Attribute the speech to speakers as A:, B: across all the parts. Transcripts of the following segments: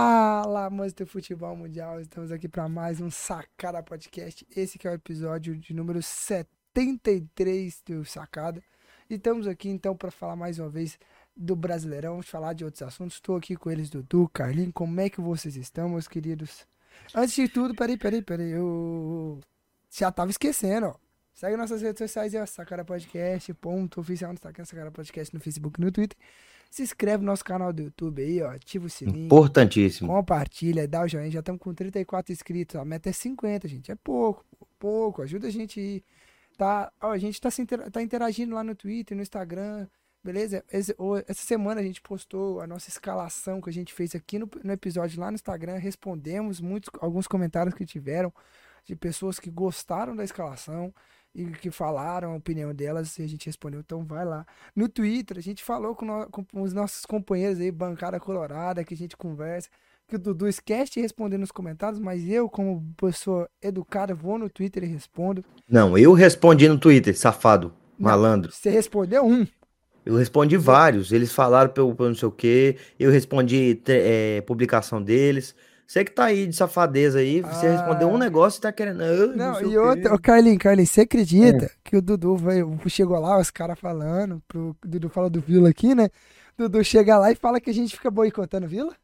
A: Fala, amantes do futebol mundial. Estamos aqui para mais um Sacada Podcast. Esse que é o episódio de número 73 do Sacada. E estamos aqui então para falar mais uma vez do Brasileirão, falar de outros assuntos. Estou aqui com eles, Dudu, Carlinho. Como é que vocês estão, meus queridos? Antes de tudo, peraí, peraí, peraí. Eu já tava esquecendo, ó. Segue nossas redes sociais, é o Sacara Podcast, ponto oficial no Instagram, Sacara Podcast no Facebook, no Twitter. Se inscreve no nosso canal do YouTube aí, ó, ativa o sininho,
B: Importantíssimo.
A: compartilha, dá o joinha. Já estamos com 34 inscritos, a meta é 50, gente. É pouco, pô, pouco. Ajuda a gente aí. Tá, ó, a gente tá, se inter- tá interagindo lá no Twitter, no Instagram, beleza? Esse- o- essa semana a gente postou a nossa escalação que a gente fez aqui no, no episódio lá no Instagram. Respondemos muitos, alguns comentários que tiveram de pessoas que gostaram da escalação e que falaram a opinião delas e a gente respondeu. Então vai lá. No Twitter, a gente falou com, no- com os nossos companheiros aí, bancada colorada, que a gente conversa. Que o Dudu esquece de responder nos comentários, mas eu, como pessoa educada, vou no Twitter e respondo.
B: Não, eu respondi no Twitter, safado,
A: Não.
B: malandro.
A: Você respondeu um.
B: Eu respondi vários. Eles falaram pelo, pelo não sei o quê. Eu respondi te- é, publicação deles. Você que tá aí de safadeza aí, você
A: Ah.
B: respondeu um negócio e tá querendo. "Ah, não
A: Não,
B: sei
A: e
B: o quê". É.
A: outra, ô Carlinhos, Carlinhos, você acredita que o Dudu veio, chegou lá, os caras falando, pro, o Dudu fala do Vila aqui, né? Dudu chega lá e fala que a gente fica boicotando o Vila?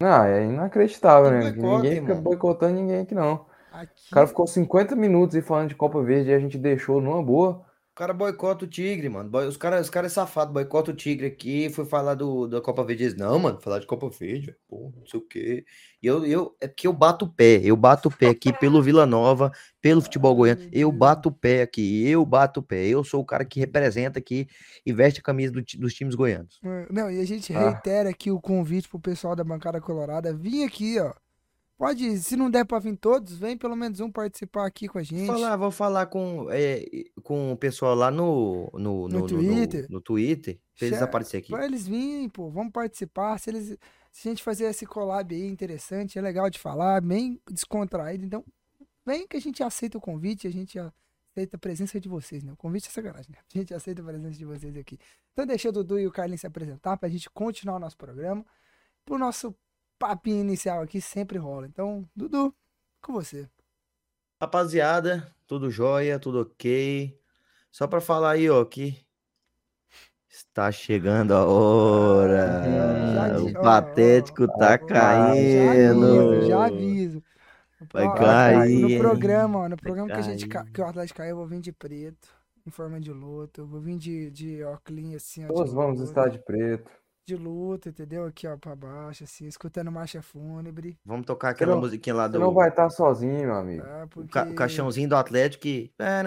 C: Não, é inacreditável,
B: Não
C: né?
A: é
C: Que
B: boicota,
C: ninguém fica
B: irmão.
C: boicotando ninguém aqui, não.
A: Aqui,
C: O cara ficou 50 minutos aí falando de Copa Verde e a gente deixou numa boa.
B: O cara boicota o Tigre, mano. Boi- Os caras os cara é safado, boicota o Tigre aqui. Foi falar do, da Copa Verde. Eles, não, mano, falar de Copa Verde, velho, pô, não sei o quê. E eu, eu, é porque eu bato o pé. Eu bato o pé aqui pelo Vila Nova, pelo futebol goiano.
A: meu
B: Eu
A: Deus.
B: bato o pé aqui. Eu bato o pé. Eu sou o cara que representa aqui e veste a camisa do ti- dos times goianos.
A: Mano, Não, e a gente
C: Ah.
A: reitera aqui o convite pro pessoal da bancada colorada vir aqui, ó. Pode, se não der pra vir todos, vem pelo menos um participar aqui com a gente.
B: Vou falar, vou falar com, é, com o pessoal lá no, no, no, no- no-
A: Twitter. é,
B: no Twitter, pra eles
A: Chama-
B: aparecerem aqui.
A: Pra eles virem, pô, vamos participar. Se, eles, se a gente fazer esse collab aí interessante, é legal de falar, bem descontraído. Então, vem que a gente aceita o convite, a gente aceita a presença de vocês, né? O convite é sacanagem, né? A gente aceita a presença de vocês aqui. Então, deixa o Dudu e o Carlinhos se apresentar pra gente continuar o nosso programa. Pro nosso papinho inicial aqui sempre rola. Então, Dudu, com você.
B: Rapaziada, tudo jóia, tudo ok. Só pra falar aí, ó, que está chegando a
A: Já
B: hora.
A: di-
B: O
A: ó, ó,
B: patético tá
A: ó,
B: caindo.
A: Já aviso.
B: Vai
A: Ó, tá
B: cair,
A: No
B: hein?
A: programa, ó, no programa que a gente
B: cair.
A: ca- que o Atlético caiu, eu vou vir de preto, em forma de luto, eu vou vir de, de óculos assim, ó, de
C: Todos vamos
A: luto,
C: estar de preto.
A: de luto, entendeu? Aqui, ó, pra baixo, assim, escutando marcha fúnebre,
B: Vamos tocar aquela
C: Você não-
B: musiquinha lá
C: Você
B: do
C: não vai estar sozinho, meu amigo.
A: tá?
B: o
A: Porque...
B: ca- o caixãozinho do Atlético que Ah,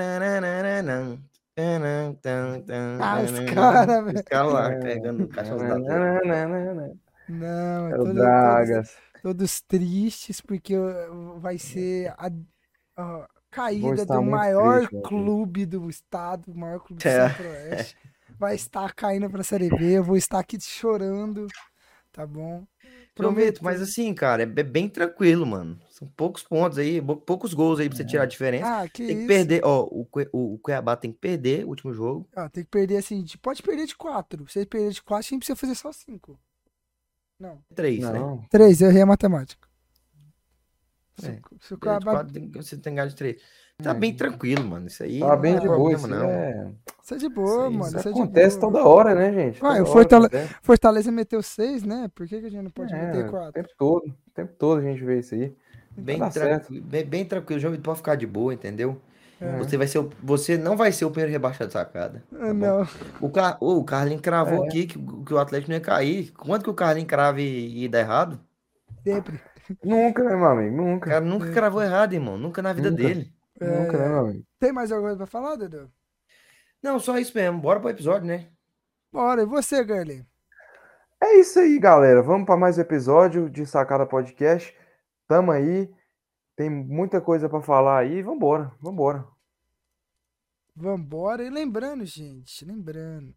A: Ah, os cara, velho.
B: Os caras lá pegando o caixãozinho do Atlético.
C: Nananana.
A: Não, é
C: É o
A: todo- todos,
C: Dragas.
A: todos tristes, porque ó, vai ser a, a caída
C: estar
A: do
C: muito
A: maior
C: triste, meu filho.
A: clube do estado, o maior clube do
B: É.
A: Centro-Oeste. Vai estar caindo pra Série B, eu vou estar aqui chorando, tá bom?
B: Prometo, mas assim, cara, é be- bem tranquilo, mano. São poucos pontos aí, bo- poucos gols aí pra você tirar a diferença.
A: Ah, que
B: assim, né, Tem que
A: isso.
B: perder, ó, o, Cue- o, o Cuiabá tem que perder o último jogo.
A: Ah, tem que perder assim, de- pode perder de quatro. Se ele perder de quatro, a gente precisa fazer só cinco. Não.
B: Três, né?
C: Não.
A: Três, eu errei a matemática. Se,
B: É,
A: o- se o
B: Perder de
A: Cuiabá-
B: quatro, tem, que- você tem que ganhar de três. Tá bem tranquilo, mano. Isso aí
C: É. Tá bem
B: tem
C: de boa,
B: problema,
C: isso é-
A: Isso é de boa,
B: Isso aí,
A: mano.
C: isso
A: Isso, é de
C: acontece
A: boa.
C: toda hora, né, gente?
A: Ué, o
C: Toda hora
A: Fortale-
C: acontece.
A: Fortaleza meteu seis, né? Por que, que a gente não pode meter
C: É, o
A: quatro?
B: tá
C: tempo todo, o tempo todo a gente vê isso aí.
B: Bem,
C: Tá
B: tranquilo,
C: certo.
B: bem, bem tranquilo. O João Vitor pode ficar de boa, entendeu?
A: É.
B: Você, vai ser o- você não vai ser o primeiro rebaixado da sacada. tá
A: Ah,
B: bom?
A: não.
B: O, Car... Ô, o Carlinho cravou
C: É.
B: aqui que, que o Atlético não ia cair. Quanto que o Carlinho crave e dá errado?
A: Sempre.
C: Nunca, né, meu amigo?
B: O
C: Nunca.
B: cara nunca cravou errado, irmão. Nunca na vida
C: Hum. Nunca.
B: dele.
A: É,
C: Nunca, né, meu amigo?
A: Tem mais alguma coisa pra falar, Dudu?
B: Não, só isso mesmo. Bora pro episódio, né?
A: Bora, e você, Gurley?
C: É isso aí, galera. Vamos para mais um episódio de Sacada Podcast. Tamo aí. Tem muita coisa para falar aí. Vambora, vambora.
A: Vambora. E lembrando, gente, lembrando.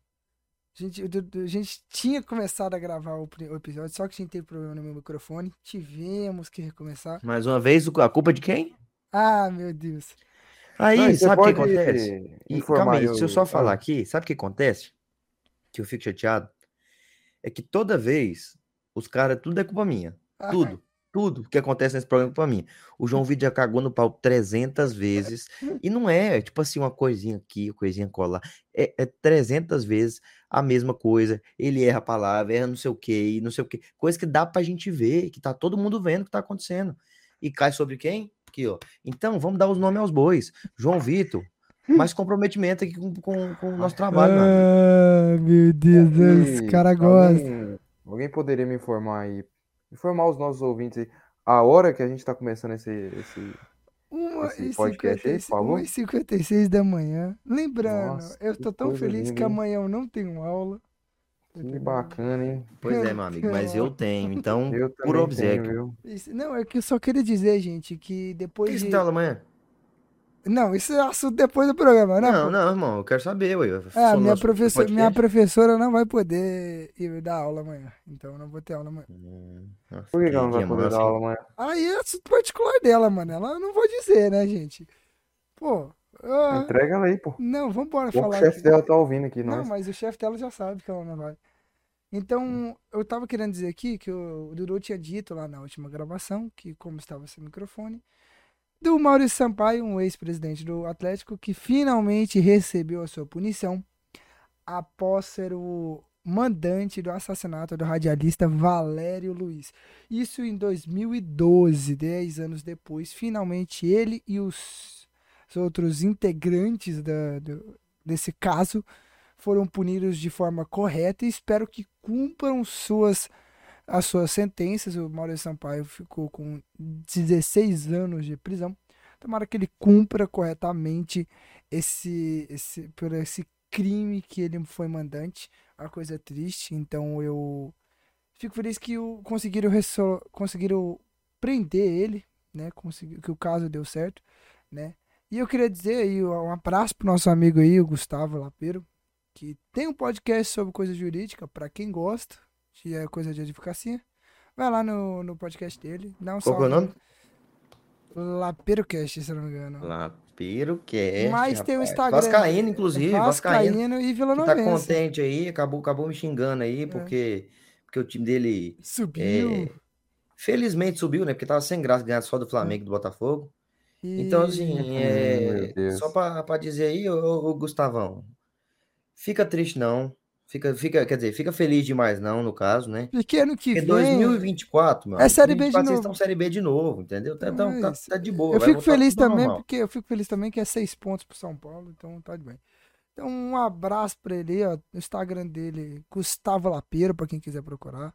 A: A gente, o Dudu- a gente tinha começado a gravar o, pri- o episódio, só que a gente teve problema no meu microfone. Tivemos que recomeçar.
B: Mais uma vez, o- a culpa é de quem?
A: Ah, meu Deus.
B: Aí,
C: Não, e você
B: sabe o que
C: pode
B: acontece? E,
C: informar
B: calma aí,
C: aí
B: deixa eu
C: o-
B: só falar
C: Ah.
B: aqui. Sabe o que acontece? Que eu fico chateado? É que toda vez Os caras, tudo é culpa minha.
A: Ah,
B: Tudo. Tudo que acontece nesse programa é culpa minha. O João Vitor já cagou no pau 300 vezes. E não é, tipo assim, uma coisinha aqui, uma coisinha colar. É, é 300 vezes a mesma coisa. Ele erra a palavra, erra não sei o quê, e não sei o quê. Coisa que dá pra gente ver, que tá todo mundo vendo o que tá acontecendo. E cai sobre quem? Aqui, ó. Então, vamos dar os nomes aos bois. João Vitor, mais comprometimento aqui com, com, com o nosso trabalho, meu amigo.
A: Ah, meu Deus, esse cara gosta.
C: Alguém, alguém poderia me informar aí? Informar os nossos ouvintes aí. A hora que a gente tá começando esse. esse...
A: Uma
C: Esse
A: e
C: podcast aí,
A: 56
C: por favor.
A: uma e 56 da manhã. Lembrando,
C: Nossa,
A: eu
C: que
A: tô tão
C: coisa
A: feliz que
C: linda, hein?
A: amanhã eu não tenho aula.
C: Que bacana, hein?
B: Pois é, meu amigo, mas eu tenho, então,
C: Eu
B: por
C: também tenho,
B: obséquio.
C: viu?
A: Isso- Não, é que eu só queria dizer, gente, que
B: O
A: depois
B: que você
A: de...
B: tá lá amanhã?
A: Não, isso é assunto depois do programa, né?
B: Não,
A: pô?
B: não, irmão, eu quero saber, ué.
A: Ah,
B: Sou
A: minha,
B: nosso
A: professor-
B: podcast?
A: minha professora não vai poder ir dar aula amanhã. Então eu não vou ter aula amanhã.
B: Hum, nossa,
C: Por que, que ela não vai
B: dia
C: poder
B: massa,
C: dar
B: hein?
C: aula amanhã?
A: Aí é assunto particular dela, mano. Ela eu não vou dizer, né, gente? Pô. ah,
C: Entrega ela aí, pô.
B: É.
A: não, vambora
C: Bom que
A: falar.
C: o chefe
A: aqui.
C: dela tá ouvindo aqui,
A: Não,
C: nós.
A: mas o chefe dela já sabe que ela não vai.
C: Hum.
A: Então, eu tava querendo dizer aqui que o Dudu tinha dito lá na última gravação que, como estava sem microfone, do Maurício Sampaio, um ex-presidente do Atlético, que finalmente recebeu a sua punição após ser o mandante do assassinato do radialista Valério Luiz. Isso em 2012, 10 anos depois, finalmente ele e os os outros integrantes da- do- desse caso foram punidos de forma correta e espero que cumpram suas as suas sentenças. O Maurício Sampaio ficou com 16 anos de prisão. Tomara que ele cumpra corretamente esse, esse por esse crime que ele foi mandante. Uma coisa é triste. Então eu fico feliz que o, conseguiram, resso- conseguiram prender ele, né? Conseguiu, que o caso deu certo, né? E eu queria dizer aí um abraço pro nosso amigo aí, o Gustavo Lapeiro, que tem um podcast sobre coisa jurídica, para quem gosta, que é coisa de advocacia. Vai lá no, no podcast dele, dá um
B: Qual que é o
A: salve.
B: nome?
A: LapeiroCast, se eu não me engano.
B: Lapiro Cast,
A: Mas tem o
B: rapaz.
A: Instagram. né?
B: Vascaíno, inclusive, Vascaíno.
A: É Vascaíno e Vila
B: que tá
A: Novense.
B: contente aí, acabou, acabou me xingando
A: É.
B: aí, porque, porque o time dele
A: Subiu.
B: é, felizmente subiu, né? Porque tava sem graça ganhar só do Flamengo e do Botafogo. Então, assim,
A: E-
C: Meu
B: é,
C: Deus.
B: só pra pra dizer aí, ô, ô, ô, Gustavão, fica triste não, fica, fica, quer dizer, fica feliz demais não, no caso, né?
A: Pequeno que
B: Porque
A: vem.
B: 2024, meu
A: É
B: amigo,
A: Série B de
B: 2024 vocês
A: novo.
B: estão Série B de novo, entendeu? Tá,
A: Então
B: tá-
A: é
B: tá-
A: isso.
B: tá de boa.
A: Eu
B: vai
A: fico
B: voltar
A: feliz
B: tudo ao
A: também,
B: normal.
A: porque eu fico feliz também que é seis pontos pro São Paulo, então tá de bem. Então, um abraço pra ele, ó. O Instagram dele, Gustavo Lapeiro, pra quem quiser procurar,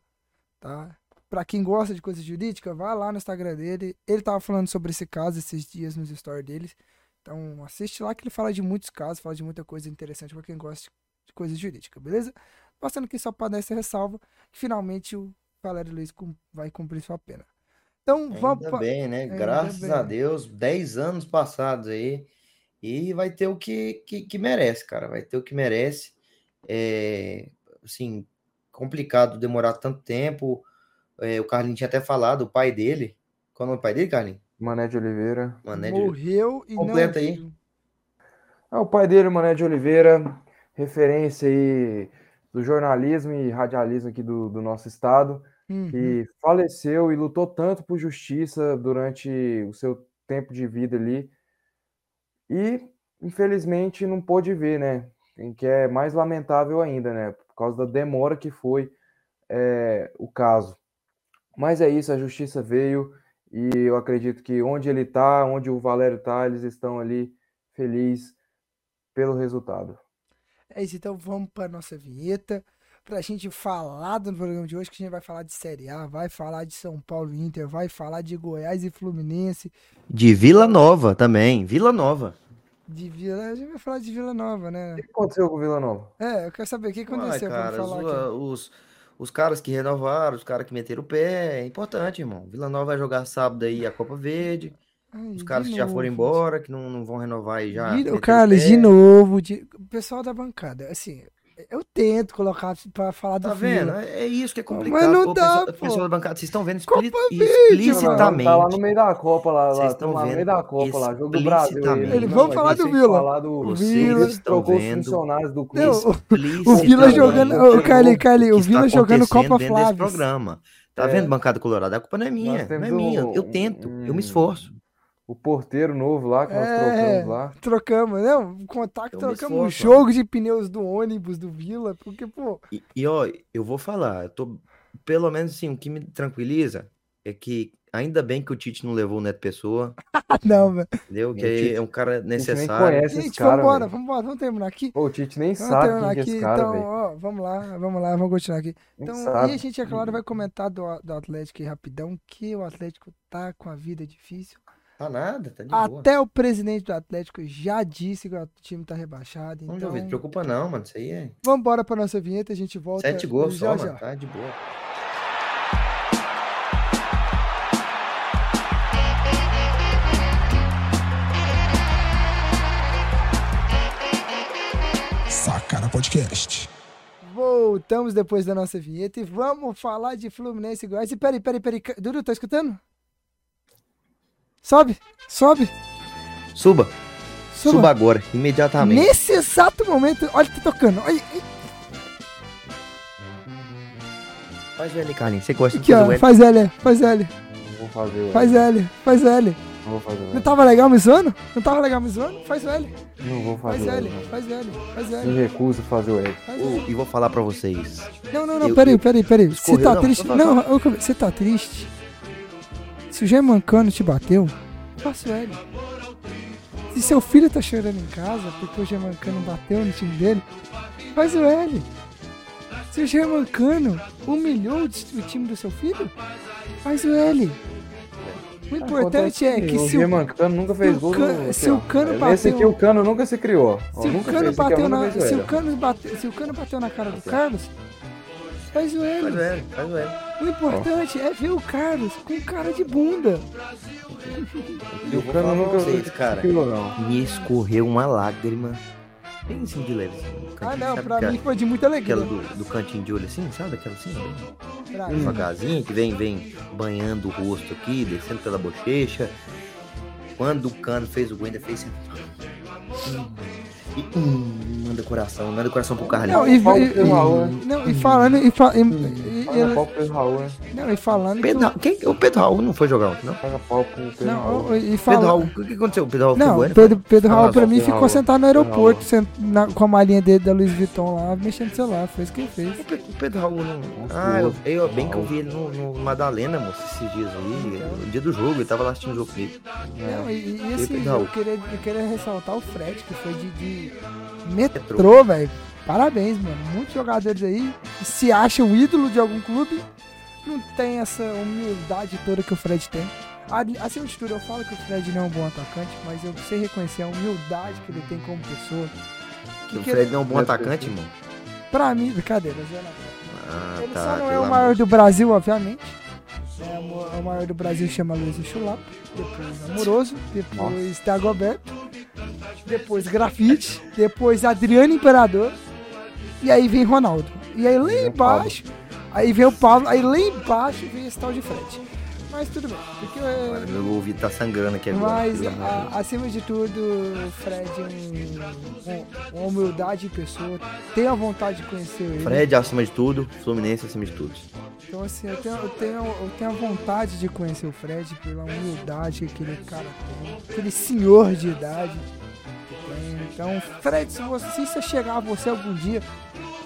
A: tá? Pra quem gosta de coisa jurídica, vai lá no Instagram dele. Ele tava falando sobre esse caso esses dias nos stories deles. Então, assiste lá que ele fala de muitos casos, fala de muita coisa interessante pra quem gosta de coisa jurídica, beleza? Passando aqui só pra dar essa ressalva, que finalmente o Valério Luiz cum- vai cumprir sua pena. Então, vamos
B: Ainda
A: pra...
B: bem, né?
A: Ainda
B: Graças
A: bem.
B: a Deus, 10 anos passados aí, e vai ter o que, que, que merece, cara. Vai ter o que merece. É, assim, complicado demorar tanto tempo. É, o Carlinhos tinha até falado, o pai dele. Qual é o nome do pai dele, Carlinhos?
C: Mané de Oliveira.
B: Mané de-
A: Morreu e
B: Completa
A: não
B: aí.
A: viu.
C: É o pai dele, Mané de Oliveira, referência aí do jornalismo e radialismo aqui do, do nosso estado,
A: Uhum.
C: que faleceu e lutou tanto por justiça durante o seu tempo de vida ali. E, infelizmente, não pôde ver, né? O que é mais lamentável ainda, né? Por causa da demora que foi é, o caso. Mas é isso, a justiça veio e eu acredito que onde ele está, onde o Valério está, eles estão ali felizes pelo resultado.
A: É isso, então vamos para nossa vinheta para a gente falar do programa de hoje, que a gente vai falar de Série A, vai falar de São Paulo e Inter, vai falar de Goiás e Fluminense,
B: De Vila Nova também, Vila Nova.
A: de Vila, a gente vai falar de Vila Nova, né?
C: O que aconteceu com o Vila Nova?
A: É, eu quero saber o que aconteceu
B: Uai, cara,
A: para falar
B: zoa-
A: aqui.
B: os, os caras que renovaram, os caras que meteram o pé, é importante, irmão. Vila Nova vai jogar sábado aí a Copa Verde.
A: Ai,
B: Os
A: de
B: caras que já foram
A: novo,
B: embora, que não, não vão renovar e já.
A: Vira,
B: meteram
A: o Carlos,
B: pé.
A: de novo, de... o pessoal da bancada, assim, eu tento colocar para falar do
B: Tá vendo?
A: Vila. Ah,
B: É é isso que é
A: Mas
B: complicado.
A: não
B: Ô,
A: dá,
B: pessoal-
A: pô.
B: pessoal da bancada, vocês estão vendo
A: Copa
B: expli-
A: mano,
B: explicitamente.
C: Tá lá no meio da Copa, lá, lá,
B: Vocês
C: tão
B: estão
C: lá no meio
B: vendo
C: da Copa, lá, jogo do Brasil. aí, né?
B: explicitamente.
A: Vamos
C: a
A: falar
C: gente
A: do
C: tem que
A: Vila.
C: falar do-
A: O
B: Vocês
A: Vila
B: estão
C: trocou os
B: vendo
C: funcionários do clube.
A: Não, o-
B: explicitamente
A: o Vila jogando,
C: Exatamente.
A: o Carly, Carly,
B: que
A: o
B: está
A: Vila jogando
B: acontecendo
A: Copa
B: dentro desse
A: Flávio. É.
B: programa. Tá vendo, bancada colorada? A culpa não é minha,
C: Nós
B: não
C: temos
B: é minha.
C: um-
B: eu tento, eu
C: um-
B: me esforço.
C: O porteiro novo lá que nós
A: É.
C: trocamos lá.
A: Trocamos, não, contato,
B: Eu me
A: trocamos um
B: esforço, mano.
A: jogo de pneus do ônibus do Vila, porque, pô,
B: E, e, ó, eu vou falar, eu tô, pelo menos assim, o que me tranquiliza é que ainda bem que o Tite não levou o Neto Pessoa,
A: ah, não, velho.
B: entendeu? Que
C: O Tite-
B: é um cara
C: A gente nem
B: necessário.
C: conhece esse
A: Gente,
C: cara.
A: vambora,
C: velho.
A: vambora, vamos terminar aqui.
C: Pô, o Tite nem
A: Vamos
C: sabe
A: terminar
C: quem que é
A: aqui,
C: esse cara,
A: então,
C: velho.
A: ó, vamos lá, vamos lá, vamos continuar aqui.
C: Nem
A: Então, e a
C: sabe.
A: gente, é claro, vai comentar do, do Atlético aí rapidão, que o Atlético tá com a vida difícil.
B: Tá nada, tá de boa.
A: Até o presidente do Atlético já disse que o time tá rebaixado,
B: Não, Jovem, não se
A: então
B: preocupa não, mano. Isso aí é
A: vamos embora pra nossa vinheta, a gente volta
B: sete gols
A: já já.
B: só, mano. Tá de boa.
D: Sacana Podcast.
A: Voltamos depois da nossa vinheta e vamos falar de Fluminense e Goiás. E peraí, peraí, peraí. ca- Dudu, tá escutando? Sobe, sobe,
B: Suba, suba,
A: suba.
B: agora, imediatamente.
A: Nesse exato momento, olha, tá tocando. Olha,
B: Faz o L, Carlinhos. Você gosta de
A: aqui,
B: fazer o
A: ó.
B: L?
A: Faz L, faz L,
C: Não vou fazer, velho.
A: faz L, faz L.
C: Não vou fazer,
A: Não tá-
C: velho.
A: tava legal me zoando? Não tava legal me zoando? Faz L,
C: Não vou
A: faz
C: fazer,
A: L, né?
C: velho.
A: faz L, faz
C: Me
A: L,
C: recuso a fazer o L.
A: faz L.
B: Ô, E vou falar pra vocês.
A: Não, não, não,
B: Eu-
A: peraí,
B: eu-
A: peraí, peraí. Você
B: Escorreu,
A: tá
B: não,
A: triste?
B: só- só-
A: Não, ô, Cam- você tá triste? Se o Germancano te bateu, faça o L. Se seu filho tá chorando em casa porque o Germancano bateu no time dele, faz o L. Se o Germancano humilhou o ti- o time do seu filho, faz o L. O importante é que
C: o
A: se o
C: Germancano nunca fez
A: o
C: gol.
A: Cano-
C: no-
A: se o
C: aqui, ó.
A: Cano
C: Esse
A: bateu-
C: aqui o Cano nunca se criou. ó.
A: se o cano
C: Nunca fez, esse aqui é
A: bateu
C: a
A: na.
C: única vez
A: Se o
C: velho.
A: cano bateu, se o cano bateu na cara do Carlos, faz o
B: Faz
A: L.
B: o L, faz o L.
A: O importante é ver o Carlos com cara de bunda.
B: Eu
C: O
B: vou
C: Cano
B: falar pra
C: nunca
B: vocês,
C: se
B: cara.
C: criou, não.
B: Me escorreu uma lágrima. Bem assim de leve. assim, no
A: Ah,
B: cantinho,
A: não,
B: sabe
A: pra
B: aquela-
A: mim foi de muita alegria.
B: Aquela do, do cantinho de olho assim, sabe? Aquela assim, bem
A: Pra mim.
B: devagarzinho, que vem, vem banhando o rosto aqui, descendo pela bochecha. Quando o Cano fez o gol, ainda fez assim. E hum, manda coração, manda coração pro
A: Não,
B: Carlinhos.
A: e,
C: Paulo
A: e-
C: fez o Raul, né?
A: não, e falando. E, fa- e- e- e-
C: Paga pau pro Pedro Raul, né?
A: não, e falando. que o-
B: Hum. Pedro, Raul- quem, o Pedro Raul não foi jogar ontem, não?
C: Paga pau pro Pedro Raul.
A: Não, e
B: Pedro Raul,
A: falando.
B: o que aconteceu? O Pedro Raul é
A: Não,
B: foi embora?
A: Pedro, Pedro Raul
B: Fala,
A: pra mim
C: Pedro
A: ficou
C: Raul.
A: sentado no
C: Pedro
A: aeroporto,
C: Raul.
A: sent- na- com a malinha dele da Luiz Vuitton lá, mexendo no celular, foi isso que ele fez.
B: O Pedro, o Pedro Raul não. Ah, eu, eu- bem que eu vi ele no, no Madalena, moço, esses dias
A: Então.
B: aí. O dia do jogo, ele tava lá assistindo o jogo dele.
A: Não, e, e assim,
B: Pedro
A: eu
B: Raul.
A: queria, eu queria ressaltar o Fred, que foi de, de metrô, velho. Parabéns, mano. Muitos jogadores aí que se acham ídolo de algum clube não tem essa humildade toda que o Fred tem. A- Acima de tudo, eu falo que o Fred não é um bom atacante, mas eu sei reconhecer a humildade que ele tem como pessoa. Que
B: o
A: que
B: Fred não é um bom
C: É,
B: atacante, irmão.
A: Pra mim, brincadeira, Zé,
B: Ah,
A: ele
B: tá.
A: só não é
B: pelo
A: o maior
B: amor-
A: do Brasil, obviamente. É, o é o maior do Brasil chama Luiz Chulapa, depois Amoroso, depois Dagoberto, depois Grafite, depois Adriano Imperador, e aí vem Ronaldo. E aí lá embaixo, aí vem o Pablo, aí lá embaixo vem esse tal de frente. Mas tudo bem, porque é,
B: Olha, né? Meu ouvido tá sangrando aqui agora.
A: mas,
B: pelo amor de
A: a-
B: Deus.
A: acima de tudo, o Fred é um- um- uma humildade de pessoa, tem a vontade de conhecer ele.
B: Fred acima de tudo, Fluminense acima de tudo.
A: Então, assim, eu tenho, eu, tenho, eu tenho a vontade de conhecer o Fred pela humildade que aquele cara tem, aquele senhor de idade que tem. Então, Fred, se, você, se isso chegar a você algum dia,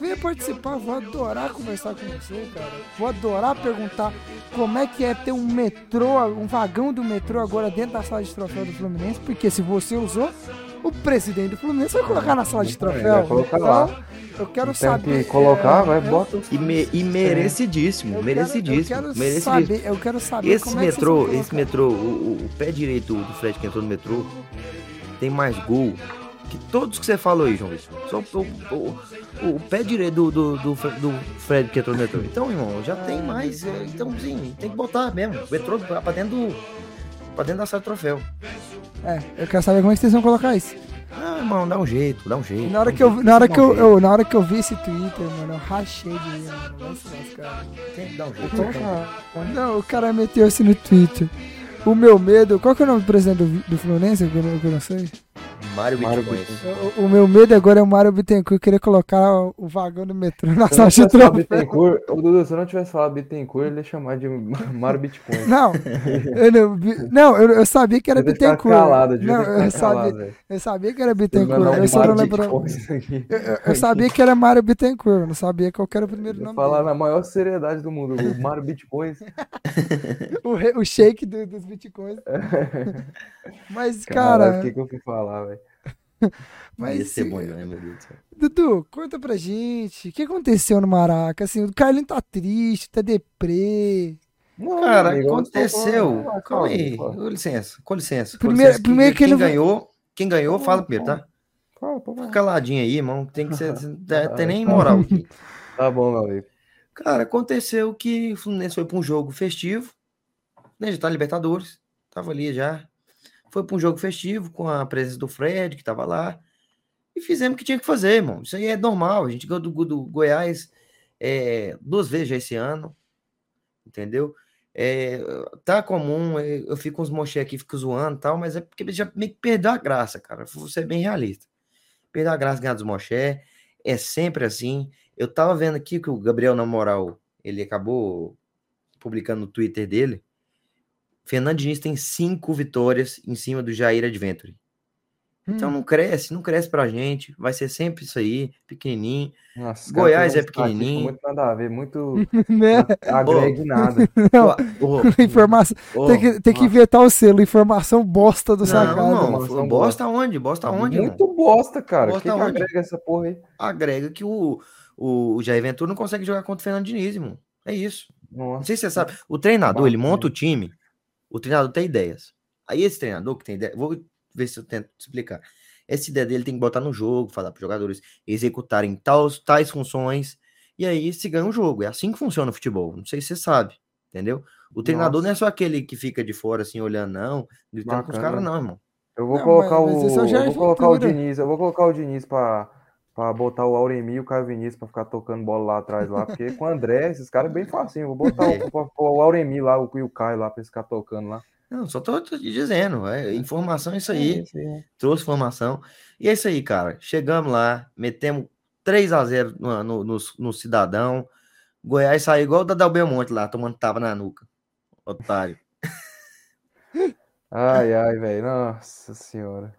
A: venha participar, vou adorar conversar com você, cara. Vou adorar perguntar como é que é ter um metrô, um vagão do metrô agora dentro da sala de troféu do Fluminense, porque se você usou, o presidente do Fluminense vai colocar na sala de troféu.
C: Vai colocar lá.
A: Então, eu quero
C: Tem
A: saber.
C: que colocar,
A: é,
C: vai,
A: eu-
C: bota.
B: E, me- e merecidíssimo,
A: É. eu
B: merecidíssimo.
A: Quero, eu quero
B: merecidíssimo.
A: saber, eu quero saber
B: Esse
A: como é que vocês
B: metrô,
A: vão
B: esse
A: colocar.
B: metrô, o, o- o pé direito do Fred que entrou no metrô, tem mais gol que todos que você falou aí, João Vitor. Só o, o- o- o pé direito do, do, do Fre- do Fred que entrou no metrô. Então, irmão, já tem mais. é, Então, sim, tem que botar mesmo. O metrô pra pra dentro do. Pra dentro da sala do troféu.
A: É, eu quero saber como é que vocês vão colocar isso.
B: Ah, irmão, dá um jeito, dá um jeito.
A: Na hora
B: dá um
A: que eu,
B: jeito,
A: na hora
B: dá
A: que
B: um
A: eu,
B: jeito,
A: eu- na hora que eu vi esse Twitter, mano, eu rachei de rir, mano. Vai se lascar.
B: tem que dar um jeito.
C: Colocar.
A: Não, o cara meteu assim no Twitter. O meu medo, qual que é o nome do presidente do, do Fluminense? Que eu, não- que eu não sei.
B: Mário
C: Mário
B: Bitcoins.
C: Bitcoins.
A: O, o meu medo agora é o Mário Bittencourt querer colocar o, o vagão do metrô na
C: Se eu não
A: sala de
C: tivesse falado
A: tropa.
C: Bittencourt, o Dudu, se eu não tivesse falado Bittencourt, ele ia chamar de Mário Bitcoin.
A: Não, eu não, bi- não, eu, eu sabia que era
C: Devia ficar
A: Bittencourt.
C: calado, devia
A: não,
C: ficar
A: eu
C: calado,
A: sabia,
C: velho.
A: eu sabia que era
C: Ele vai
A: Bittencourt.
C: dar um
A: Eu só
C: Mário
A: não lembro.
C: Bitcoin isso aqui.
A: Eu, eu- eu sabia que era Mário Bittencourt, eu não sabia qual que era o primeiro
C: Vou
A: nome
C: falar
A: dele.
C: na maior seriedade do mundo, o Mário Bitcoins.
A: O, re- o shake do- dos bitcoins. Mas,
C: Caralho, o
A: cara,
C: que, que eu fui falar, velho?
B: Ia
A: mas,
B: ser bom, né, meu Deus do céu.
A: Dudu, conta pra gente, o que aconteceu no Maraca? Assim, o Carlinho tá triste, tá deprê.
C: Não,
B: Cara,
C: amigo, eu não tô
B: aconteceu.
C: falando-
B: Calma
C: Ah, calma,
B: aí.
C: fala.
B: Com licença, com licença. com
A: Primeiro-
B: licença,
A: primeiro que
B: quem,
A: ele
B: quem
A: vai-
B: ganhou, quem ganhou,
C: Fala,
B: fala primeiro, tá?
C: Fala, pô,
B: Fica caladinho aí, irmão. Tem que ser. Não
C: tá,
B: tem nem
C: tá.
B: moral aqui.
C: Tá bom, meu amigo.
B: Cara, aconteceu que o Fluminense foi para um jogo festivo, né? Já tá Libertadores, tava ali já. Foi para um jogo festivo com a presença do Fred, que tava lá. E fizemos o que tinha que fazer, irmão. Isso aí é normal. A gente ganhou do, do Goiás é, duas vezes já esse ano, entendeu? É, tá comum, é, eu fico com uns mochê aqui, fico zoando e tal, mas é porque já meio que perdeu a graça, cara. Vou ser bem realista. Perdeu a graça ganhar dos mochê, é sempre assim. Eu tava vendo aqui que o Gabriel, na moral, ele acabou publicando no Twitter dele. Fernandinho tem cinco vitórias em cima do Jair Adventure.
A: hum,
B: Então não cresce, não cresce pra gente. Vai ser sempre isso aí, pequenininho.
C: Nossa,
B: Goiás
C: pegou
B: é
C: um estatístico
B: pequenininho.
C: Muito nada a ver, muito.
A: né?
C: agrega em nada.
A: Não.
B: Ô, ô,
A: Informação,
B: ô,
A: tem que, tem que
C: nossa.
A: inventar o selo, informação bosta do
B: Não,
A: sacado.
B: não,
C: mano, são
B: bosta aonde?
A: Tá
B: Bosta aonde, irmão?
C: Muito bosta, cara.
B: tá Bosta
C: Quem que
B: onde?
C: agrega essa porra aí?
B: Agrega que o, o, o Jair Ventura não consegue jogar contra o Fernando Diniz, irmão. É isso. Não
C: Nossa. né?
B: sei se você sabe. O treinador, ele monta
C: Bacana.
B: o time. O treinador tem ideias. Aí esse treinador que tem ideia, vou ver se eu tento te explicar. Essa ideia dele tem que botar no jogo, falar para os jogadores executarem tais, tais funções. E aí se ganha um jogo. É assim que funciona o futebol. Não sei se você sabe, entendeu? O treinador não é só aquele que fica de fora assim olhando, não, gritando com os
C: Bacana.
B: caras, não, irmão.
C: Eu vou
A: Não,
C: colocar
A: mas
C: o.
A: esse é o
C: eu
A: Jair
C: vou colocar o
A: Ventura.
C: Diniz. Eu vou colocar o Diniz pra, pra botar o Auremi e o Caio Vinícius pra ficar tocando bola lá atrás lá. Porque com o André, esses caras é bem facinho. Vou botar o, o, o Auremi lá, o, e o Caio lá pra eles ficar tocando lá.
B: Não, só tô, tô te dizendo. É, informação é isso aí.
C: Isso aí.
B: trouxe formação. E é isso aí, cara. Chegamos lá, metemos 3 a 0 no, no, no- no Cidadão. Goiás saiu igual o Dadal Belmonte lá, tomando tava na nuca. Otário.
C: Ai, ai, velho. Nossa senhora.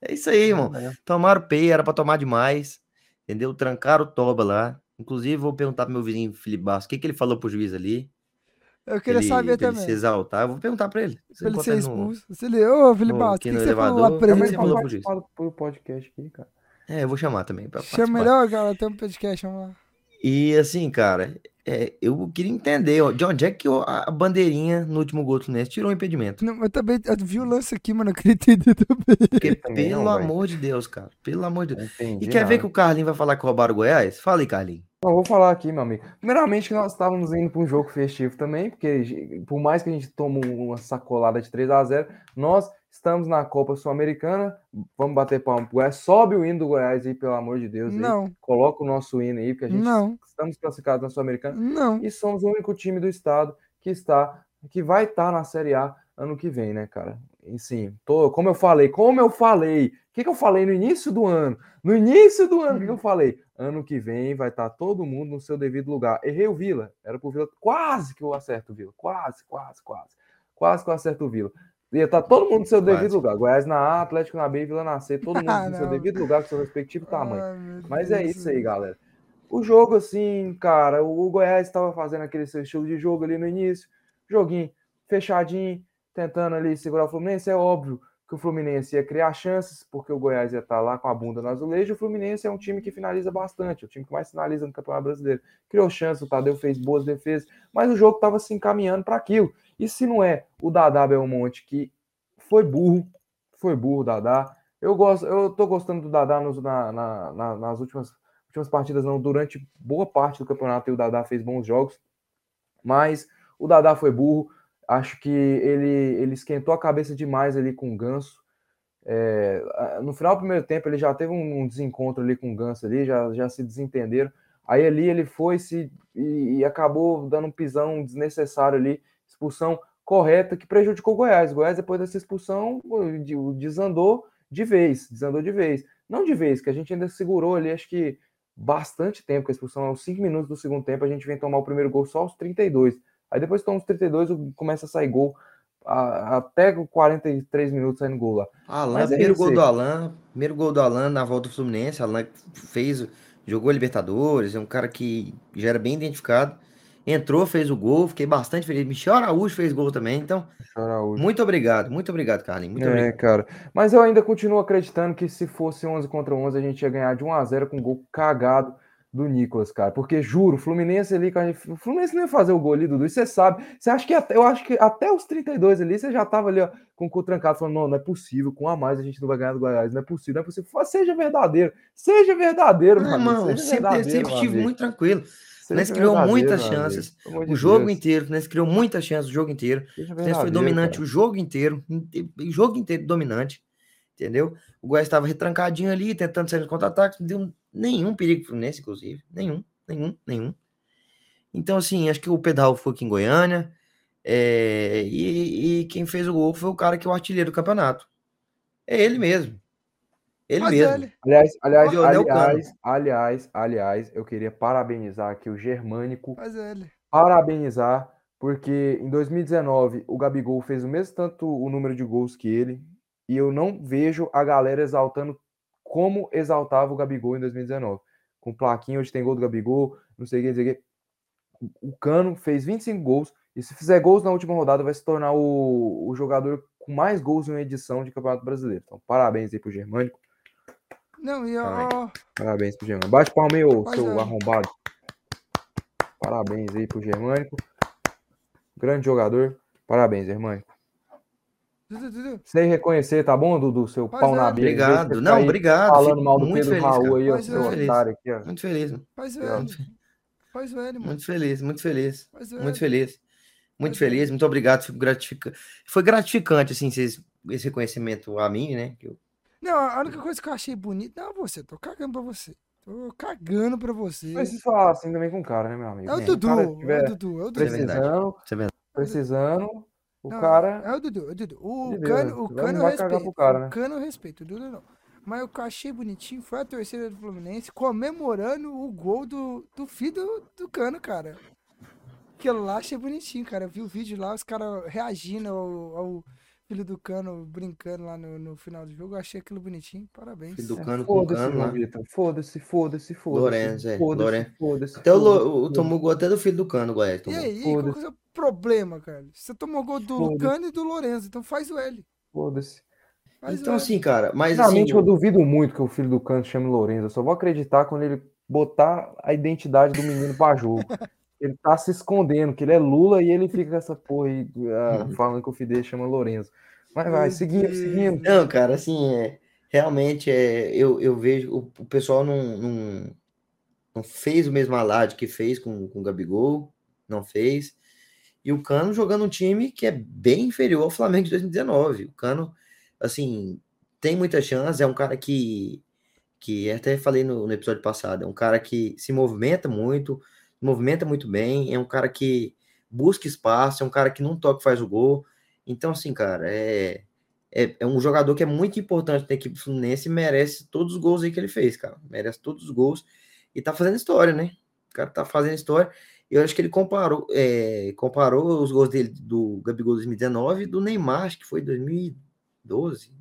B: É isso aí, irmão. Tomaram P, era pra tomar demais. Entendeu? Trancaram o toba lá. Inclusive, vou perguntar pro meu vizinho Felipe Bastos o que, que ele falou pro juiz ali.
A: Eu queria
B: ele,
A: saber
B: pra ele se
A: é também.
B: exaltar. Eu vou perguntar pra ele. Se
A: Pra ele
B: botar
A: ser
B: ele no-
A: expulso. Se ele, ô, Felipe
B: no-
A: Bastos, o
B: aqui
A: que, que
B: no
A: você falou lá
B: elevador,
A: pro
B: Mas
C: Mas
B: ele
A: presidente?
B: falou
C: ele falou
B: pro juiz.
C: pro podcast aqui, cara.
B: É, eu vou chamar também. Pra
A: Chama
B: participar.
A: melhor, cara, tem um podcast, vamos lá.
B: E assim, cara, é, eu queria entender ó, de onde é que o- a bandeirinha no último gol do Fluminense tirou o impedimento.
A: Não, eu também eu vi o lance aqui, mano, eu queria entender também.
B: Porque,
C: Também não,
B: pelo
C: vai.
B: amor de Deus, cara, pelo amor de Deus.
C: Não entendi.
B: E quer ver
C: nada.
B: que o Carlinho vai falar que roubaram o Goiás? Fala aí, Carlinho.
C: Não, vou falar aqui, meu amigo. Primeiramente, que nós estávamos indo para um jogo festivo também, porque ge- por mais que a gente tome uma sacolada de 3 a 0 nós estamos na Copa Sul-Americana. Vamos bater palma pro Goiás. Sobe o hino do Goiás aí, pelo amor de Deus. aí.
A: Não,
C: Coloca o nosso hino aí, porque a gente
A: Não.
C: estamos classificados na Sul-Americana.
A: não.
C: E somos o único time do estado que está, que vai estar na Série A ano que vem, né, cara? E sim, tô, como eu falei, como eu falei, o que, que eu falei no início do ano? No início do ano, o que, que eu falei? Ano que vem vai estar todo mundo no seu devido lugar. Errei o Vila, era pro Vila, quase que eu acerto o Vila, quase, quase, quase, quase que eu acerto o Vila. Ia estar todo mundo no seu devido
B: Quase.
C: lugar. Goiás na A, Atlético na B, e Vila na C, todo mundo
A: Ah,
C: no seu
A: não.
C: devido lugar, com seu respectivo tamanho.
A: Ai, meu
C: Mas é
A: Deus.
C: isso aí, galera. O jogo, assim, cara, o Goiás estava fazendo aquele seu estilo de jogo ali no início, joguinho fechadinho, tentando ali segurar o Fluminense. É óbvio que o Fluminense ia criar chances, porque o Goiás ia estar lá com a bunda no azulejo. O Fluminense é um time que finaliza bastante, é o time que mais finaliza no Campeonato Brasileiro. Criou chances, o Tadeu fez boas defesas, mas o jogo estava se encaminhando para aquilo. E se não é o Dadá Belmonte, que foi burro, foi burro o Dadá. Eu gosto, eu tô gostando do Dadá nos- na- na- na- nas últimas últimas partidas não, durante boa parte do campeonato e o Dadá fez bons jogos, mas o Dadá foi burro, acho que ele, ele esquentou a cabeça demais ali com o Ganso, É, a- no final do primeiro tempo ele já teve um, um desencontro ali com o Ganso ali, já, já se desentenderam, aí ali ele foi se e, e acabou dando um pisão desnecessário ali, expulsão correta que prejudicou o Goiás, o Goiás depois dessa expulsão o- de- o desandou de vez, desandou de vez. Não de vez, que a gente ainda segurou ali, acho que bastante tempo, que a expulsão aos 5 minutos do segundo tempo, a gente vem tomar o primeiro gol só aos 32. Aí depois toma os 32, começa a sair gol, a, até 43 minutos saindo gol lá.
B: Alan,
C: Mas é
B: primeiro gol
C: isso.
B: do Alan, primeiro gol do Alan na volta do Fluminense, Alan fez, jogou a Libertadores, é um cara que já era bem identificado, entrou, fez o gol, fiquei bastante feliz, Michel Araújo fez gol também, então,
C: Araújo.
B: muito obrigado, muito obrigado, Carlinhos, muito
C: É,
B: obrigado.
C: cara. Mas eu ainda continuo acreditando que se fosse 11 contra 11, a gente ia ganhar de 1 a 0 com um gol cagado do Nicolas, cara. Porque juro, o Fluminense ali, cara, o Fluminense não ia fazer o gol ali, Dudu, e você sabe. Você acha que até, eu acho que até os 32 ali, você já tava ali, ó, com o cu trancado, falando, não, não é possível, com um a mais a gente não vai ganhar do Goiás, não é possível, não é possível. Fala, seja verdadeiro, seja verdadeiro,
B: Ah,
C: meu amigo,
B: irmão,
C: seja
B: sempre,
C: verdadeiro,
B: sempre
C: meu
B: estive
C: amigo,
B: muito tranquilo,
C: seja
B: Nós criou
C: verdadeiro,
B: muitas
C: meu amigo,
B: chances,
C: pelo amor de
B: o jogo
C: Deus,
B: inteiro, o Fluminense criou muitas chances o jogo inteiro,
C: seja
B: O Fluminense foi
C: verdadeiro,
B: dominante
C: cara.
B: o jogo inteiro, inte- o jogo inteiro dominante, entendeu? O Goiás estava retrancadinho ali, tentando sair no contra-ataque, não deu um, nenhum perigo pro Fluminense, inclusive, nenhum, nenhum, nenhum. Então, assim, acho que o pedal foi aqui em Goiânia, é, e, e quem fez o gol foi o cara que é o artilheiro do campeonato. É ele mesmo. Ele
A: Mas
C: é,
B: mesmo.
A: ele-
C: Aliás, aliás,
B: Leonel Cano.
C: aliás, aliás, aliás, eu queria parabenizar aqui o Germânico,
A: Mas ele.
C: parabenizar, porque em 2019 o Gabigol fez o mesmo tanto o número de gols que ele, e eu não vejo a galera exaltando como exaltava o Gabigol em 2019. Com plaquinha, hoje tem gol do Gabigol, não sei o que, não sei o que. O Cano fez 25 gols, e se fizer gols na última rodada, vai se tornar o, o jogador com mais gols em uma edição de Campeonato Brasileiro. Então, parabéns aí pro Germânico.
A: Não, e
C: Tá
B: Ai.
A: ó,
C: Parabéns pro Germânico. Bate palma aí, ô,
A: Pois
C: seu
A: é.
C: arrombado. Parabéns aí pro Germânico. Grande jogador. Parabéns, Germânico.
A: Dudu, Dudu,
C: Sem reconhecer, tá bom, Dudu? Seu
A: Pois
C: pau
A: é.
C: na bia. em vez de você
B: Obrigado.
C: ficar
B: Não,
C: aí
B: obrigado.
C: Falando
B: fico
C: mal do
B: muito
C: Pedro
B: feliz, cara.
C: Raul aí, ó,
A: Pois
C: seu
A: é.
C: otário aqui, ó.
B: Muito feliz, mano.
A: faz
C: Ó.
A: ele. Faz ele, mano.
B: muito feliz, muito feliz.
A: Faz ele.
B: Muito feliz. Muito
A: Pois é.
B: feliz, muito obrigado. Fico gratifica... Foi gratificante, assim, vocês, esse reconhecimento a mim, né? que eu-
A: Não, a única coisa que eu achei bonita não é você. Tô cagando pra você. Tô cagando pra você.
C: Mas vocês falaram assim também com o cara, né, meu amigo?
A: É o
C: Né?
A: Dudu,
C: O cara
A: é o
C: tiver
A: Dudu, é o Dudu.
B: Precisa- verdade.
C: precisando,
B: Isso é verdade.
C: precisando, o
A: Não,
C: cara.
A: É o Dudu, é o Dudu. O
C: Entendeu, né?
A: Cano, o
C: Não
A: Cano eu
C: vai cagar pro
A: respeito.
C: cara, né?
A: O Cano eu respeito, o Dudu não. Mas o que eu achei bonitinho foi a torcida do Fluminense comemorando o gol do, do filho do, do Cano, cara. Aquilo lá achei bonitinho, cara. Eu vi o vídeo lá, os caras reagindo ao, ao filho do Cano brincando lá no, no final do jogo. Eu achei aquilo bonitinho. Parabéns.
B: Filho do
C: É,
B: Cano com o
C: Foda-se,
B: Cano lá.
C: João Vitor. Foda-se, foda-se,
B: Lorenzo, é,
C: foda-se. Foda-se,
B: Lorenzo.
C: foda-se.
B: Até o,
C: foda-se,
B: Lo- o- tomou gol até do filho do Cano, Goiás.
A: E
B: tomou.
A: aí,
C: foda-se.
A: qual que é o problema, cara? Você tomou gol do
C: Foda-se.
A: Cano e do Lorenzo, então faz o L.
C: Foda-se.
A: Faz
B: então,
A: o tipo, L.
B: assim, cara, mas assim,
C: Sinceramente, eu duvido muito que o filho do Canto chame Lourenço. Eu só vou acreditar quando ele botar a identidade do menino pra jogo. Ele tá se escondendo, que ele é Lula e ele fica com essa porra aí ah, falando que o Fidel chama Lourenço. Mas vai,
A: Uhum. Meu
C: seguindo,
A: Deus.
C: seguindo.
B: Não, cara, assim, é, realmente é, eu, eu vejo o, o pessoal não, não, não fez o mesmo alarde que fez com, com o Gabigol, não fez. E o Cano jogando um time que é bem inferior ao Flamengo de 2019. O Cano, assim, tem muita chance, é um cara que, que até falei no, no episódio passado, é um cara que se movimenta muito, movimenta muito bem, é um cara que busca espaço, é um cara que não toca e faz o gol. Então, assim, cara, é, é, é um jogador que é muito importante na equipe do Fluminense e merece todos os gols aí que ele fez, cara. Merece todos os gols e tá fazendo história, né? O cara tá fazendo história. Eu acho que ele comparou, é, comparou os gols dele do Gabigol 2019 e do Neymar, acho que foi 2012,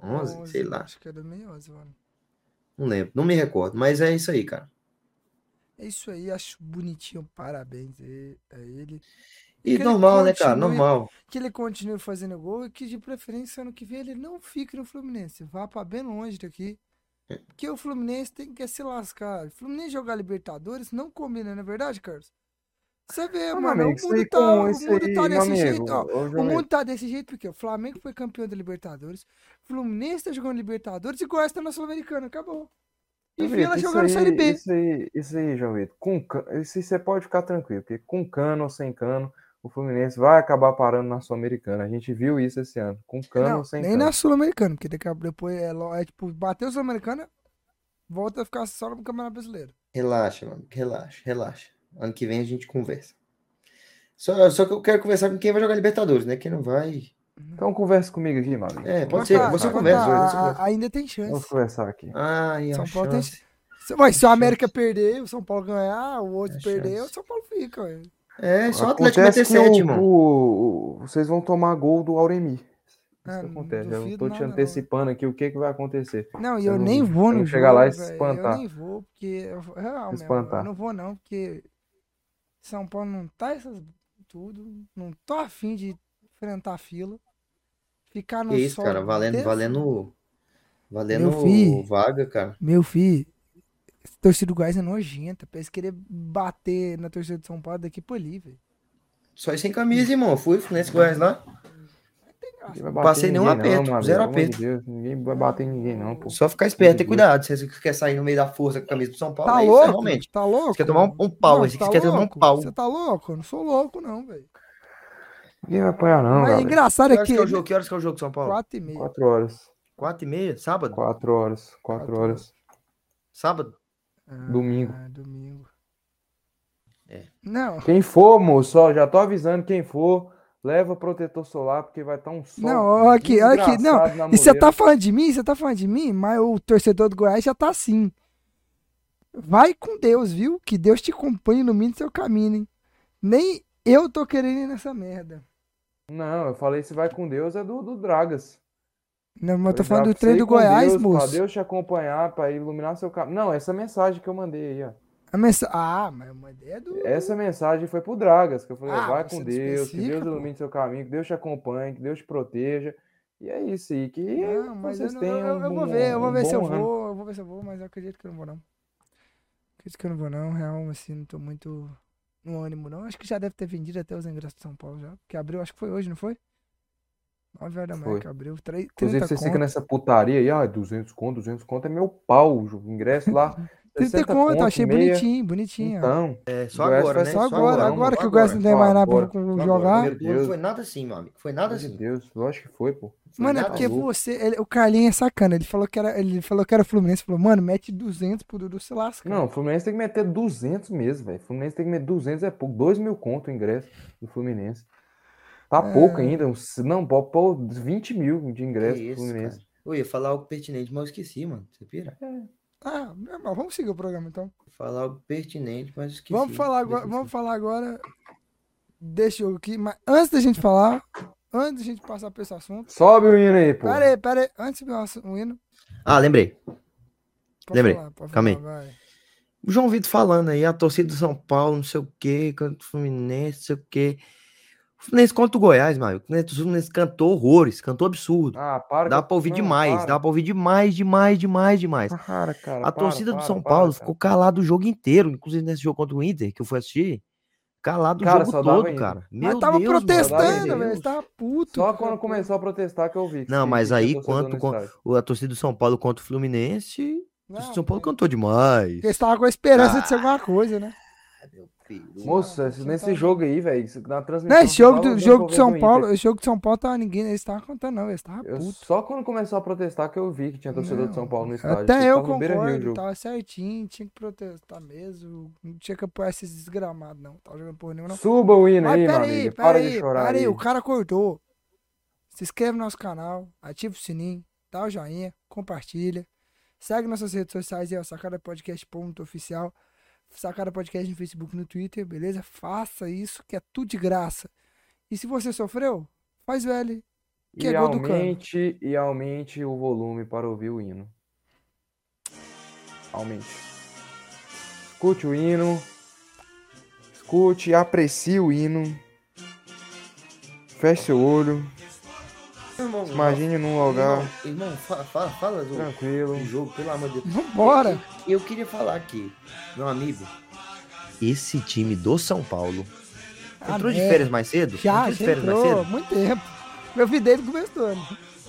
B: 2011, sei lá.
A: Acho que era meio 11, mano.
B: Não lembro, não me recordo, mas é isso aí, cara.
A: É isso aí, acho bonitinho. Parabéns aí a ele.
B: E
A: que ele
B: normal, né, cara?
A: continue-
B: Normal.
A: Que ele continue fazendo gol e que de preferência ano que vem ele não fique no Fluminense. Vá pra bem longe daqui.
C: É.
A: Porque o Fluminense tem que se lascar. O Fluminense jogar Libertadores não combina, não é verdade, Carlos? Você vê,
C: Ah, meu
A: é, mano,
C: amigo,
A: o
C: isso aí
A: mundo tá,
C: com-
A: o
C: isso
A: mundo
C: aí,
A: tá
C: meu
A: desse
C: amigo,
A: jeito, ó.
C: ô,
A: O
C: João
A: mundo tá desse jeito porque o Flamengo foi campeão da Libertadores, o Fluminense tá jogando Libertadores e Goiás tá na Sul-Americana, acabou. E
C: João
A: Vila
C: Vitor, Tá isso
A: jogando
C: aí-
A: Série B.
C: Isso aí, isso aí, João Vitor. Com, ca- isso aí você pode ficar tranquilo, porque com cano ou sem cano, o Fluminense vai acabar parando na Sul-Americana. A gente viu isso esse ano. Com cano
A: Não,
C: ou sem
A: nem
C: cano.
A: na Sul-Americana, porque daqui a, depois é, lo- é, tipo, bateu a Sul-Americana, volta a ficar só no Campeonato Brasileiro.
B: Relaxa, mano. Relaxa, relaxa. Ano que vem a gente conversa. Só, só que eu quero conversar com quem vai jogar Libertadores, né? Quem não vai,
C: Então conversa comigo aqui, Maurício.
B: É, pode
A: Mas,
B: ser.
A: cara,
B: Você
A: mas
B: conversa,
A: a-
B: você conversa.
A: a- ainda tem
C: Vamos
A: chance.
C: conversar aqui.
B: Ai,
A: São
B: a
A: Paulo tem
B: chance.
A: Se- Mas se o América perder, o São Paulo ganhar, o outro
B: É
A: perder,
B: chance.
A: o São Paulo fica. ué.
B: É, só o Atlético
C: acontece
B: meter
C: que o-
B: sétimo.
C: o- o- vocês vão tomar gol do Auremi. Isso
A: Ah,
C: que
A: não
C: acontece. Já
A: duvido
C: tô te
A: nada, não.
C: antecipando aqui o que, que vai acontecer.
A: Não, e
C: Você
A: eu
C: não-
A: nem vou
C: você
A: no
C: não
A: jogo.
C: chegar lá e se
A: velho. Eu
C: espantar.
A: nem vou, porque. Eu, real,
C: Se
A: mesmo, eu
C: espantar.
A: não vou, não, porque São Paulo não tá essas tudo. Não tô afim de enfrentar a fila. Ficar no
B: Que isso,
A: sol
B: cara, valendo,
A: desse-
B: valendo,
A: Meu filho.
B: valendo vaga, cara.
A: Meu filho, essa torcida do Goiás é nojenta. Parece querer bater na torcida de São Paulo daqui pra ali, velho.
B: Só ir sem camisa, irmão. Fui nesse Goiás lá. Tá
C: Ninguém vai bater
B: Passei
C: em
B: nenhum
C: ninguém,
B: aperto,
C: Maurício,
B: zero
C: pelo amor de
B: aperto.
C: Deus, ninguém vai bater em ninguém, não, pô.
B: Só ficar esperto, ter
C: Entendi.
B: cuidado. Se você quer sair no meio da força com a camisa do São Paulo,
A: Uhum. Tá
B: aí
A: louco?
B: realmente.
A: Tá louco?
B: Você quer tomar um, um pau,
A: Não,
B: aí você
A: tá
B: quer tomar um
A: louco?
B: pau.
A: Você tá louco? Eu não sou louco, não, velho.
C: Ninguém vai apanhar, não,
A: Mas é
C: galera.
A: engraçado
B: Que
A: é
B: horas
A: que.
B: que é o jogo? Que horas que é o jogo, São Paulo?
A: 4 e meia.
C: Quatro horas.
B: Quatro e meia? Sábado?
C: Quatro horas. Quatro
A: Quatro
C: horas.
B: Sábado?
C: Domingo.
A: Ah, domingo.
B: É.
A: Não,
C: Quem for, moço, ó, já tô avisando, quem for, leva protetor solar, porque vai estar um sol.
A: Não, ó aqui, ó aqui, não,
C: desgraçado na
A: e você
C: moleira.
A: tá falando de mim? Você tá falando de mim? Mas o torcedor do Goiás já tá assim. Vai com Deus, viu? Que Deus te acompanhe no mínimo seu caminho, hein? Nem eu tô querendo ir nessa merda.
C: Não, eu falei se vai com Deus é do, do Dragas.
A: Não, mas eu tô
C: já
A: falando do trem
C: sei
A: do
C: com
A: Goiás,
C: Deus, Pra
A: moço.
C: Deus te acompanhar, pra iluminar seu caminho. Não, essa mensagem que eu mandei aí, ó.
A: A mensa... Ah, mas eu mandei é do.
C: Essa mensagem foi pro Dragas, que eu falei,
A: Ah,
C: vai
A: você
C: com
A: não
C: Deus, que
A: especifica,
C: Deus
A: pô.
C: ilumine seu caminho, que Deus te acompanhe, que Deus te proteja. E é isso aí, que
A: Não, mas eu,
C: vocês
A: não-
C: tenham
A: eu-
C: um
A: eu vou
C: bom-
A: ver, eu vou
C: um
A: ver se eu
C: bom ano.
A: vou, eu vou ver se eu vou, mas eu acredito que eu não vou não. Acredito que eu não vou não, real, assim, não tô muito no ânimo não. Acho que já deve ter vendido até os ingressos de São Paulo já, porque abriu, acho que foi hoje, não foi? 9 horas da manhã
C: Foi.
A: que abriu, três- 30
C: Inclusive, vocês ficam
A: conto.
C: nessa putaria aí, ah, 200 conto, 200 conto é meu pau, o ingresso lá.
A: 30
C: 60
A: conto, achei
C: meia.
A: bonitinho, bonitinho. ó.
C: Então,
B: É, só
C: Goiás
B: agora,
C: foi
B: né?
A: Só agora, agora,
C: agora,
A: que o Goiás não tem
C: só
A: mais nada
C: agora,
A: pra
B: Só agora.
A: jogar.
B: Primeiro turno
C: Deus.
B: Foi nada assim, meu amigo. Foi nada
C: meu
B: assim.
C: Deus, lógico que foi, pô. Tá
B: Foi
A: Mano, é
B: nada
A: porque
B: assim.
A: você, ele- o Carlinhos é sacana, ele falou que era, ele falou que era Fluminense, falou, mano, mete 200 pro Dudu se lasca.
C: Não, o Fluminense tem que meter 200 mesmo, velho. O Fluminense tem que meter 200 é pouco, 2 mil conto o ingresso do Fluminense. Tá pouco ainda, uns- não, pô, pô, 20 mil de ingresso
B: É. Que
C: do
B: isso,
C: Fluminense.
B: cara. Eu ia falar algo pertinente, mas eu esqueci, mano. Você pira?
A: Ah, meu irmão, vamos seguir o programa então.
B: Falar algo pertinente, mas eu esqueci.
A: Vamos falar agora,
B: Esqueci.
A: vamos falar agora desse jogo aqui, mas antes da gente falar, antes da gente passar por esse assunto,
C: Sobe o hino aí, pô.
B: é
A: pera aí, pera aí, antes de subir o hino,
B: Ah, lembrei.
A: pode
B: Lembrei.
A: falar, pode
B: Calma aí.
A: falar, vai.
B: O João Vitor falando aí, a torcida do São Paulo, não sei o quê, contra o Fluminense, não sei o quê. O Fluminense contra o Goiás, mano. O Fluminense- o Fluminense cantou horrores, cantou absurdo.
C: Ah, para.
B: Dá
C: que-
B: pra ouvir
C: não,
B: demais,
C: para.
B: dá pra ouvir demais, demais, demais, demais.
C: Para, cara,
B: A
C: para,
B: torcida do
C: para,
B: São
C: para,
B: Paulo
C: cara.
B: ficou calada o jogo inteiro, inclusive nesse jogo contra o Inter, que eu fui assistir. Calado o
C: Cara,
B: jogo
C: só dava
B: todo,
C: Inter.
B: cara. Meu
A: Mas tava
B: Deus, mano,
A: protestando,
B: meu
A: velho,
B: Deus.
A: eles tava puto.
C: Só quando começou a protestar que eu vi. que
B: Não,
C: se-
B: mas
C: que tinha
B: aí
C: torcedor no
B: quanto- quan-
C: estádio.
B: O- A torcida do São Paulo contra o Fluminense. A torcida
A: Não,
B: do São Paulo
A: mas-
B: cantou demais.
A: Porque eles estavam com a esperança de ser
B: um Ah.
A: alguma coisa, né?
B: Ah, meu filho.
C: Moça,
A: São
C: nesse
A: Paulo.
C: jogo aí, velho, isso- na transmissão.
A: Não, esse jogo
C: tava
A: do,
C: vendo
A: jogo
C: o
A: do São
C: Inter.
A: Paulo, esse jogo do São Paulo tava ninguém, eles estavam contando não, eles estavam
C: Eu,
A: puto.
C: só quando começou a protestar que eu vi que tinha torcedor
A: Não,
C: do São Paulo no estádio.
A: Até
C: que
A: eu
C: tava no Beira-Rio o
A: concordo,
C: jogo.
A: tava certinho, tinha que protestar mesmo, não tinha que apoiar esses desgramados não, tava jogando porra nenhuma não.
C: Suba o hino
A: Mas
C: aí, meu
A: peraí,
C: amigo. Para
A: peraí,
C: de chorar
A: peraí,
C: aí.
A: o cara cortou. Se inscreve no nosso canal, ativa o sininho, dá o joinha, compartilha. Segue nossas redes sociais aí, ó, sacadapodcast.oficial, Sacada Podcast no Facebook, no Twitter, beleza? Faça isso que é tudo de graça. E se você sofreu, faz o L. que
C: e
A: é gol do Cano.
C: aumente, e aumente o volume para ouvir o hino. Aumente. Escute o hino. Escute e aprecie o hino. Feche seu olho.
B: Irmão,
C: Imagine num
B: irmão,
C: lugar
B: irmão, fala, fala, fala do,
C: tranquilo.
B: do jogo, pelo amor de Deus.
A: Vambora!
B: Eu queria falar aqui, meu amigo. Esse time do São Paulo. Entrou de
A: Ah,
B: férias mais cedo?
A: Já,
B: né? entrou de
A: já
B: férias mais
A: entrou,
B: cedo?
A: muito tempo. Meu filho desde o começo do ano.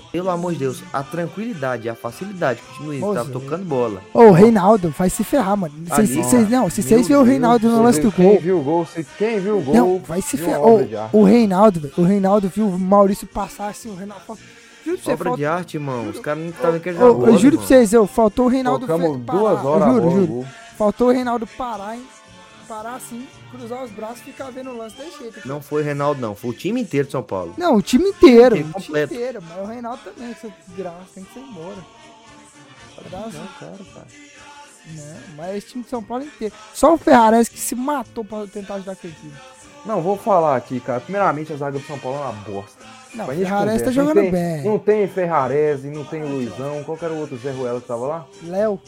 B: Pelo amor de Deus, a tranquilidade, a facilidade que o time
A: Moça,
B: tava tocando bola.
A: Ô, o Reinaldo, faz se ferrar, mano. Vocês-
B: Ali,
A: vocês- não, se vocês
B: Meu
A: verem o
B: Deus,
A: Reinaldo no lance do
C: Quem
A: gol,
C: viu o gol, se quem viu o gol,
A: Não, vai se
C: viu
A: ferrar.
C: uma obra de arte.
A: Ô, o Reinaldo, velho, o Reinaldo viu o Maurício passar assim, o Reinaldo falou, Juro pra você,
B: Obra
A: falta-
B: de arte, irmão. Os caras não estavam querendo
A: Ô,
B: jogar
A: eu
B: bola,
A: juro pra
B: irmão.
A: vocês, eu, faltou o Reinaldo
C: Tocamos
A: fe-
C: né, duas
A: parar.
C: horas
A: Eu
C: a
A: juro,
C: bola, o
A: juro.
C: gol.
A: Faltou o Reinaldo parar, hein? Parar assim, cruzar os braços e ficar vendo o lance desse jeito.
B: Não foi Reinaldo, não. Foi o time inteiro de São Paulo.
A: Não, o time inteiro.
B: Time
A: O time
B: completo.
A: inteiro. Mas o Reinaldo também, que essa graça, tem que ser embora.
C: Tá
A: Graça,
C: cara, cara.
A: né? Mas esse time de São Paulo inteiro. Só o Ferrares que se matou pra tentar ajudar aquele time.
C: Não, vou falar aqui, cara. Primeiramente, a zaga do São Paulo é uma bosta.
A: Não, o
C: Mas a gente
A: Ferrares tá
C: conversa.
A: jogando
C: não tem,
A: bem. Ah, então.
C: Não tem Ferrarese, não tem Luizão, qual que era o outro Zé Ruela que tava lá?
A: Léo.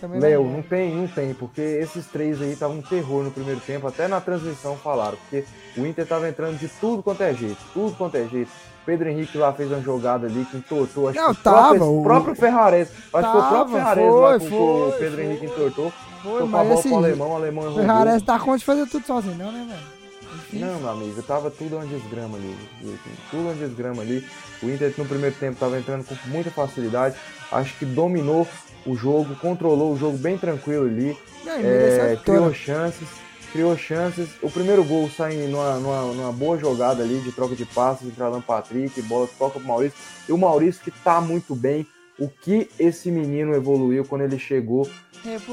A: Também
C: Léo,
A: vai
C: não
A: bem.
C: tem, não tem, porque esses três aí estavam um terror no primeiro tempo, até na transmissão falaram, porque o Inter tava entrando de tudo quanto é jeito, tudo quanto é jeito. Pedro Henrique lá fez uma jogada ali que entortou, acho
A: Não,
C: que o próprio-
A: tava, o-
C: próprio, Ferrares, acho que foi o
A: Tava,
C: próprio Ferrares lá
A: foi,
C: que o
A: foi,
C: Pedro
A: foi.
C: Henrique entortou,
A: Foi,
C: tocou a
A: mas
C: bola
A: assim,
C: pro alemão, o alemão
A: o
C: errou. o gol.
A: Ferrares dá conta de fazer tudo sozinho, não, né, velho? Enfim,
C: Não, meu amigo, tava tudo uma desgrama ali. Tudo uma desgrama ali. O Inter no primeiro tempo tava entrando com muita facilidade. Acho que dominou o jogo, controlou o jogo bem tranquilo ali.
A: não, e mereceu a
C: É,
A: vitória.
C: criou chances, criou chances. O primeiro gol sai numa, numa, numa boa jogada ali de troca de passes entre Alan Patrick, bola que toca pro Maurício. E o Maurício que tá muito bem. O que esse menino evoluiu quando ele chegou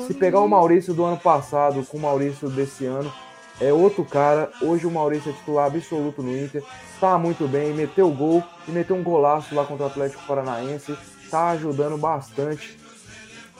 C: se pegar o Maurício do ano passado com o Maurício desse ano, é outro cara. Hoje o Maurício é titular absoluto no Inter. Tá muito bem, meteu o gol e meteu um golaço lá contra o Atlético Paranaense. Tá ajudando bastante.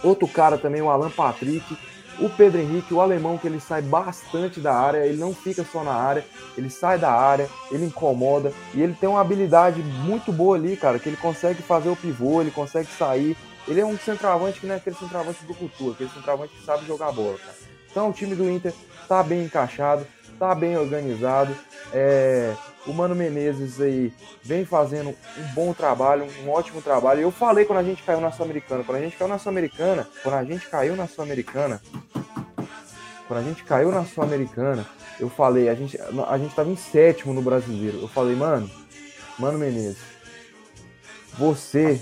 C: Outro cara também, o Alan Patrick. O Pedro Henrique, o alemão, que ele sai bastante da área, ele não fica só na área, ele sai da área, ele incomoda e ele tem uma habilidade muito boa ali, cara, que ele consegue fazer o pivô, ele consegue sair, ele é um centroavante que não é aquele centroavante do cultura, aquele centroavante que sabe jogar bola, cara. Então o time do Inter tá bem encaixado, tá bem organizado. É, o Mano Menezes aí vem fazendo um bom trabalho, um ótimo trabalho. Eu falei quando a gente caiu na Sul-Americana, quando a gente caiu na Sul-Americana, quando a gente caiu na Sul-Americana, quando a gente caiu na Sul-Americana, eu falei, a gente, a gente tava em sétimo no brasileiro. Eu falei, mano, Mano Menezes, você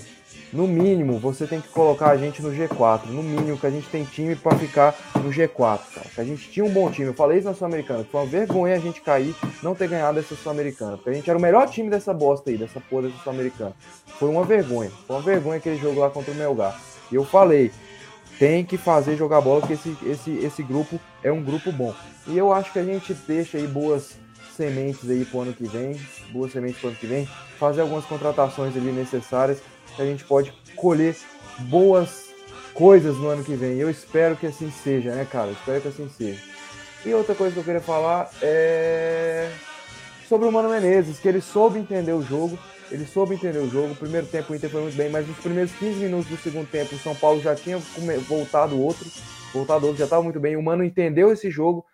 C: no mínimo, você tem que colocar a gente no G4. No mínimo, que a gente tem time pra ficar no G4, cara. Que a gente tinha um bom time. Eu falei isso na Sul-Americana. que Foi uma vergonha a gente cair, não ter ganhado essa Sul-Americana. Porque a gente era o melhor time dessa bosta aí, dessa porra dessa Sul-Americana. Foi uma vergonha. Foi uma vergonha aquele jogo lá contra o Melgar. E eu falei, tem que fazer jogar bola, porque esse, esse, esse grupo é um grupo bom. E eu acho que a gente deixa aí boas sementes aí pro ano que vem. Boas sementes pro ano que vem. Fazer algumas contratações ali necessárias que a gente pode colher boas coisas no ano que vem. Eu espero que assim seja, né, cara? Eu espero que assim seja. E outra coisa que eu queria falar é sobre o Mano Menezes, que ele soube entender o jogo. Ele soube entender o jogo. O primeiro tempo o Inter foi muito bem, mas nos primeiros 15 minutos do segundo tempo, o São Paulo já tinha come- voltado outro. Voltado outro, já estava muito bem. O Mano entendeu esse jogo,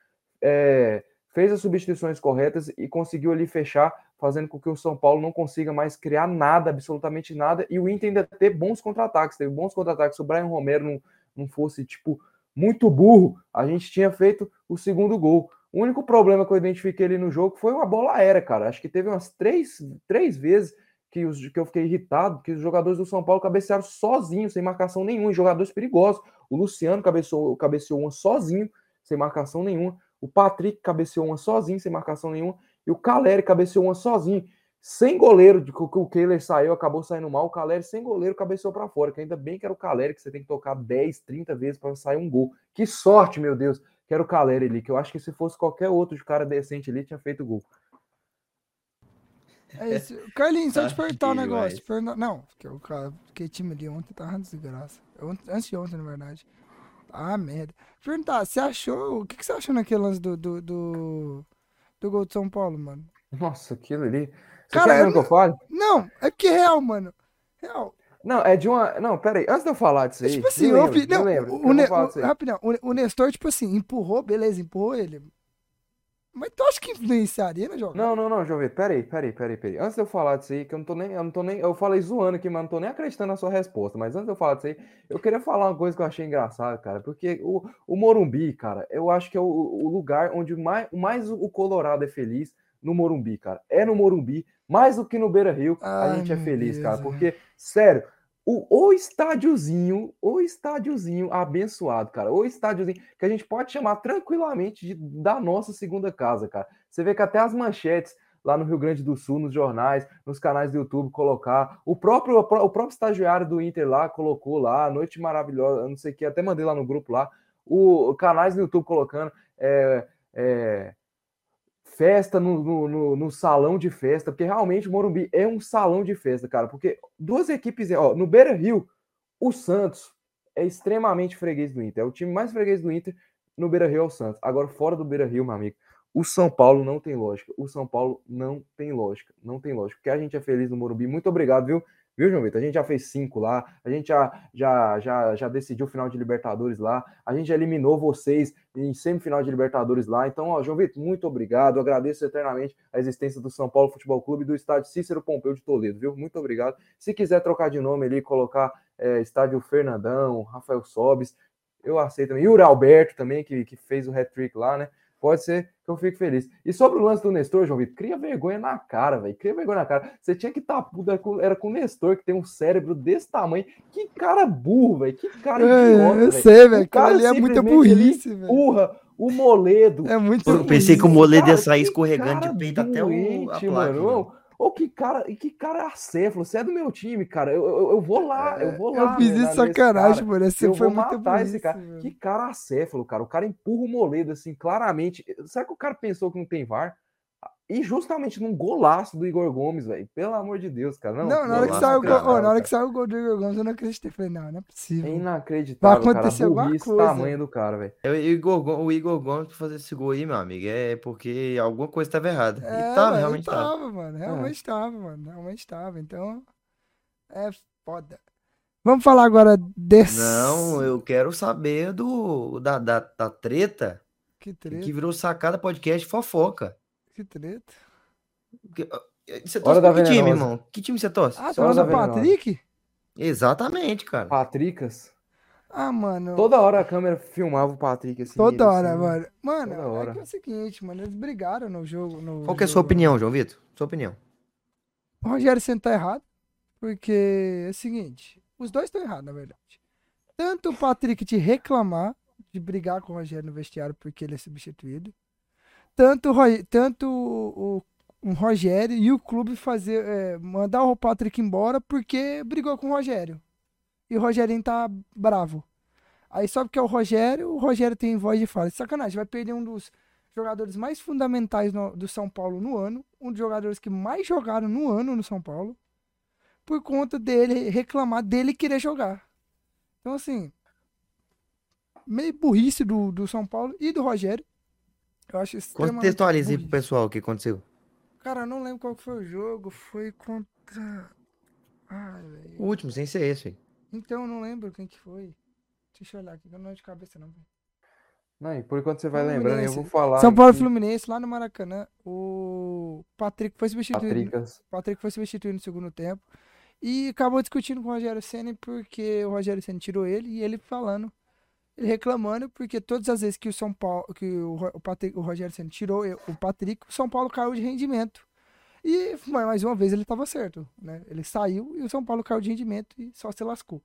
C: é, fez as substituições corretas e conseguiu ali fechar fazendo com que o São Paulo não consiga mais criar nada, absolutamente nada, e o Inter ainda ter bons contra-ataques, teve bons contra-ataques, se o Brian Romero não, não fosse, tipo, muito burro, a gente tinha feito o segundo gol. O único problema que eu identifiquei ali no jogo foi uma bola aérea, cara, acho que teve umas três, três vezes que, os, que eu fiquei irritado, que os jogadores do São Paulo cabecearam sozinhos, sem marcação nenhuma, e jogadores perigosos, o Luciano cabeceou, cabeceou uma sozinho, sem marcação nenhuma, o Patrick cabeceou uma sozinho, sem marcação nenhuma, e o Caleri cabeceou uma sozinho, sem goleiro, de que o que o Kehler saiu, acabou saindo mal, o Caleri sem goleiro cabeceou para fora, que ainda bem que era o Caleri, que você tem que tocar 10, 30 vezes para sair um gol. Que sorte, meu Deus, que era o Caleri ali, que eu acho que se fosse qualquer outro cara decente ali, tinha feito gol.
A: É isso. Carlinhos, só te
B: Tá
A: perguntar um
B: demais.
A: negócio. te perguntar- Não, porque o cara, porque time ali ontem tá tava uma desgraça. Ontem- Antes de ontem, na verdade. Ah, merda. Perguntar, você achou. O que, que você achou naquele lance do, do, do, do gol de São Paulo, mano?
C: Nossa, aquilo ali. Você
A: Cara,
C: quer
A: eu
C: mesmo que eu fale?
A: Não, é porque é real, mano. Real.
C: Não, é de uma. Não, peraí, antes de eu falar disso aí.
A: tipo assim,
C: me
A: eu
C: lembra,
A: ouvi.
C: me
A: Não,
C: lembra,
A: o-
C: eu
A: o,
C: vou
A: Ne-
C: falar disso
A: o-
C: aí.
A: rapidão, o, Ne- o Nestor, tipo assim, empurrou, beleza, empurrou ele. Mas tu acha que influenciaria É, na jogada?
C: Não, não, não, Jovem, peraí, peraí, peraí, peraí. Antes de eu falar disso aí, que eu não tô nem, eu não tô nem, eu falei zoando aqui, mas não tô nem acreditando na sua resposta. Mas antes de eu falar disso aí, eu queria falar uma coisa que eu achei engraçada, cara, porque o, o Morumbi, cara, eu acho que é o, o lugar onde mais, mais o Colorado é feliz no Morumbi, cara. É no Morumbi, mais do que no Beira-Rio, a
A: Ai,
C: gente é
A: meu
C: feliz, cara,
A: Deus,
C: porque, sério, o, o estádiozinho, o estádiozinho abençoado, cara. O estádiozinho que a gente pode chamar tranquilamente de, da nossa segunda casa, cara. Você vê que até as manchetes lá no Rio Grande do Sul, nos jornais, nos canais do YouTube colocar. O próprio, o pró- o próprio estagiário do Inter lá colocou lá, Noite Maravilhosa, não sei o que, até mandei lá no grupo lá. O canais do YouTube colocando. é, é, festa no, no, no- no salão de festa, porque realmente o Morumbi é um salão de festa, cara. Porque duas equipes, ó, no Beira Rio, o Santos é extremamente freguês do Inter. É o time mais freguês do Inter no Beira Rio é o Santos. Agora, fora do Beira Rio, meu amigo, o São Paulo não tem lógica. O São Paulo não tem lógica. Não tem lógica. Porque a gente é feliz no Morumbi. Muito obrigado, viu? Viu, João Vitor? A gente já fez cinco lá, a gente já, já, já, já decidiu o final de Libertadores lá, a gente já eliminou vocês em semifinal de Libertadores lá. Então, ó, João Vitor, muito obrigado. Agradeço eternamente a existência do São Paulo Futebol Clube e do estádio Cícero Pompeu de Toledo, viu? Muito obrigado. Se quiser trocar de nome ali, colocar é, estádio Fernandão, Rafael Sobes, eu aceito também. E o Alberto também, que, que fez o hat-trick lá, né? Pode ser que eu fique feliz. E sobre o lance do Nestor, João Vitor, cria vergonha na cara, velho. Cria vergonha na cara. Você tinha que estar puto, era com- era com o Nestor, que tem um cérebro desse tamanho. Que cara burro, velho. Que cara idiota,
A: É, eu
C: velho.
A: sei, velho. Aquilo
C: cara
A: ali é muita
C: simplesmente ali
A: burrice, velho.
C: Urra, o Moledo.
A: É muito
B: Eu pensei que o
A: burrice.
B: moledo ia
C: Cara,
B: sair
C: que
B: escorregando
C: cara
B: de peito até o, a
C: doente,
B: placa.
C: mano.
B: mano.
A: né?
C: Ô, que cara, e que cara acéfalo, você é do meu time, cara. Eu, eu, eu vou lá, eu vou lá.
A: É, Eu fiz
C: velho,
A: isso
C: nesse
A: de sacanagem,
C: cara.
A: mano. Você
C: Eu
A: foi
C: vou
A: muito
C: matar esse
A: burrice,
C: cara.
A: velho.
C: Que cara acéfalo, cara. O cara empurra o Moledo, assim, claramente. Será que o cara pensou que não tem VAR? E justamente num golaço do Igor Gomes, velho. Pelo amor de Deus, cara. Não,
A: Não, na hora que
B: golaço,
A: saiu o gol,
B: cara.
A: ó, na hora que saiu o gol do Igor Gomes, eu não acreditei. Falei, não, não é
C: É
A: possível.
C: inacreditável,
A: Vai
C: cara.
A: acontecer
C: A
A: alguma
C: burrice,
A: coisa.
C: tamanho do cara, velho.
B: É, O Igor, Go- o Igor Gomes pra fazer esse gol aí, meu amigo, é porque alguma coisa estava errada.
A: É,
B: e tava,
A: velho,
B: realmente tava. É.
A: tava, mano. Realmente tava, mano. Realmente tava. Então, é foda. Vamos falar agora desse.
B: Não, eu quero saber do da, da, da treta
A: Que
B: que
A: treta,
B: virou sacada podcast fofoca.
A: que treta.
B: Porque, ó, é, Você
C: Hora
B: torce
C: da
B: pra que time,
C: venenosa.
B: irmão? Que time você torce?
A: Ah,
C: Só
A: tá
C: da
A: falando do
C: venenosa.
A: Patrick?
B: Exatamente, cara.
C: Patricas.
A: Ah, mano.
C: Toda hora a câmera filmava o Patrick assim. ele
A: Toda hora,
C: assim,
A: mano. Mano, é
C: Toda
A: que é
C: hora.
A: o seguinte, mano. Eles brigaram no jogo. No
B: Qual que é a sua
A: jogo.
B: opinião, João Vitor? Sua opinião.
A: O Rogério Senna tá errado, porque é o seguinte, os dois estão errados, na verdade. Tanto o Patrick de reclamar, de brigar com o Rogério no vestiário porque ele é substituído, tanto, o Ro- tanto o, o- o um Rogério e o clube fazer, é, mandar o Patrick embora porque brigou com o Rogério. E o Rogerinho tá bravo. Aí só porque é o Rogério, o Rogério tem voz de fala. Sacanagem, vai perder um dos jogadores mais fundamentais no- do São Paulo no ano, um dos jogadores que mais jogaram no ano no São Paulo, por conta dele reclamar dele querer jogar. Então, assim, meio burrice do, do São Paulo e do Rogério. Eu acho extremamente
B: Contextualize aí pro
A: burrice.
B: pessoal o que aconteceu.
A: Cara, eu não lembro qual que foi o jogo. Foi contra. Ai, velho.
B: O último, sem ser esse. aí.
A: Então eu não lembro quem que foi. Deixa eu olhar aqui, que eu não lembro de cabeça, não.
C: Não, e por enquanto você vai
A: Fluminense.
C: lembrando, eu vou falar.
A: é São Paulo e
C: aqui.
A: Fluminense, lá no Maracanã. O Patrick foi substituído.
C: Patricas.
A: Patrick foi substituído no segundo tempo. E acabou discutindo com o Rogério Senna porque o Rogério Senna tirou ele e ele falando, ele reclamando, porque todas as vezes que o São Paulo, que o, Ro- o Patrick- o Rogério Senna tirou eu- o Patrick, o São Paulo caiu de rendimento. E mas, mais uma vez ele estava certo, né? Ele saiu e o São Paulo caiu de rendimento e só se lascou.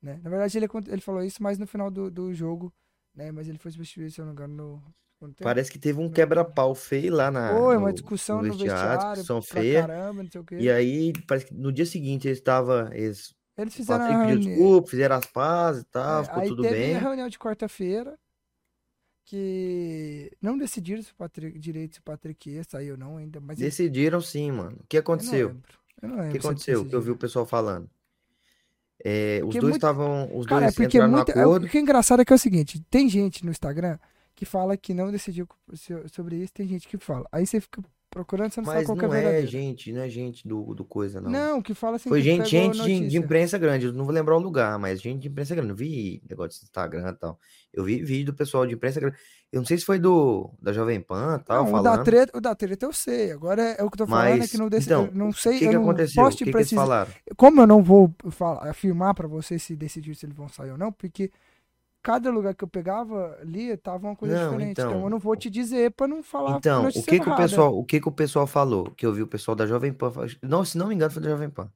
A: Né? Na verdade, ele, acon- ele falou isso mais no final do, do jogo, né? Mas ele foi substituído, se eu não me engano, no segundo tempo.
B: Parece que teve um quebra-pau feio lá na.
A: Foi uma
B: É, no-
A: discussão
B: no
A: no vestiário,
B: discussão
A: pra
B: feia.
A: caramba, não sei o quê.
B: E aí, parece que no dia seguinte eles estavam. Eles
A: Eles fizeram a
B: Patrick pediu
A: reunião-
B: desculpa, fizeram as pazes e
A: É,
B: tal, ficou
A: aí
B: tudo
A: teve a
B: bem.
A: reunião de quarta-feira que não decidiram se o Patrick, direito se o Patrick ia sair ou não ainda, mas eu-
B: Decidiram sim, mano. O que
A: eu não é,
B: aconteceu?
A: lembro. Eu não
B: O
A: lembro
B: que
A: se
B: aconteceu? Que eu vi
A: decidiram.
B: o pessoal falando. É, os
A: Porque
B: dois
A: muito-
B: estavam. Os
A: Cara, é
B: dois
A: porque
B: entraram
A: muita,
B: no
A: é, o
B: acordo.
A: que é engraçado é que é o seguinte, tem gente no Instagram que fala que não decidiu so- sobre isso, tem gente que fala. Aí você fica procurando, você não sabe
B: Mas
A: qual que
B: não
A: é a
B: é
A: verdadeira.
B: gente, não é gente do, do coisa, não.
A: Não, que fala assim
B: Foi
A: que pegou
B: gente, gente de, de
A: notícia.
B: imprensa grande. Eu não vou lembrar o lugar, mas gente de imprensa grande. Eu vi negócio de Instagram e tal. Eu vi vídeo do pessoal de imprensa grande. Eu não sei se foi do da Jovem Pan e tal,
A: Não, o
B: falando.
A: da treta, o da treta eu sei. Agora é, é o que eu tô falando é
B: Mas,
A: que não decidi,
B: então,
A: eu não
B: o
A: sei,
B: que,
A: eu
B: que
A: não
B: aconteceu?
A: posso
B: o
A: te
B: que, que eles
A: precisar.
B: falaram?
A: Como eu não vou falar, afirmar pra vocês se decidir se eles vão sair ou não, porque cada lugar que eu pegava ali tava uma coisa
B: Não,
A: diferente. Então,
B: então,
A: eu não vou te dizer pra não falar
B: Então,
A: notícia
B: o que que o
A: errada.
B: pessoal, o que que o pessoal falou? Que eu vi o pessoal da Jovem Pan, fa- não, se não me engano foi da Jovem Pan,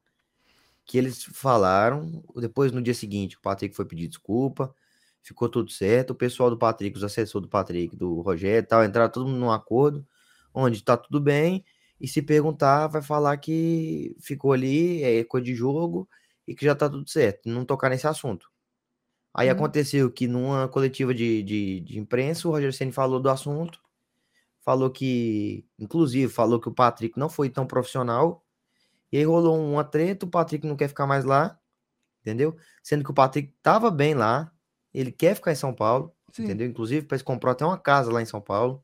B: que eles falaram, depois no dia seguinte o Patrick foi pedir desculpa, ficou tudo certo, o pessoal do Patrick, os assessores do Patrick, do Rogério, e tal, entraram todo mundo num acordo, onde tá tudo bem e se perguntar vai falar que ficou ali é coisa de jogo e que já tá tudo certo, não tocar nesse assunto. Aí
A: Uhum.
B: aconteceu que numa coletiva de, de, de imprensa o Rogério Ceni falou do assunto falou que, inclusive, falou que o Patrick não foi tão profissional. E aí rolou uma treta, o Patrick não quer ficar mais lá, entendeu? Sendo que o Patrick tava bem lá, ele quer ficar em São Paulo,
A: Sim.
B: entendeu? Inclusive, parece que comprou até uma casa lá em São Paulo.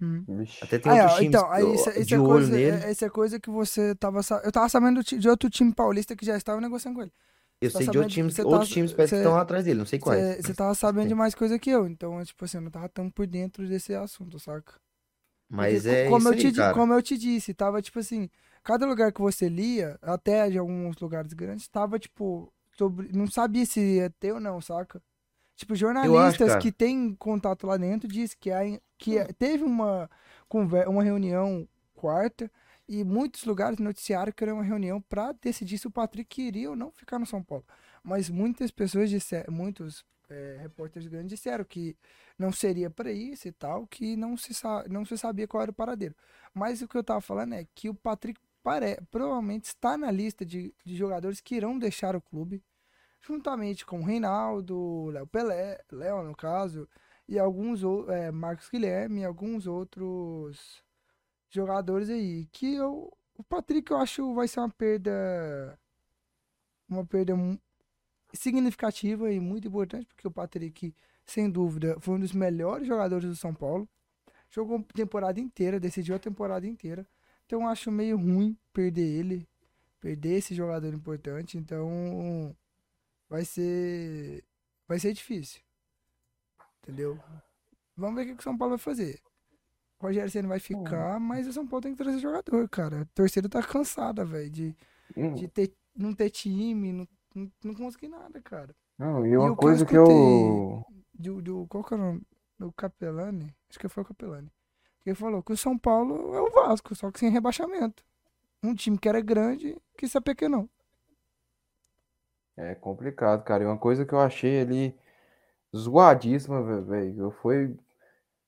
A: Hum.
C: Vixe.
B: Até tem
A: Aí,
B: outros
A: ó,
B: times
A: então, aí
B: do-
A: isso, isso
B: de
A: é
B: olho
A: coisa,
B: nele.
A: é- essa é coisa que você tava. sa- Eu tava sabendo do ti- de outro time paulista que já estava negociando com ele.
B: eu
A: tá
B: sei de
A: sabendo-
B: outros times,
A: você tá-
B: outros times parece
A: você-
B: que estão atrás dele, não sei quais.
A: Você tava sabendo
B: sim.
A: de mais coisa que eu, então, tipo assim, eu não tava tão por dentro desse assunto, saca?
B: Mas
A: Porque co-
B: é
A: como
B: isso
A: eu te,
B: aí,
A: di-
B: cara.
A: Como eu te disse, tava tipo assim, cada lugar que você lia, até de alguns lugares grandes, tava tipo, sobre, não sabia se ia ter ou não, saca? Tipo, jornalistas
B: cara.
A: que têm contato lá dentro diz que, há em- que é- teve uma, conver- uma reunião quarta e muitos lugares noticiaram que era uma reunião pra decidir se o Patrick queria ou não ficar no São Paulo. Mas muitas pessoas disseram, muitos é, repórteres grandes disseram que não seria para isso e tal, que não se, sa- não se sabia qual era o paradeiro. Mas o que eu tava falando é que o Patrick pare- provavelmente está na lista de, de jogadores que irão deixar o clube, juntamente com o Reinaldo, Léo Pelé, Léo no caso, e alguns ou- é, Marcos Guilherme e alguns outros jogadores aí. Que eu, o Patrick eu acho vai ser uma perda. Uma perda mu- significativa e muito importante, porque o Patrick sem dúvida, foi um dos melhores jogadores do São Paulo. Jogou a temporada inteira, decidiu a temporada inteira. Então eu acho meio ruim perder ele, perder esse jogador importante. Então vai ser vai ser difícil. Entendeu? Vamos ver o que que o São Paulo vai fazer. O Rogério Ceni vai ficar, mas o São Paulo tem que trazer jogador, cara. A torcida tá cansada, velho, de,
C: Hum,
A: de ter, não ter time, não, não, não conseguir nada, cara.
C: Não, e
A: o que
C: uma
A: eu
C: coisa que eu.
A: escutei- do, do qual que é o nome? Do Capelani? Acho que foi o Capelani. Que ele falou que o São Paulo é o Vasco, só que sem rebaixamento. Um time que era grande, que se apequenou.
C: É complicado, cara. E uma coisa que eu achei ali zoadíssima, ve- velho. Eu fui.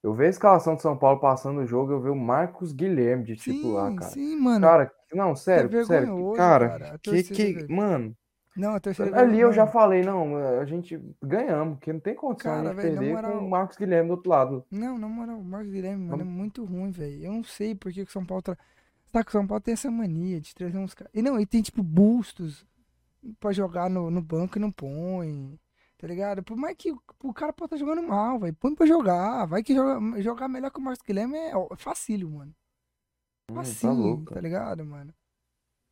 C: Eu vi a escalação do São Paulo passando o jogo, eu vi o Marcos Guilherme de titular,
A: sim,
C: Tipo cara.
A: sim, mano. é
C: Cara, não, sério, sério,
A: vergonhoso,
C: cara,
A: cara, a
C: que
A: torcida,
C: que,
A: velho. é
C: mano,
A: não, a terceira
C: ali eu já
A: mano,
C: falei, não, a gente ganhamos, porque não tem condição de
A: Cara, velho, na
C: perder com
A: moral.
C: o Marcos Guilherme do outro lado.
A: Não, na moral, o Marcos Guilherme, mano, é
C: Vamos-
A: muito ruim, velho. Eu não sei por que que o São Paulo. Tra... Tá, que o São Paulo tem essa mania de trazer uns caras. E não, e tem tipo bustos pra jogar no, no banco e não põe. Tá ligado? Por mais que o, o cara pode estar jogando mal, velho. Põe pra jogar. Vai que joga- jogar melhor que o Marcos Guilherme é, ó, é facílio, mano.
C: Hum, tá
A: Facinho,
C: louco,
A: tá ligado, mano?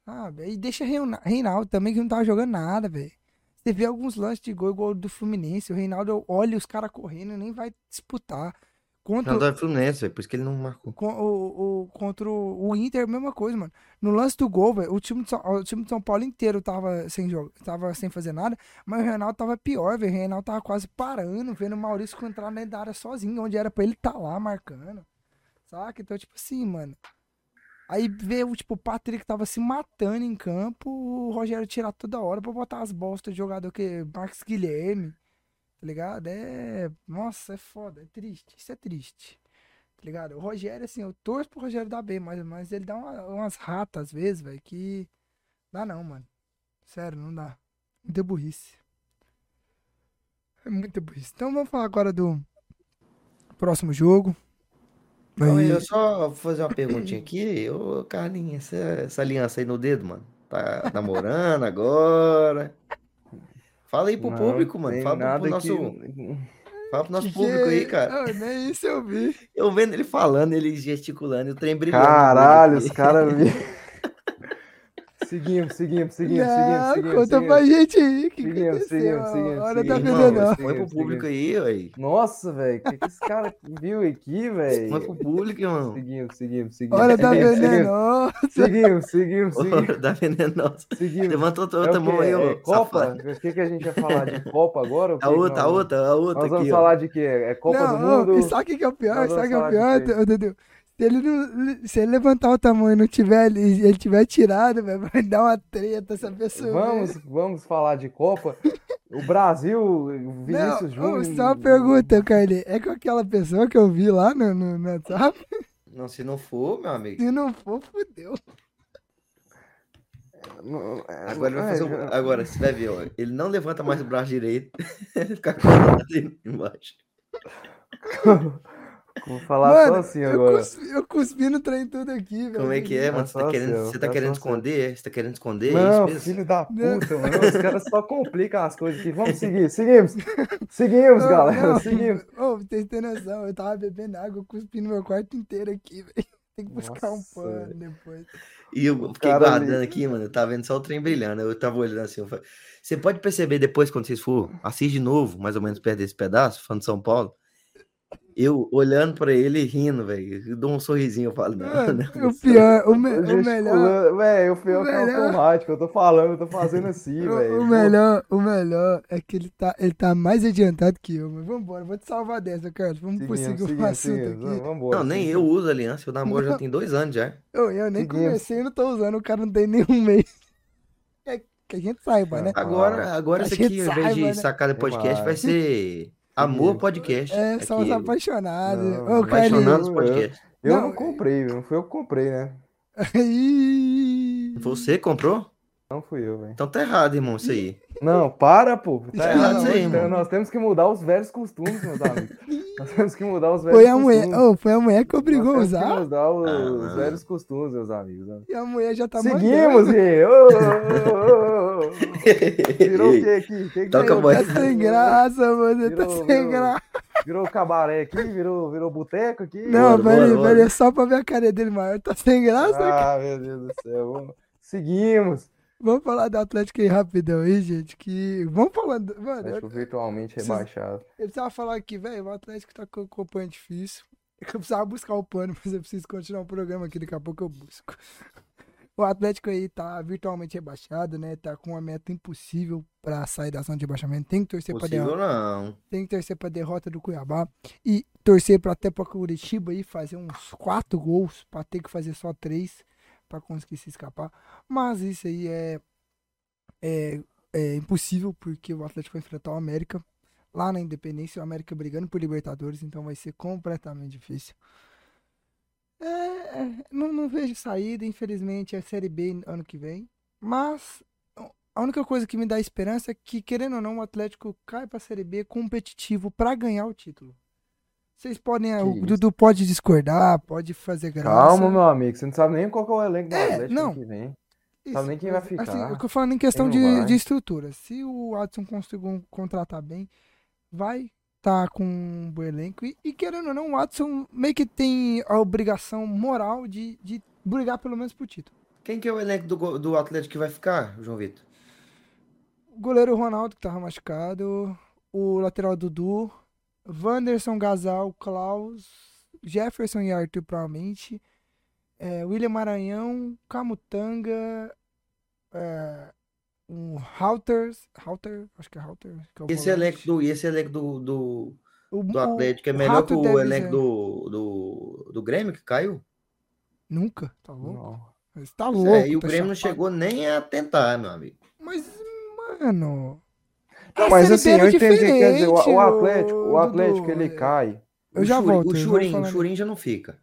A: Sabe? Aí deixa Reina- Reinaldo também, que não tava jogando nada, velho. Você vê alguns lances de gol igual o do Fluminense. O Reinaldo olha os caras correndo e nem vai disputar. Contra,
B: Não, tá no Fluminense, velho, por isso que ele não marcou.
A: com- o, o- contra o o Inter, mesma coisa, mano. No lance do gol, velho, o, time de São- o time de São Paulo inteiro tava sem jogo, tava sem fazer nada, mas o Reinaldo tava pior, velho. O Reinaldo tava quase parando, vendo o Maurício entrar dentro da área sozinho, onde era pra ele tá lá marcando. Saca? Então, tipo assim, mano. Aí vê o tipo, o Patrick tava se matando em campo, o Rogério tirar toda hora pra botar as bostas de jogador que Marcos Guilherme. Tá ligado? É. Nossa, é foda, é triste. Isso é triste. Tá ligado? O Rogério, assim, eu torço pro Rogério dar bem, mas, mas ele dá uma- umas ratas às vezes, velho, que. Dá não, mano. Sério, não dá. Muita burrice. É muita burrice. Então vamos falar agora do próximo jogo.
B: Então,
A: Aí-
B: eu só vou fazer uma perguntinha aqui. Ô, Carlinhos, essa, essa aliança aí no dedo, mano. Tá namorando agora? Fala aí pro
C: Não
B: público, mano.
C: tem
B: Fala pro,
C: nada que-
B: nosso, fala pro nosso
A: Que
B: público aí,
A: que-
B: cara.
A: Ah, nem isso eu vi.
B: Eu vendo ele falando, ele gesticulando, e o trem brilhando. no dedo
C: Caralho, os
B: aqui.
C: caras me- Seguimos, seguimos, seguimos,
A: não,
C: seguimos, seguimos,
A: conta
C: seguimos.
A: pra gente aí. Que
C: Seguimos,
A: aconteceu?
C: seguimos, seguimos,
A: Olha, tá
C: seguimos.
A: vendo
B: Irmão,
A: não.
C: Seguimos,
B: expõe pro
C: seguimos.
B: público aí, aí.
C: Nossa, velho, o que, que esse cara viu aqui,
B: Expõe pro
C: velho?
B: público, irmão.
C: Seguimos, seguimos, seguimos.
A: Olha, tá
C: seguimos,
A: vendo não.
C: Seguimos, seguimos, seguimos,
B: Ô, Tá vendendo nossa.
C: seguimos.
B: Levanta outra,
C: É o
B: outra mão
C: quê?
B: aí,
C: É
B: ô.
C: Copa?
B: safado. Tá
C: O que, que a gente vai falar? De Copa agora? O
B: A
C: que que
B: outra, a
C: nós-
B: outra, a outra
C: Nós vamos
B: aqui, ó.
C: falar de quê? É Copa
A: não,
C: do
A: ô,
C: Mundo?
A: E sabe o que que é o pior?
C: Nós
A: Sabe o que é o
C: vamos falar
A: pior,
C: disso aí.
A: ô, Dudu? Se ele, não, se ele levantar o tamanho e não tiver, e ele tiver tirado, velho, vai dar uma treta essa pessoa.
C: Vamos, vamos falar de Copa? O Brasil, o
A: Não,
C: Vinícius
A: ô,
C: Júnior.
A: só uma pergunta, Carlinhos. É com aquela pessoa que eu vi lá no, no, no WhatsApp?
B: Não, se não for, meu amigo.
A: Se não for, fudeu.
C: Não, é,
B: Agora ele vai
C: é,
B: fazer um-
C: já-
B: Agora, você vai ver, ó. Ele não levanta mais o braço direito. Fica com o braço embaixo.
C: Vou falar só assim
A: eu,
C: agora.
A: Cuspi, eu cuspi no trem tudo aqui, velho.
B: Como é que é,
C: É
B: mano? Você tá
C: só
B: querendo,
C: seu,
B: você tá
C: é
B: querendo
C: só seu.
B: esconder? Você tá querendo esconder?
C: Não,
B: isso mesmo?
C: filho da
A: Não.
C: puta, mano. Os caras só complicam as coisas aqui. Vamos seguir, seguimos. Seguimos,
A: Não,
C: galera. assim.
A: não.
C: Seguimos.
A: Ô, vocês têm noção, eu tava bebendo água, eu cuspi no meu quarto inteiro aqui, velho. Tem que buscar um
C: Nossa,
A: pano depois.
B: E eu fiquei
C: cara ali.
B: guardando aqui, mano. Eu tava vendo só o trem brilhando. Eu tava olhando assim. eu falei, Você pode perceber depois, quando vocês for, assiste de novo, mais ou menos perto desse pedaço, fã de São Paulo. Eu olhando pra ele e rindo, velho. Eu dou um sorrisinho, eu falo, não,
A: Mano,
B: não,
A: o pior, o, me- o melhor,
C: Gesticulando. Véi, o pior que é
A: melhor-
C: automático. Eu tô falando, eu tô fazendo assim,
A: o,
C: velho.
A: o melhor, é o melhor é que ele tá, ele tá mais adiantado que eu, mas vambora, vou te salvar dessa, Carlos. Vamos
C: Seguimos,
A: prosseguir o
C: seguimos,
A: um assunto
C: seguimos.
A: aqui.
C: Vamos embora.
B: não, nem eu uso aliança. Eu namoro já tem dois anos já.
A: Eu, eu nem
C: Seguimos.
A: comecei, não tô usando, o cara não tem nenhum mês. É que a gente saiba, né?
B: Agora, agora
A: A
B: isso
A: gente
B: aqui, ao invés
A: saiba, né?
B: de sacada podcast, vai
C: Demais.
B: ser amor
C: Sim.
B: podcast.
A: É, são os
B: Aqui,
A: apaixonados.
C: Não,
A: Ô, Carlinhos.
B: Apaixonando os
C: Eu-
B: podcasts.
C: Eu não,
A: Não, é-
C: comprei, não fui eu que comprei, né?
A: Ih.
B: Você comprou?
C: Não fui eu, velho.
B: Então tá errado, irmão, isso aí.
C: Não, para, pô. Tá
B: Tá
C: errado,
B: errado isso aí,
C: nós,
B: mano.
C: nós temos que mudar os velhos costumes, meus amigos. Nós temos que mudar os velhos
A: Foi a
C: costumes.
A: mulher, ô, foi a mulher que obrigou a
C: Nós temos que
A: usar
C: mudar os
B: Ah, mano.
C: velhos costumes, meus amigos. né?
A: e a mulher já tá
C: Seguimos,
A: mandando.
C: Gui. Ô, ô, ô, ô, ô. Virou o que aqui? Que que
B: Toca
C: virou?
B: a boia.
A: Tá sem graça, mano. Tá
C: Virou,
A: sem
C: virou.
A: graça.
C: Virou cabaré aqui? Virou, virou boteco aqui?
A: Não,
B: Bora,
A: peraí,
B: bora,
A: peraí. Só pra ver a cara dele maior. Tá sem graça, cara.
C: Ah, meu Deus do céu. vamos- Seguimos.
A: Vamos falar do Atlético aí rapidão aí, gente. Que. Vamos falando. Mano, eu,
C: Acho virtualmente
A: Precisa-
C: rebaixado.
A: eu precisava falar aqui, velho. O Atlético tá com com o pano difícil. É que Eu precisava buscar o pano, mas eu preciso continuar o programa aqui. Daqui a pouco eu busco. O Atlético aí tá virtualmente rebaixado, né? Tá com uma meta impossível pra sair da zona de rebaixamento. Tem que torcer pra derrota.
B: Possível não.
A: tem que torcer pra derrota do Cuiabá e torcer pra até pra Curitiba aí fazer uns quatro gols pra ter que fazer só três pra conseguir se escapar. Mas isso aí é, é, é impossível porque o Atlético vai enfrentar o América lá na Independência, o América brigando por Libertadores, então vai ser completamente difícil. É, é, não, não vejo saída, infelizmente, é Série B ano que vem. Mas a única coisa que me dá esperança é que, querendo ou não, o Atlético cai pra Série B competitivo pra ganhar o título. Vocês podem. o
C: isso.
A: Dudu pode discordar, pode fazer graça.
C: Calma, meu amigo. Você não sabe nem qual que é o elenco do
A: É,
C: Atlético
A: não.
C: que vem.
A: Isso,
C: Sabe nem quem vai
A: mas, Assim,
C: ficar,
A: o que eu falo em questão
C: quem não
A: de,
C: vai.
A: de estrutura. Se o Adson conseguir um- contratar bem, vai estar com um bom elenco. E, e querendo ou não, o Adson meio que tem a obrigação moral de, de brigar pelo menos pro título.
B: Quem que é o elenco do, go- do Atlético que vai ficar, João Vitor?
A: O goleiro Ronaldo, que tava machucado. O lateral Dudu. Wanderson, Gasal, Klaus. Jefferson e Arthur, provavelmente. É, William Maranhão, Camutanga. É, um Halters. Halter? Acho que é Halter. Que é o
B: Esse
A: volante.
B: elenco do, e esse elenco do, do,
A: O-
B: do
A: o-
B: Atlético é
A: o
B: melhor
A: Rato
B: que o
A: deve
B: elenco
A: ser.
B: do, do, do Grêmio, que caiu?
A: Nunca, tá louco?
C: Não.
A: Você tá
B: Pois
A: louco.
B: é, e o
A: tá
B: Grêmio não
A: chapado.
B: chegou nem a tentar, meu amigo.
A: Mas, mano. a
C: Mas
A: Série
C: assim,
A: B era
C: eu entendi. Quer dizer, o,
A: diferente,
C: o Atlético, o
A: ô,
C: Atlético
A: Dudu. é.
C: ele cai.
A: Eu
B: O
A: já
B: Churin-
A: volto,
B: O
A: eu vou
B: Churin, o
A: falar-
B: Churin já não fica.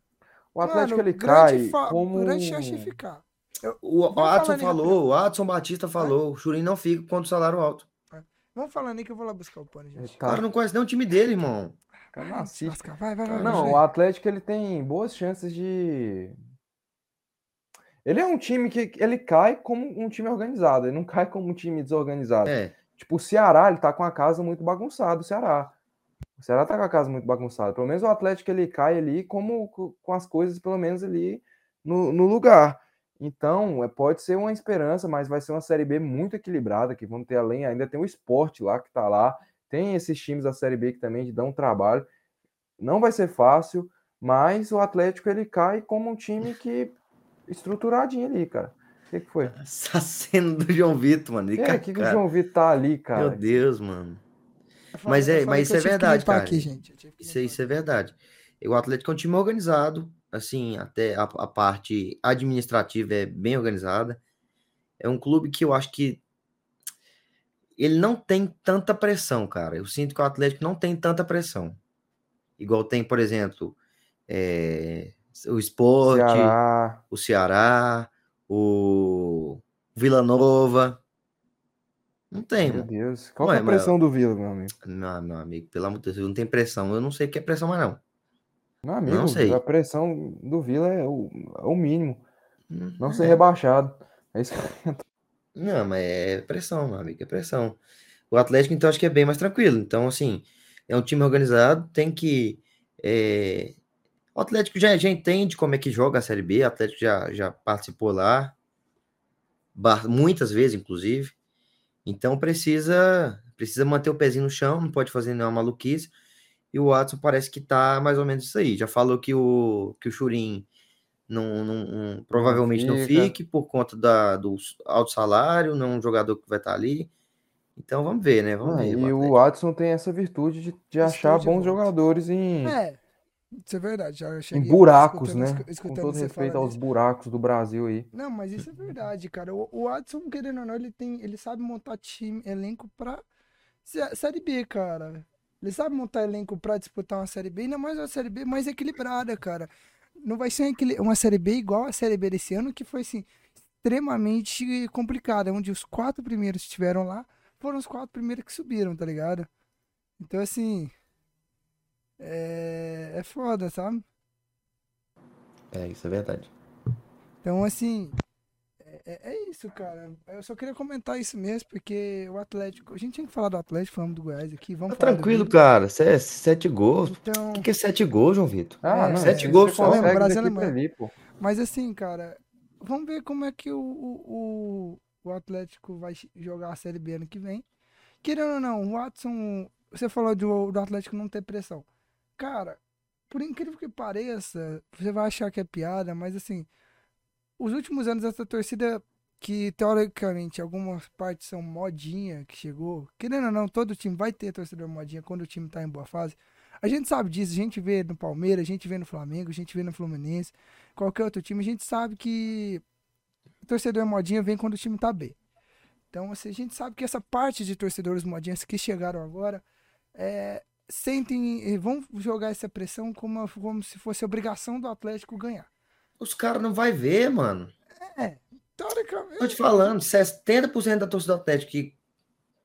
C: O Atlético
A: Mano,
C: ele
A: grande
C: cai
A: fa-
C: como. um
A: Grande chance de ficar.
B: O, o
A: Vamos falar
B: Adson
A: ali
B: falou, o Adson Batista falou, o Churin não fica contra o salário alto.
A: Vamos falando aí que eu vou lá buscar o pano,
C: Ele
A: gente.
B: O cara
C: tá
B: não conhece nem o time dele, irmão.
A: Vai,
C: cacete.
A: Oscar, vai, vai, vai.
C: É, Não, o
A: vai.
C: Atlético ele tem boas chances de. Ele é um time que ele cai como um time organizado, ele não cai como um time desorganizado.
B: É.
C: Tipo, o Ceará, ele tá com a casa muito bagunçada, o Ceará. O Ceará tá com a casa muito bagunçada. Pelo menos o Atlético ele cai ali como co- com as coisas, pelo menos ali no, no lugar. Então, é, pode ser uma esperança, mas vai ser uma Série B muito equilibrada, que vamos ter além, ainda tem o esporte lá que tá lá, tem esses times da Série B que também dão trabalho. Não vai ser fácil, mas o Atlético ele cai como um time que estruturadinho ali, cara. O que, que foi?
B: Assassino do João Vitor, mano. Ele
C: É,
B: cai-
C: que, que o
B: cara.
C: João Vitor tá ali, cara?
B: Meu Deus, mano.
A: Eu falei-
B: mas
A: eu
B: é-
A: falei
B: mas
A: que
B: isso
A: eu
B: é
A: tive que
B: verdade,
A: limpar
B: cara.
A: aqui, gente. Eu tive que
B: Isso, é-
A: limpar
B: isso é verdade. E O Atlético é um time organizado, assim, até a, a parte administrativa é bem organizada. É um clube que eu acho que ele não tem tanta pressão, cara. Eu sinto que o Atlético não tem tanta pressão. Igual tem, por exemplo, é, o Sport,
C: Ceará.
B: o Ceará, o Vila Nova. Não tem,
C: Meu
B: mano.
C: Deus. Qual
B: Ué,
C: que é a
B: mas-
C: pressão do Vila, meu amigo?
B: Não, meu amigo, pelo amor de Deus, não tem pressão. Eu não sei o que é pressão mais não.
C: Meu amigo,
B: Não sei.
C: a pressão do Vila é o, é o mínimo. Não ser
B: É.
C: rebaixado. É isso que-
B: Não, mas é pressão, meu amigo, é pressão. O Atlético, então, acho que é bem mais tranquilo. Então, assim, é um time organizado, tem que. é, O Atlético já, já entende como é que joga a Série B, o Atlético já, já participou lá, ba- muitas vezes, inclusive. Então, precisa precisa manter o pezinho no chão, não pode fazer nenhuma maluquice. E o Watson parece que tá mais ou menos isso aí. Já falou que o, que o Churin não, não- não- provavelmente não
C: fica.
B: fique por conta da, do alto salário, não é um jogador que vai estar ali. Então vamos ver, né? Vamos
C: Ah,
B: ver.
C: e
B: Atlético.
C: o Watson tem essa virtude de, de achar
A: de
C: bons
A: volta.
C: jogadores em,
A: É, isso é verdade. Já
C: em
A: cheguei
C: buracos,
A: escutando-
C: né?
A: escu-
C: Com
A: Escutando
C: todo
A: você
C: respeito
A: falar
C: aos
A: disso.
C: buracos do Brasil aí.
A: Não, mas isso é verdade, cara. O, o Adson, querendo ou não, ele tem, ele sabe montar time, elenco pra Sé- Série B, cara. Ele sabe montar elenco pra disputar uma Série B, ainda mais uma Série B mais equilibrada, cara. Não vai ser aquele- uma Série B igual a Série B desse ano, que foi, assim, extremamente complicada, onde os quatro primeiros que estiveram lá foram os quatro primeiros que subiram, tá ligado? Então, assim, é, é foda, sabe?
B: É, isso é verdade.
A: Então, assim, é, é- é isso, cara. Eu só queria comentar isso mesmo, porque o Atlético. A gente tinha que falar do Atlético, falamos do Goiás aqui. Vamos
B: Tá
A: falar do
B: tranquilo,
A: Vila.
B: cara. se- Sete gols. O
A: Então,
B: que que é sete gols, João Vitor?
C: Ah,
A: É,
C: não,
B: sete
C: isso
B: gols
C: você
B: só. né?
C: consegue
A: Lembra,
C: daqui
A: Brasil é
C: pra ali, pô.
A: mas assim, cara, vamos ver como é que o, o, o, o Atlético vai jogar a Série B ano que vem. Querendo ou não, o Watson. Você falou do, do Atlético não ter pressão. Cara, por incrível que pareça, você vai achar que é piada, mas assim, os últimos anos essa torcida que teoricamente algumas partes são modinha que chegou, querendo ou não, todo time vai ter torcedor modinha quando o time tá em boa fase. A gente sabe disso, a gente vê no Palmeiras, a gente vê no Flamengo, a gente vê no Fluminense, qualquer outro time, a gente sabe que o torcedor modinha vem quando o time tá bem. Então, assim, a gente sabe que essa parte de torcedores modinhas que chegaram agora é, sentem e vão jogar essa pressão como, a- como se fosse obrigação do Atlético ganhar.
B: Os caras não vai ver, mano.
A: Teoricamente,
B: Tô te falando, 70% da torcida do Atlético que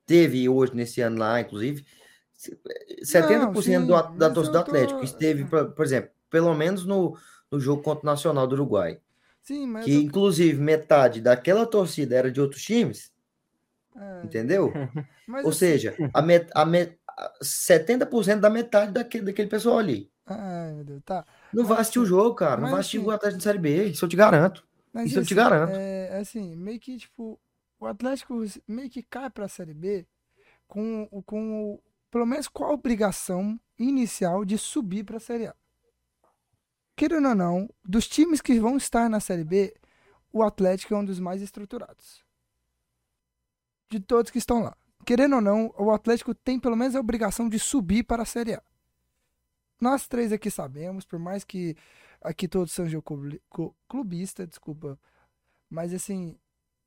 B: teve hoje nesse ano lá, inclusive, se- eh, 70% do,
A: sim,
B: a- da
A: mas
B: torcida
A: eu
B: do
A: tô-
B: Atlético que esteve, por, por exemplo, pelo menos no, no jogo contra o Nacional do Uruguai,
A: sim, mas
B: que inclusive metade daquela torcida era de outros times,
A: é,
B: entendeu?
A: mas
B: Ou
A: assim,
B: seja, a met, a met, a 70% da metade daquele, daquele pessoal ali.
A: ai, meu Deus, tá.
B: Não vai
A: Mas
B: assistir o
A: assim-
B: jogo, cara. Não
A: mas
B: vai assistir
A: assim-
B: o Atlético de Série B, isso eu te garanto.
A: Mas
B: Isso eu te
A: assim,
B: garanto.
A: É, assim, meio que tipo, o Atlético meio que cai pra Série B com, o- com o- pelo menos com a obrigação inicial de subir pra Série A. Querendo ou não, dos times que vão estar na Série B, o Atlético é um dos mais estruturados. De todos que estão lá. Querendo ou não, o Atlético tem pelo menos a obrigação de subir para a Série A. Nós três aqui sabemos, por mais que aqui todos sejam clube- cu- clubista, desculpa, mas assim,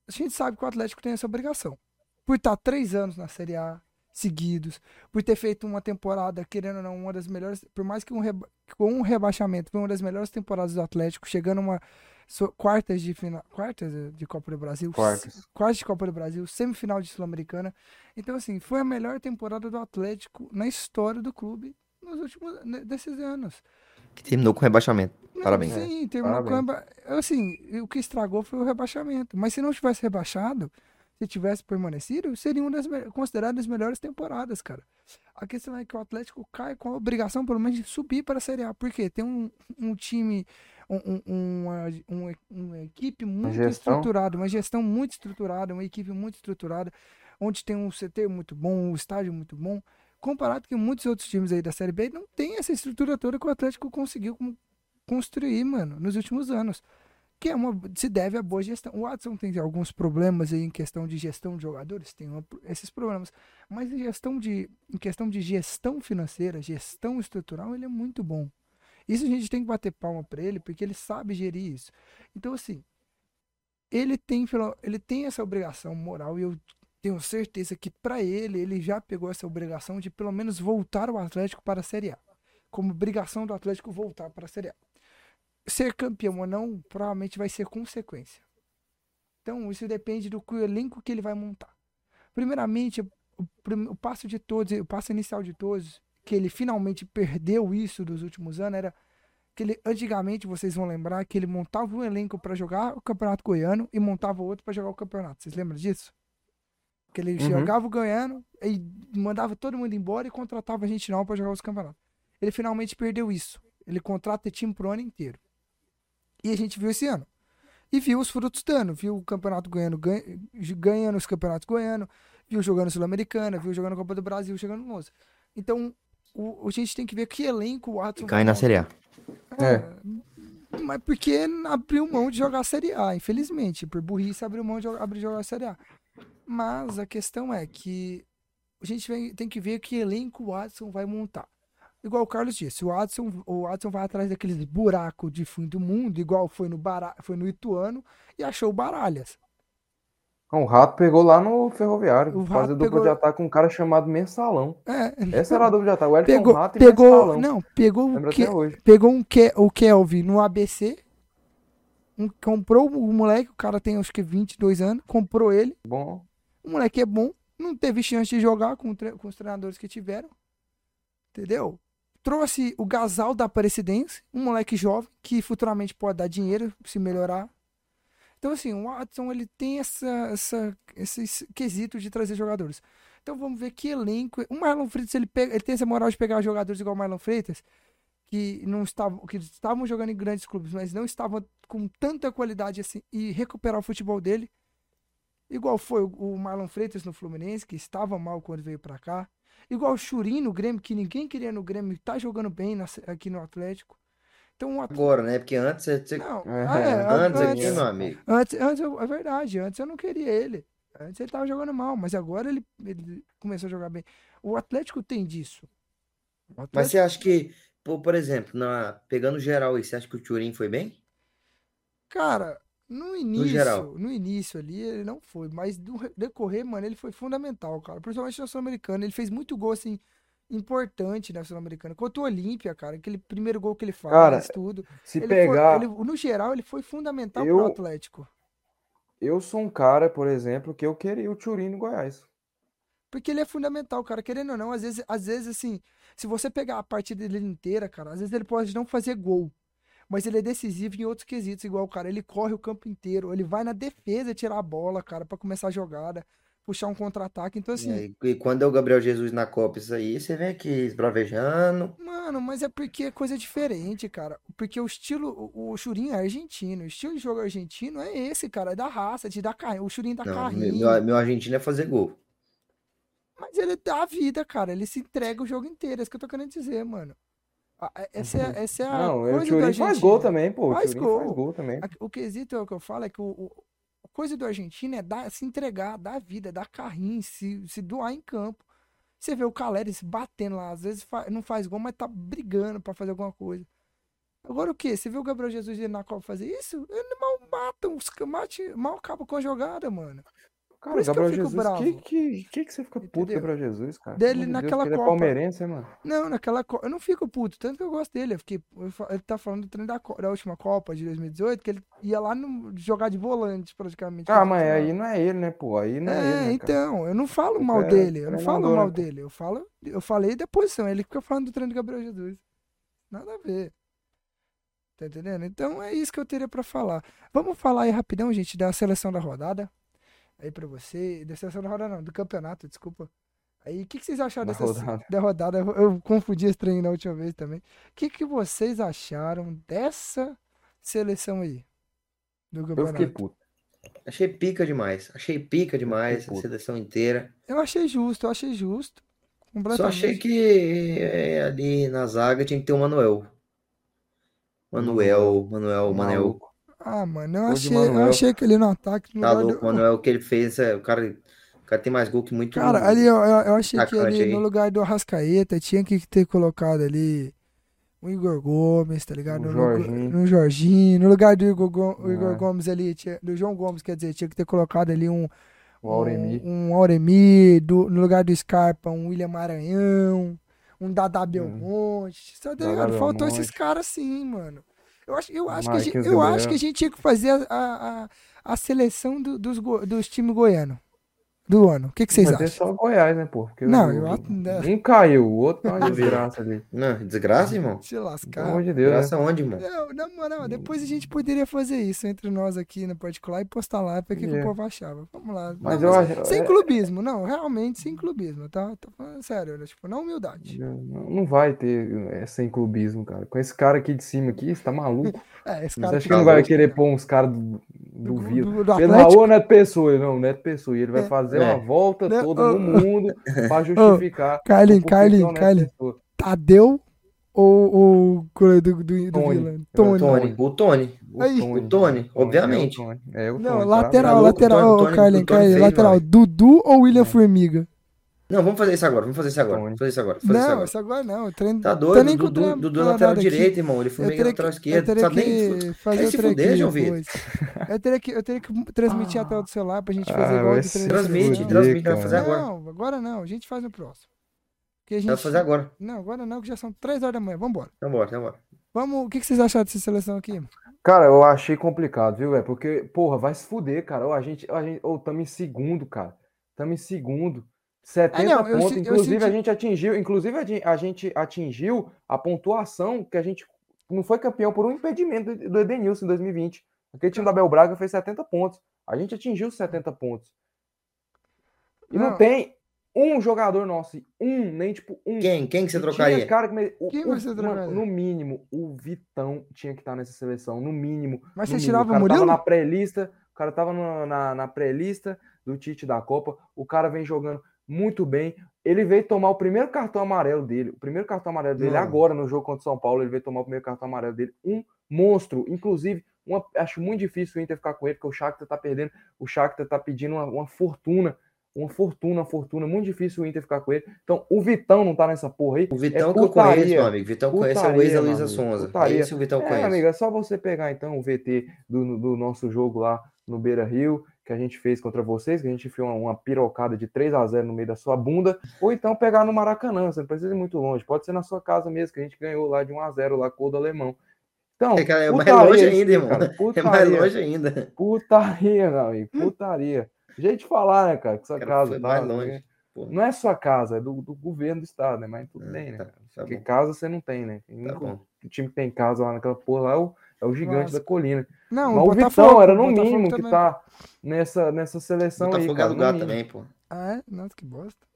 A: a gente sabe que o Atlético tem essa obrigação. Por estar três anos na Série A seguidos, por ter feito uma temporada, querendo ou não, uma das melhores, por mais que um reba- com um rebaixamento, foi uma das melhores temporadas do Atlético, chegando a uma so- quartas de final, quartas eh, de Copa do Brasil,
C: Quartas.
A: quartas de Copa do Brasil, semifinal de Sul-Americana. Então assim, foi a melhor temporada do Atlético na história do clube nos últimos ne- desses anos. É.
B: Que terminou com rebaixamento.
A: Não,
B: Parabéns.
A: Sim, terminou com
C: parabéns.
A: reba... assim, o que estragou foi o rebaixamento. Mas se não tivesse rebaixado, se tivesse permanecido, seria uma das me... consideradas as melhores temporadas, cara. A questão é que o Atlético cai com a obrigação, pelo menos, de subir para a Série A. Porque tem um, um time, um, um- uma, uma- uma equipe muito
C: gestão.
A: estruturada, uma gestão muito estruturada, uma equipe muito estruturada, onde tem um CT muito bom, um estádio muito bom. Comparado que muitos outros times aí da Série B não tem essa estrutura toda que o Atlético conseguiu com- construir, mano, nos últimos anos. Que é uma, se deve à boa gestão. O Watson tem alguns problemas aí em questão de gestão de jogadores, tem uma- esses problemas. Mas em, gestão de, em questão de gestão financeira, gestão estrutural, ele é muito bom. Isso a gente tem que bater palma pra ele, porque ele sabe gerir isso. Então, assim, ele tem, pelo- ele tem essa obrigação moral e eu tenho certeza que pra ele, ele já pegou essa obrigação de pelo menos voltar o Atlético para a Série A. Como obrigação do Atlético voltar para a Série A ser campeão ou não, provavelmente vai ser consequência. Então, isso depende do que- elenco que ele vai montar. Primeiramente, o, prim- o passo de todos, o passo inicial de todos, que ele finalmente perdeu isso dos últimos anos, era que ele, antigamente vocês vão lembrar que ele montava um elenco para jogar o Campeonato Goiano e montava outro para jogar o campeonato. Vocês lembram disso? Que ele
C: Uhum.
A: jogava o Goiano e mandava todo mundo embora e contratava gente nova para jogar os campeonatos. Ele finalmente perdeu isso. Ele contrata time pro ano inteiro. E a gente viu esse ano. E viu os frutos dando, viu o Campeonato Goiano ganha- ganhando os campeonatos goiano, viu jogando Sul-Americana, viu jogando Copa do Brasil, chegando no 11. Então, o, a gente tem que ver que elenco o Watson
B: Cai na
A: montar.
B: Série A.
A: É.
C: É.
A: Mas porque abriu mão de jogar a Série A, infelizmente. Por burrice abriu mão de jogar, abrir jogar a Série A. Mas a questão é que a gente vem- tem que ver que elenco o Watson vai montar. Igual o Carlos disse, o Watson, o Watson vai atrás daqueles buracos de fim do mundo, igual foi no, Bara- foi no Ituano, e achou o Baralhas.
C: Não, o Rato pegou lá no
A: O
C: Ferroviário,
A: Rato
C: fazer dupla
A: pegou-
C: de ataque com um cara chamado Mensalão.
A: É,
C: Essa era a dupla de ataque, o Elton
A: pegou,
C: Rato e
A: pegou,
C: Mensalão.
A: não, pegou o
C: Lembro
A: que,
C: até hoje.
A: pegou um Ke- o Kelvin no ABC, um- comprou o moleque, o cara tem acho que 22 anos, comprou ele,
C: Bom,
A: o moleque é bom, não teve chance de jogar com, o tre- com os treinadores que tiveram, entendeu? Trouxe o Gasal da Aparecidense, um moleque jovem que futuramente pode dar dinheiro se melhorar. Então, assim, o Watson ele tem essa, essa, esse s- quesito de trazer jogadores. Então, vamos ver que elenco. O Marlon Freitas ele, pega- ele tem essa moral de pegar jogadores igual o Marlon Freitas, que não estavam, que estavam jogando em grandes clubes, mas não estavam com tanta qualidade assim, e recuperar o futebol dele. Igual foi o- o Marlon Freitas no Fluminense, que estava mal quando veio pra cá. Igual o Churin no Grêmio, que ninguém queria no Grêmio, e tá jogando bem na se- aqui no Atlético. Então, o Atlético.
B: Agora, né? Porque antes, você-
A: Não,
C: É,
A: ah, é,
B: antes né? aqui,
A: antes-
B: meu amigo.
A: Antes, antes eu- é verdade, antes eu não queria ele. Antes ele tava jogando mal, mas agora ele, ele começou a jogar bem. O Atlético tem disso. O
B: Mas
C: é
A: Atlético-
B: você acha que, pô, por exemplo, na, pegando geral aí, você acha que o Turin foi bem?
A: Cara, no
B: geral.
A: início, no início ali, ele não foi, mas no re- decorrer, mano, ele foi fundamental, cara. Principalmente na Sul-Americana. Ele fez muito gol, assim, importante na Sul-Americana. Contra o Olímpia, cara, aquele primeiro gol que ele faz,
C: Cara,
A: tudo.
C: se
A: Ele foi-
C: pegar...
A: ele- no geral, ele foi fundamental
C: Eu-
A: pro Atlético.
C: Eu sou um cara, por exemplo, que eu queria o Turim no Goiás.
A: Porque ele é fundamental, cara. Querendo ou não, às vezes, às vezes, assim, se você pegar a partida dele inteira, cara, às vezes ele pode não fazer gol. Mas ele é decisivo em outros quesitos, igual, cara, ele corre o campo inteiro, ele vai na defesa tirar a bola, cara, pra começar a jogada, puxar um contra-ataque. Então, assim,
B: E, e quando é o Gabriel Jesus na Copa, isso aí, você vem aqui esbravejando.
A: Mano, mas é porque é coisa diferente, cara. Porque o estilo, o, o Churinho é argentino. O estilo de jogo argentino é esse, cara. É da raça, de dar carrinho. O Churinho dá
B: Não,
A: carrinho.
B: meu, meu, meu argentino é fazer gol.
A: Mas ele dá a vida, cara. Ele se entrega o jogo inteiro. É isso que eu tô querendo dizer, mano. A- a- Essa é, essa é a
C: Não, o
A: coisa do
C: Turim faz
A: argentino.
C: gol também, pô. O
A: Faz
C: Turim faz
A: gol.
C: gol também.
A: A- O quesito é o que eu falo, é que o, o- a coisa do argentino é dar, se entregar, dar vida, dar carrinho, se, se doar em campo. Você vê o Caleri se batendo lá, às vezes fa- não faz gol, mas tá brigando pra fazer alguma coisa. Agora o quê? Você viu o Gabriel Jesus ir na Copa fazer isso? Ele mal mata, os, ca- mate, mal acaba com a jogada, mano.
C: Cara,
A: por isso que eu
C: Gabriel
A: fico
C: Jesus,
A: bravo.
C: que, que, que que você fica puto,
A: Entendeu?
C: Gabriel Jesus, cara?
A: Dele
C: Pelo amor de Deus,
A: naquela
C: que ele
A: Copa.
C: é palmeirense, hein, mano.
A: Não, naquela Copa. Eu não fico puto, tanto que eu gosto dele. Eu fiquei, eu fa- ele tá falando do treino da, Co- da última Copa de 2018, que ele ia lá no, jogar de volante praticamente.
C: Ah,
A: quando
C: mas
A: funcionava.
C: aí não é ele, né, pô? Aí não é, ele,
A: É,
C: né, cara?
A: então, eu não falo
C: O
A: mal
C: cara é
A: dele, eu não falo
C: treinador,
A: mal
C: né, pô?
A: dele, eu falo, eu falei da posição, ele fica falando do treino do Gabriel Jesus. Nada a ver. Tá entendendo? Então é isso que eu teria pra falar. Vamos falar aí rapidão, gente, da seleção da rodada. Aí pra você, da seleção da rodada não, do campeonato, desculpa. Aí, é o que, que vocês acharam
C: Da
A: dessa se-
C: rodada.
A: da rodada? Eu, eu confundi esse treino na última vez também. O que, que vocês acharam dessa seleção aí? Do
C: Eu
A: campeonato?
C: fiquei puto.
B: Achei pica demais. Achei pica demais a
C: puto.
B: seleção inteira.
A: Eu achei justo, eu achei justo.
B: Só
A: Completamente.
B: achei que é, ali na zaga tinha que ter o Manuel. Manuel, Manuel, Manuel.
C: Maluco.
A: Ah, mano, eu
C: Gol de
A: achei, eu
C: Manuel.
A: achei que ele no ataque. No
B: Tá
A: lugar do-
B: louco, Manuel, o que ele fez, é, o cara, o cara tem mais gol que muito.
A: Cara, ali eu, eu- eu achei que
B: Atacante
A: ele,
B: aí.
A: no lugar do Arrascaeta, tinha que ter colocado ali o Igor Gomes, tá ligado? No,
C: O
A: lugar-
C: Jorginho.
A: no Jorginho. No lugar do Igor, Go- o Igor
C: É.
A: Gomes ali, tinha- do João Gomes, quer dizer, tinha que ter colocado ali um,
C: O Auremi.
A: um, um Auremi, do- no lugar do Scarpa, um William Maranhão, um Dada Belmonte. Sabe, tá
C: Dada
A: ligado? Faltou esses
C: Belmonte.
A: caras sim, mano. Eu acho, eu acho, que, a
C: Marquinhos
A: gente, eu acho
C: Gabriel.
A: que a gente tinha que fazer a, a, a- a seleção do- dos, go- dos times goianos. do ano. O que, que vocês
C: Vai ter
A: acham?
C: só o Goiás, né, pô? Porque
A: Não, é.
C: o-
A: eu acho-
C: um caiu, o outro é uma desgraça ali.
B: Não, Né? desgraça, irmão.
A: Se
C: Pelo
A: lascar.
C: amor de Deus, né?
B: Desgraça onde, irmão?
A: Não, na moral, depois a gente poderia fazer isso entre nós aqui no particular e postar lá pra que, que o
C: Yeah.
A: povo achava. Vamos lá.
C: Mas
A: Não,
C: eu
A: mas
C: acho-
A: Sem
C: é-
A: clubismo, não, realmente sem clubismo, tá? Tô falando sério, né? tipo, na humildade.
C: Não não vai ter é, sem clubismo, cara. Com esse cara aqui de cima aqui, você tá maluco?
A: É, esse
C: Você
A: cara
C: acha que
A: tá
C: não vai
A: louco,
C: querer
A: né?
C: pôr uns caras do, do
A: Do-
C: Vila?
A: do- do
C: Pedro
A: Atlético? Né?
C: Raul ou é Neto Pessoa? Não, Neto Pessoa. E ele vai fazer
B: É.
C: uma volta
A: Não,
C: toda
A: ô,
C: no mundo
A: Ah.
C: pra justificar.
A: Carlinho,
B: né?
C: por que que é o
A: Carlinho,
C: Neto
A: Carlinho.
C: Pessoa.
A: Tadeu ou o goleiro do, do, do
C: Tony.
A: Vila?
B: O
A: Tony.
B: Tony. O Tony.
C: O
A: Aí.
B: O Tony, obviamente.
C: É o Tony. É o
A: Não,
C: Tony, tá?
A: lateral,
B: Tá louco,
A: lateral,
B: Tony,
A: ô
B: Tony,
A: Carlinho,
B: o Tony
A: Carlinho,
B: fez, É.
A: lateral.
B: mano.
A: Dudu ou William Formiga?
B: Não, vamos fazer isso agora. Vamos fazer isso agora.
C: Tony.
B: Vamos fazer isso agora. Fazer isso
A: Não,
B: agora.
A: isso agora não. eu treino-
B: Tá
A: tô
B: doido?
A: nem com o
B: Dudu,
A: treinador
B: Dudu é lateral
A: aqui.
B: direito, irmão. Ele
A: Eu
B: foi meio
A: teria,
B: lateral
A: que, eu
B: esquerdo.
A: teria
B: Sabe nem.
A: que fazer
B: Aí
A: o
B: se fuder,
A: trequinho
B: João Vitor.
A: depois. Eu teria que, eu teria que transmitir a tela do celular pra gente
C: Ah,
A: fazer igual
C: vai
A: do
C: se
A: treino.
B: Transmite,
C: Não,
B: transmite.
C: cara.
B: Vai fazer
A: Não,
B: agora.
A: agora. não. A gente faz no próximo. Porque a gente...
B: Vai fazer agora.
A: Não, agora não, que já são 3 horas da manhã. Vambora.
B: Então bora, então bora.
A: Vamos... O que, que vocês acharam dessa seleção aqui?
C: Cara, eu achei complicado, viu, velho? Porque, porra, vai se fuder, cara. Ou a gente, ou a gente, ou tamo em segundo, cara. Tamo em segundo. 70
A: Ah, eu
C: pontos.
A: se- eu
C: inclusive, a
A: senti-
C: gente atingiu, inclusive a gen- a gente atingiu a pontuação que a gente não foi campeão por um impedimento do Edenilson em 2020. Aquele time da Bel Braga fez 70 pontos. A gente atingiu os 70 pontos. E não,
A: Não.
C: tem um jogador nosso, um, nem tipo um.
B: Quem? Quem que você
C: E tinha
B: trocaria?
C: cara que mere- o-
A: Quem
C: o-
A: você
C: mano,
A: trocaria?
C: no mínimo, o Vitão tinha que estar nessa seleção, no mínimo.
A: Mas
C: no
A: você
C: mínimo.
A: tirava o
C: cara
A: Murilo?
C: Tava na pré-lista, o cara tava na, na, na pré-lista do Tite da Copa, o cara vem jogando muito bem. Ele veio tomar o primeiro cartão amarelo dele, o primeiro cartão amarelo dele
B: Mano.
C: agora no jogo contra o São Paulo, ele veio tomar o primeiro cartão amarelo dele. Um monstro, inclusive, uma- acho muito difícil o Inter ficar com ele, porque o Shakhtar tá perdendo, o Shakhtar tá pedindo uma, uma fortuna, uma fortuna, uma fortuna, muito difícil o Inter ficar com ele. Então, o Vitão não tá nessa porra aí.
B: O
C: é
B: Vitão que eu
C: putaria.
B: conheço, meu amigo. Vitão conhece é o
C: Putaria,
B: ex da
C: meu
B: Luísa
C: amigo,
B: Sonza.
C: putaria.
B: É esse o Vitão
C: É,
B: conhece.
C: amigo, é só você pegar então o VT do, do nosso jogo lá no Beira Rio, que a gente fez contra vocês, que a gente fez uma, uma pirocada de 3 a 0 no meio da sua bunda, ou então pegar no Maracanã, você não precisa ir muito longe, pode ser na sua casa mesmo, que a gente ganhou lá de 1 a 0 lá com o do alemão. Então,
B: É, cara, é mais
C: putaria
B: longe
C: isso
B: ainda,
C: aí,
B: irmão.
C: cara,
B: É mais
C: Putaria,
B: longe ainda.
C: putaria, meu amigo, putaria. Jeito de falar, né, cara, que sua
B: Cara,
C: casa
B: foi
C: tá,
B: mais longe.
C: Não é sua casa, é do, do governo do estado, né, mas tudo
B: Ah,
C: bem, né.
B: tá, tá
C: Porque
B: bom,
C: casa você não tem, né? O
B: tá
C: único
B: bom.
C: time que tem casa lá naquela porra lá é o, é o gigante
A: Nossa.
C: da colina.
A: Não,
C: Mas
A: o
C: o
A: Botafogo.
C: Vitão era no
A: o Botafogo
C: mínimo que
A: também.
C: tá nessa, nessa seleção
B: Botafogo
C: aí, cara.
B: é do
C: no
B: gato
C: mínimo.
B: também, pô.
A: Ah, é? Nossa, que bosta.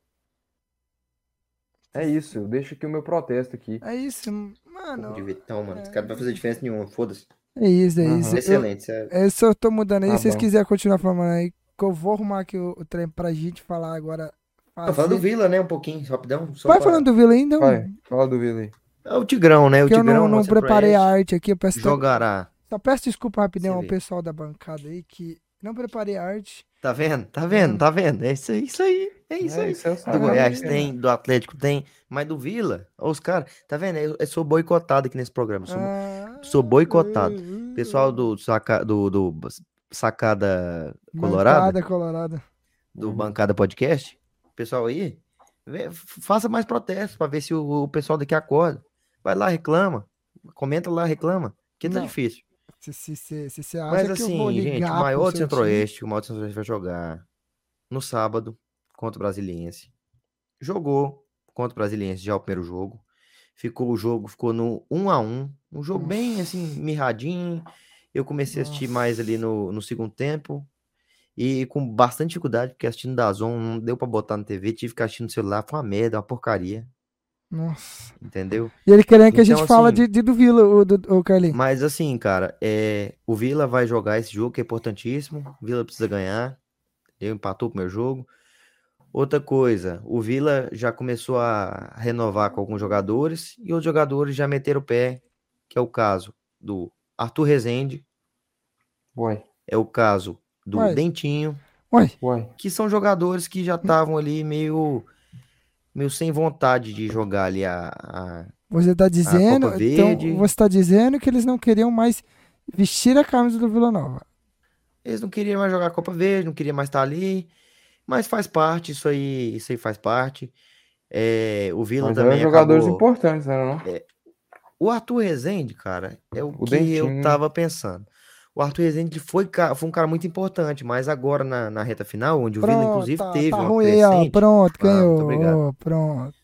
C: É isso, eu deixo aqui o meu protesto aqui.
A: É isso, mano.
B: Porra de Vitão, mano. Esse
A: É.
B: cara não vai fazer diferença nenhuma. Foda-se.
A: É isso, é
C: Aham.
A: isso. Eu,
B: Excelente. isso é-
A: eu só tô mudando aí.
C: Tá
A: Se vocês
C: bom.
A: quiserem continuar falando aí, que eu vou arrumar aqui o, o trem pra gente falar agora.
B: Não, falando do
A: fazer.
B: Vila, né? Um pouquinho, rapidão. só
A: Assim- Vai
B: pra-
A: falando do Vila aí, então.
C: Vai, fala do Vila aí.
B: É o Tigrão, né? O
A: Porque eu
B: Tigrão
A: não, não
B: Master
A: preparei a
B: Press,
A: arte aqui. Eu peço,
B: Jogará.
A: só peço desculpa rapidão
B: Se
A: ao
B: vê.
A: pessoal da bancada aí que não preparei a arte.
B: Tá vendo? Tá vendo? Tá vendo? É isso aí. Isso aí. É isso aí.
C: é o
B: Do
C: Sagrado
B: Goiás
C: Mineiro.
B: tem, do Atlético tem, mas do Vila, ó, os caras, tá vendo? Eu, eu sou boicotado aqui nesse programa. Sou,
A: Ah,
B: sou boicotado.
A: uh, uh,
B: Pessoal do, saca, do, do Sacada Colorada,
A: Bancada Colorada.
B: do Bancada Podcast, pessoal aí, vê- faça mais protestos pra ver se o, o pessoal daqui acorda. Vai lá, reclama. Comenta lá, reclama. Que tá
A: Não,
B: difícil.
A: Se você se, se, você acha
B: Mas
A: que eu vou
B: assim,
A: ligar
B: gente, o
A: pro
B: maior do
A: seu time-
B: Centro-Oeste, o maior do Centro-Oeste vai jogar no sábado contra o Brasiliense. Jogou contra o Brasiliense já o primeiro jogo. Ficou o jogo, ficou no 1 a 1 um jogo
A: Nossa.
B: bem assim, mirradinho. Eu comecei a assistir mais ali no, no segundo tempo. E com bastante dificuldade, porque assistindo da Zon não deu pra botar na TV, tive que assistir no celular, foi uma merda, uma porcaria,
A: Nossa.
B: entendeu?
A: E ele querendo que a gente
B: Então,
A: fala
B: assim-
A: de, de do Vila, o, do, o Carlinhos.
B: Mas assim, cara, é, o Vila vai jogar esse jogo que é importantíssimo. O Vila precisa ganhar. Ele empatou o primeiro jogo. Outra coisa, o Vila já começou a renovar com alguns jogadores e os jogadores já meteram o pé, que é o caso do Arthur Rezende,
C: Uai,
B: é o caso do
A: Ué.
B: Dentinho,
A: Ué,
C: uai.
B: que são jogadores que já estavam ali meio, meio sem vontade de jogar ali a- a,
A: você tá dizendo.
B: Ah, Copa Verde.
A: Então, você tá dizendo que eles não queriam mais vestir a camisa do Vila Nova.
B: Eles não queriam mais jogar a Copa Verde, não queriam mais estar ali. Mas faz parte, isso aí, isso aí faz parte. É, o Vila
A: um
C: Mas eram
B: também
C: jogadores
B: acabou.
C: importantes, né, não?
B: O Arthur Rezende, cara, é o,
C: O
B: que eu
C: Dentinho.
B: tava pensando. O Arthur Rezende foi, ca- foi um cara muito importante, mas agora na, na reta final, onde o Vila, inclusive,
A: tá,
B: teve
A: tá
B: uma
A: ruim aí, ó.
B: crescente.
A: Pronto,
B: Ah, muito
A: ganhou.
B: obrigado.
A: Ô, pronto.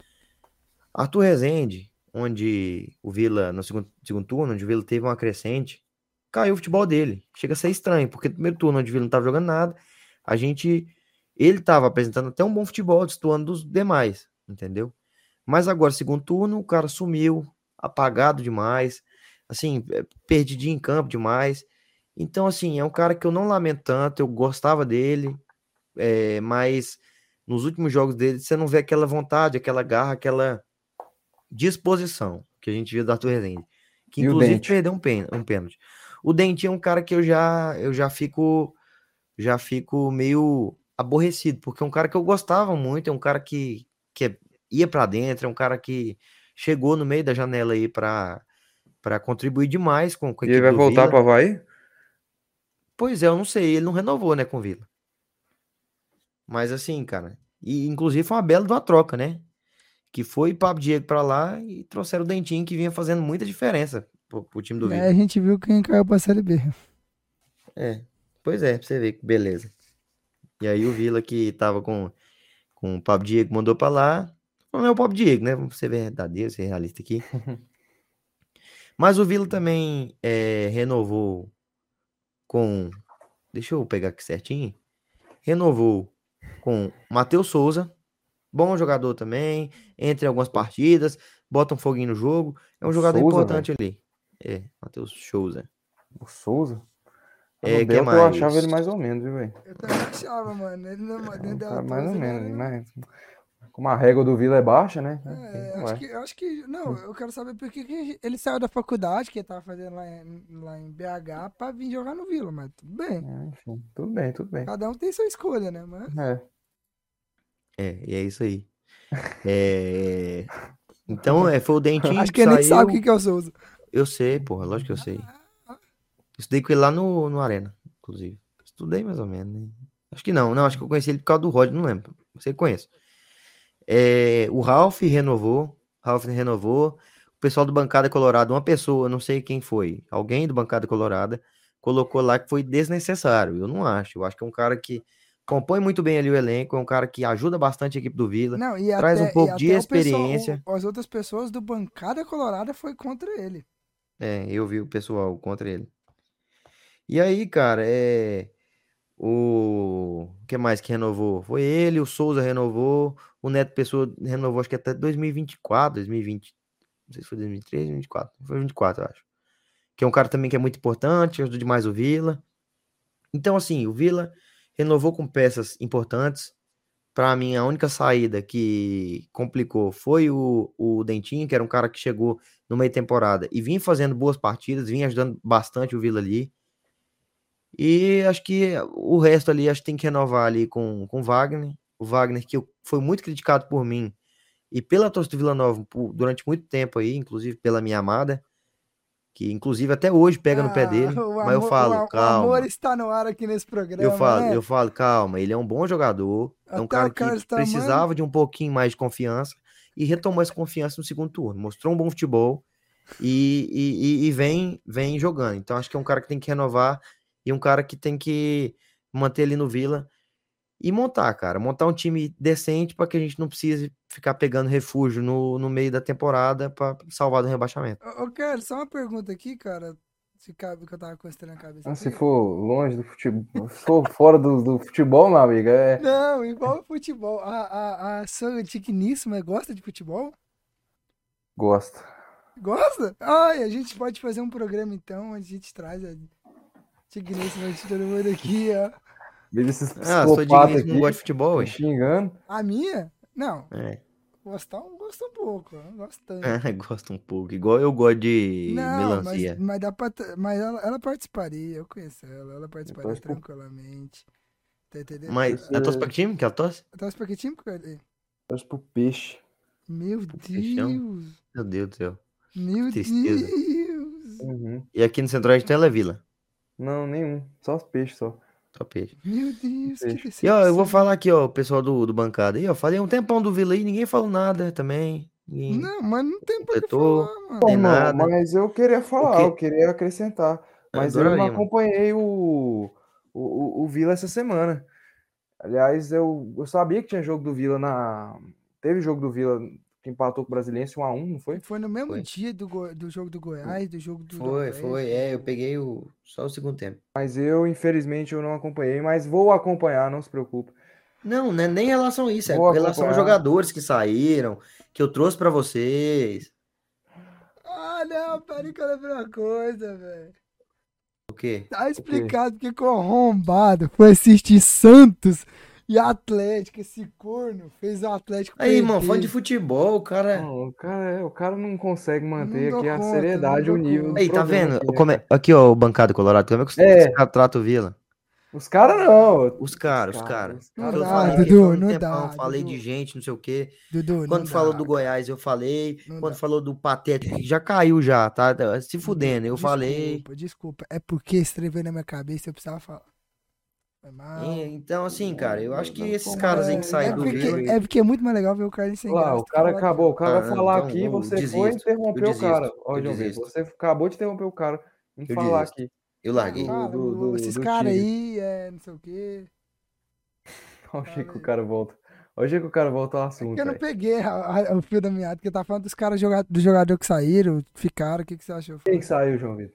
B: Arthur Rezende, onde o Vila, no segundo, segundo turno, onde o Vila teve uma crescente, caiu o futebol dele. Chega a ser estranho, porque no primeiro turno, onde o Vila não estava jogando nada, a gente. Ele estava apresentando até um bom futebol, destoando dos demais, entendeu? Mas agora, segundo turno, o cara sumiu, apagado demais, assim, é, perdidinho em campo demais. Então, assim, é um cara que eu não lamento tanto, eu gostava dele, é, mas nos últimos jogos dele você não vê aquela vontade, aquela garra, aquela disposição que a gente viu do Arthur Rezende, que
C: E o
B: inclusive
C: Dente?
B: perdeu um, pen- um pênalti. O Dentinho é um cara que eu já eu já fico já fico meio aborrecido, porque é um cara que eu gostava muito, é um cara que, que é- ia para dentro, é um cara que chegou no meio da janela aí para para contribuir demais com, com a
C: E ele
B: equipe
C: vai
B: do
C: voltar
B: Vila.
C: para Havaí?
B: Pois é, eu não sei, ele não renovou, né, com o Vila. Mas assim, cara, e inclusive foi uma bela de uma troca, né? Que foi Pablo Diego pra lá e trouxeram o Dentinho que vinha fazendo muita diferença pro, pro time do
A: Aí a
B: Vila.
A: gente viu quem caiu pra Série B.
B: É, pois é, pra você ver que beleza. E aí o Vila que tava com, com o Pablo Diego mandou pra lá. Não é o Pablo Diego, né? Vamos ser verdadeiro, ser realista aqui. Mas o Vila também é, renovou com. Deixa eu pegar aqui certinho. Renovou com Matheus Souza. Bom jogador também. Entre algumas partidas. Bota um foguinho no jogo. É um jogador
C: Souza,
B: importante ali. É, Matheus Souza.
C: O Souza?
B: É,
C: No
B: que
C: Delta eu
B: mais?
C: achava ele mais ou menos, viu, velho?
A: Eu também achava, mano. Ele não,
C: É
B: tá
C: um cara mais ou menos,
A: né?
B: né?
C: mas como a régua do Vila é baixa, né?
A: É,
C: Ué.
A: acho que, acho que.
B: Hum.
A: Não, eu quero saber por que que ele saiu da faculdade que ele tava fazendo lá em, lá em BH pra vir jogar no Vila, mas tudo bem.
C: É, enfim, tudo bem, tudo bem.
A: Cada um tem sua escolha, né, mano?
C: É.
B: É, e é isso aí. É, Então, é, foi o Dentinho
A: Acho que
B: que,
A: ele nem
B: saiu.
A: sabe o que que é o Souza.
B: Eu sei, porra, lógico que eu sei. Estudei com ele lá no, no Arena, inclusive. Estudei mais ou menos, né? Acho que não, não, acho que eu conheci ele por causa do Rod, não lembro. Você conhece. É, o Ralph renovou, Ralph renovou. O pessoal do Bancada Colorada, uma pessoa, não sei quem foi, alguém do Bancada Colorada, colocou lá que foi desnecessário. Eu não acho. Eu acho que é um cara que compõe muito bem ali o elenco, é um cara que ajuda bastante a equipe do Vila.
A: Não, e
B: Traz
A: até,
B: um pouco
A: e
B: de
A: até o pessoal- o-
B: experiência.
A: as outras pessoas do Bancada Colorada foi contra ele.
B: É, eu vi o pessoal contra ele. E aí, cara, é. O o que mais que renovou? Foi ele, o Souza renovou, o Neto Pessoa renovou, acho que até 2024, 2020. Não sei se foi 2023, 2024. Foi 24, eu acho. Que é um cara também que é muito importante, ajudou demais o Vila. Então, assim, o Vila renovou com peças importantes. Pra mim, a única saída que complicou foi o, o Dentinho, que era um cara que chegou no meio temporada e vinha fazendo boas partidas, vinha ajudando bastante o Vila ali. E acho que o resto ali, acho que tem que renovar ali com, com o Wagner. O Wagner, que eu- foi muito criticado por mim e pela torcida do Vila Nova por- durante muito tempo aí, inclusive pela minha amada, que inclusive até hoje pega no pé
A: Ah,
B: dele.
A: o
B: mas eu
A: amor-
B: falo,
A: o a- O
B: calma.
A: amor está no ar aqui nesse programa.
B: Eu falo,
A: né?
B: eu falo, calma, ele é um bom jogador, é um
A: Até
B: cara
A: o Carlos
B: que
A: Tamanho.
B: precisava de um pouquinho mais de confiança e retomou essa confiança no segundo turno. Mostrou um bom futebol e, e- e- e vem, vem jogando. Então acho que é um cara que tem que renovar e um cara que tem que manter ele no Vila e montar, cara, montar um time decente para que a gente não precise ficar pegando refúgio no, no meio da temporada para salvar do rebaixamento.
A: Ô, ô, Carlos, só uma pergunta aqui, cara. Se cabe que eu tava costeando a cabeça.
C: Ah, Se
A: aqui.
C: for longe do futebol, se for fora do, do futebol, meu amigo, é.
A: Não, igual o futebol. A, a, a sua digníssima gosta de futebol?
C: Gosto.
A: Gosta? Ai, a gente pode fazer um programa então, onde a gente traz a digníssima de todo mundo aqui, ó.
C: Vê esses
B: Ah, sou
C: psicopatas
B: digníssimo, não
C: aqui
B: gosto de futebol,
C: me
B: ué.
C: xingando.
A: A minha? Não,
B: É.
A: gostar um gosto um pouco, ó, gostando.
B: Ah, gosto um pouco, igual eu gosto de
A: Não,
B: melancia.
A: mas, mas, dá pra, tra- mas ela, ela participaria, eu conheço ela, ela participaria
C: torço pro-
A: tranquilamente. Tá entendendo? Tá
B: Mas ela torce pra que time que ela torce?
A: Eu torço pra que time, Carlinhos?
C: Acho pro peixe.
A: Meu
B: Fechão.
A: Deus!
B: Meu Deus do céu.
A: Meu
B: Tristeza.
A: Deus!
C: Uhum.
B: E aqui no Central de Tela é Vila.
C: Não, nenhum. Só os peixes só.
B: Só peixe.
A: Meu Deus, que
C: Fechou.
A: decepção.
B: E ó, eu vou falar aqui, ó, o pessoal do, do bancada. E ó, falei um tempão do Vila aí, ninguém falou nada também. Ninguém
A: Não, mas não tem pra que
B: assim, completou.
A: falar, mano.
B: Tem
C: Não,
B: nada.
C: mas eu queria falar,
B: quê?
C: eu queria acrescentar. Mas eu,
B: adoraria,
C: não
B: mano.
C: acompanhei o, o, o- o Vila essa semana. Aliás, eu, eu sabia que tinha jogo do Vila na. Teve jogo do Vila que empatou com o Brasiliense 1x1, não foi?
A: Foi no mesmo
B: Foi.
A: dia do, Go- do jogo do Goiás, do jogo do. do
B: Foi,
A: Atlético.
B: foi, é, eu peguei o só o segundo tempo.
C: Mas eu, infelizmente, eu não acompanhei, mas vou acompanhar, não se preocupe.
B: Não, né, nem em relação a isso, é
C: Vou
B: em relação aos
C: acompanhar.
B: jogadores que saíram, que eu trouxe pra vocês.
A: Ah, não, peraí que eu lembrei uma coisa, velho.
B: O quê?
A: Tá explicado porque corrombado foi assistir Santos e Atlético. Esse corno fez o Atlético.
B: Aí,
A: perder.
B: irmão, fã de futebol, o cara.
C: Não, o, cara, é- o cara não consegue manter
A: dou
C: aqui a
A: conta, não
C: seriedade, o
A: dou
C: nível.
A: conta.
C: do
B: Aí, tá
C: programa
B: vendo?
C: aqui, né,
B: Como é- Aqui, ó, o bancado colorado. Como é que os,
C: É.
B: os caras tratam o Vila?
C: Os caras não.
B: Os caras, os
C: Cara,
B: caras.
C: os
B: Porque
A: caras- Não
B: eu
A: dá,
B: falei que
A: Dudu,
B: foi um
A: não
B: tempão,
A: dá,
B: falei
A: Dudu.
B: de gente, não sei o quê.
A: Dudu,
B: Quando
A: não
B: falou
A: dá,
B: do
A: cara.
B: Goiás, eu falei.
A: Não
B: Quando
A: dá. Hum,
B: falou do Pateta, que já caiu já, tá? Se fudendo, eu
A: Desculpa,
B: falei.
A: Desculpa, é porque escreveu na minha cabeça eu precisava falar. Foi mal.
B: E- Então, assim, cara, eu acho que
C: Não,
B: esses
C: como
B: caras aí
A: É,
B: que saíram
A: é
B: do
A: porque,
B: Vila.
A: é porque é muito mais legal ver o Carlinhos sem
C: Lá,
A: graça
C: o
A: do que
C: cara
A: falar
C: acabou, o cara
B: Ah,
C: vai falar
B: então
C: aqui,
B: eu
C: você foi
B: desisto, eu
C: interrompeu o cara.
B: desisto,
C: Ó,
B: eu
C: João Vitor,
B: desisto.
C: você acabou de interromper o cara em
B: Eu
C: falar
B: desisto.
C: aqui.
B: Eu
A: do
B: larguei.
A: cara,
C: do- do-
A: esses
C: do
A: caras
C: Tigre.
A: aí, é, não sei o quê.
C: Hoje é que o cara volta. Hoje é que o cara volta ao assunto.
A: Porque É eu não
C: velho.
A: peguei a- a- o fio da meada, porque tá falando dos caras joga do jogador que saíram, ficaram, o que, que você achou?
C: Quem que saiu, João Vitor?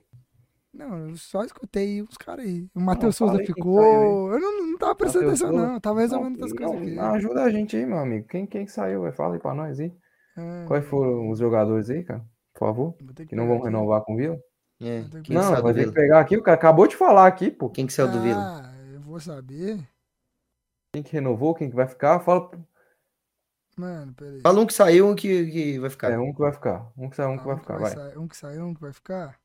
A: Não, eu só escutei os caras aí. O Matheus
C: fala
A: Souza
C: aí quem
A: ficou.
C: saiu
A: Eu não, não tava prestando
C: Matheus
A: atenção,
C: Souza?
A: não. Eu tava resolvendo
C: Não,
A: outras
C: não,
A: coisas aqui.
C: não, ajuda a gente aí, meu amigo. Quem, quem que saiu? Vai, fala aí pra nós aí.
A: Ah,
C: Quais foram os jogadores aí, cara? Por favor.
A: vou ter
C: é Que não vão
A: pegar aqui.
C: renovar com o Vila?
B: É,
A: Não tem
B: quem que
C: não,
B: saiu do
C: vai ter que
B: Vila?
C: pegar aqui. O cara acabou de falar aqui, pô.
B: Quem que saiu do Vila?
A: Ah, eu vou saber.
C: Quem que renovou, quem que vai ficar. Fala.
A: Mano, peraí.
B: Fala um que saiu, um que, que vai ficar.
C: É um que vai ficar. Um que saiu, um
A: Ah,
C: que vai ficar. Vai.
A: sair- um que saiu, um que vai ficar?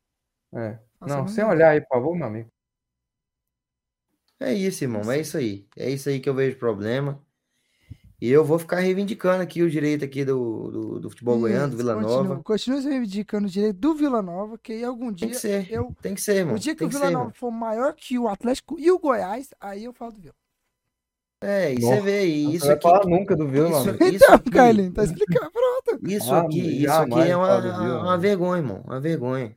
C: É.
A: Nossa,
C: Não,
A: eu
C: sem
A: lembro.
C: olhar aí, por favor, meu amigo.
B: É isso, irmão. É isso aí. É isso aí que eu vejo problema. E eu vou ficar reivindicando aqui o direito aqui do, do, do futebol goiano, do
A: Isso,
B: Vila
A: continua-
B: Nova.
A: Continua se reivindicando o direito do Vila Nova, que aí algum
B: Tem
A: dia
B: que ser.
A: eu.
B: Tem que ser, irmão.
A: O dia que
B: Tem
A: o
B: que
A: Vila
B: ser,
A: Nova
B: irmão.
A: for maior que o Atlético e o Goiás, aí eu falo do Vila.
B: É, e
C: Nossa,
B: você vê aí.
C: Não
B: Isso
C: vai
B: aqui.
C: falar nunca do Vila, meu
B: Isso,
C: amigo.
B: isso
A: Então,
B: aqui,
A: Carlinhos, tá explicando. Pronto.
B: isso
C: Ah,
B: aqui, isso
C: jamais
B: aqui é uma,
C: fala do Vila,
B: uma
C: mano.
B: vergonha, irmão. Uma vergonha.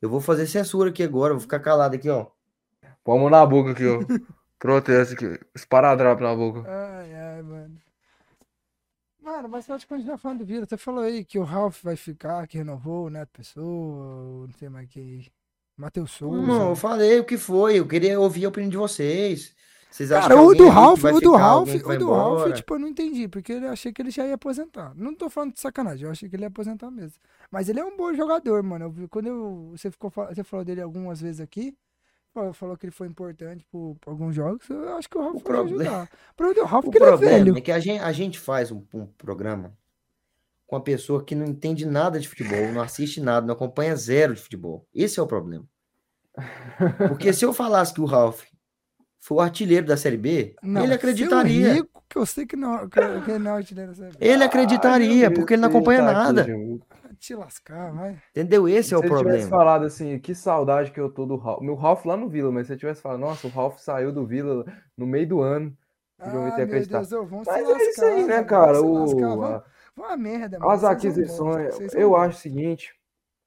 B: Eu vou fazer censura aqui agora, vou ficar calado aqui, ó.
C: Vamos na boca aqui, ó. Pronto, essa aqui. Esparadrapo na boca.
A: Ai, ai, mano. Mano, mas pode continuar tá falando do Vila. Você falou aí que o Ralf vai ficar, que renovou, o Neto Pessoa, o não sei mais quem. Matheus
C: Uhum.
A: Souza.
B: Irmão, eu falei o que foi. Eu queria ouvir a opinião de vocês. Vocês acham
A: Cara,
B: que
A: o
B: alguém
A: do
B: aqui que
A: Ralf,
B: vai
A: o do
B: ficar,
A: Ralf,
B: alguém que
A: o
B: vai
A: do Ralf,
B: embora?
A: tipo, eu não entendi, porque eu achei que ele já ia aposentar. Não tô falando de sacanagem, eu achei que ele ia aposentar mesmo. Mas ele é um bom jogador, mano. Eu vi- quando eu, você ficou, fa- você falou dele algumas vezes aqui, falou, falou que ele foi importante por, por alguns jogos, eu acho que o Ralf
B: O
A: pode
B: problema-
A: ajudar. O problema do Ralf é
B: O
A: que ele é
B: problema
A: velho.
B: é que a gente, a gente faz um, um programa com uma pessoa que não entende nada de futebol, não assiste nada, não acompanha zero de futebol. Esse é o problema. Porque se eu falasse que o Ralf foi o artilheiro da Série B,
A: Não,
B: ele
A: seu
B: acreditaria.
A: Rico, que eu sei que não, que, que ele não é artilheiro, você vai
B: Ele acreditaria, porque ele não
C: tá
B: acompanha nada.
A: te lascar, vai.
B: entendeu? Esse
C: Se
B: é o
C: ele tivesse
B: problema.
C: falado assim, que saudade que eu tô do Ralf. Meu Ralf lá no Vila, mas se ele tivesse falado, nossa, o Ralf saiu do Vila no meio do ano.
A: Ah,
C: João Vitor ia
A: meu
C: acreditar.
A: Deus, ô, vão se
C: Mas
A: lascar.
C: é isso aí, né,
A: vão
C: cara?
A: se
C: O-
A: lascar, vão-
C: a-
A: vão a merda, mano. vocês são
C: as
A: bons,
C: aquisições,
A: vocês são
C: eu
A: bons.
C: acho o seguinte,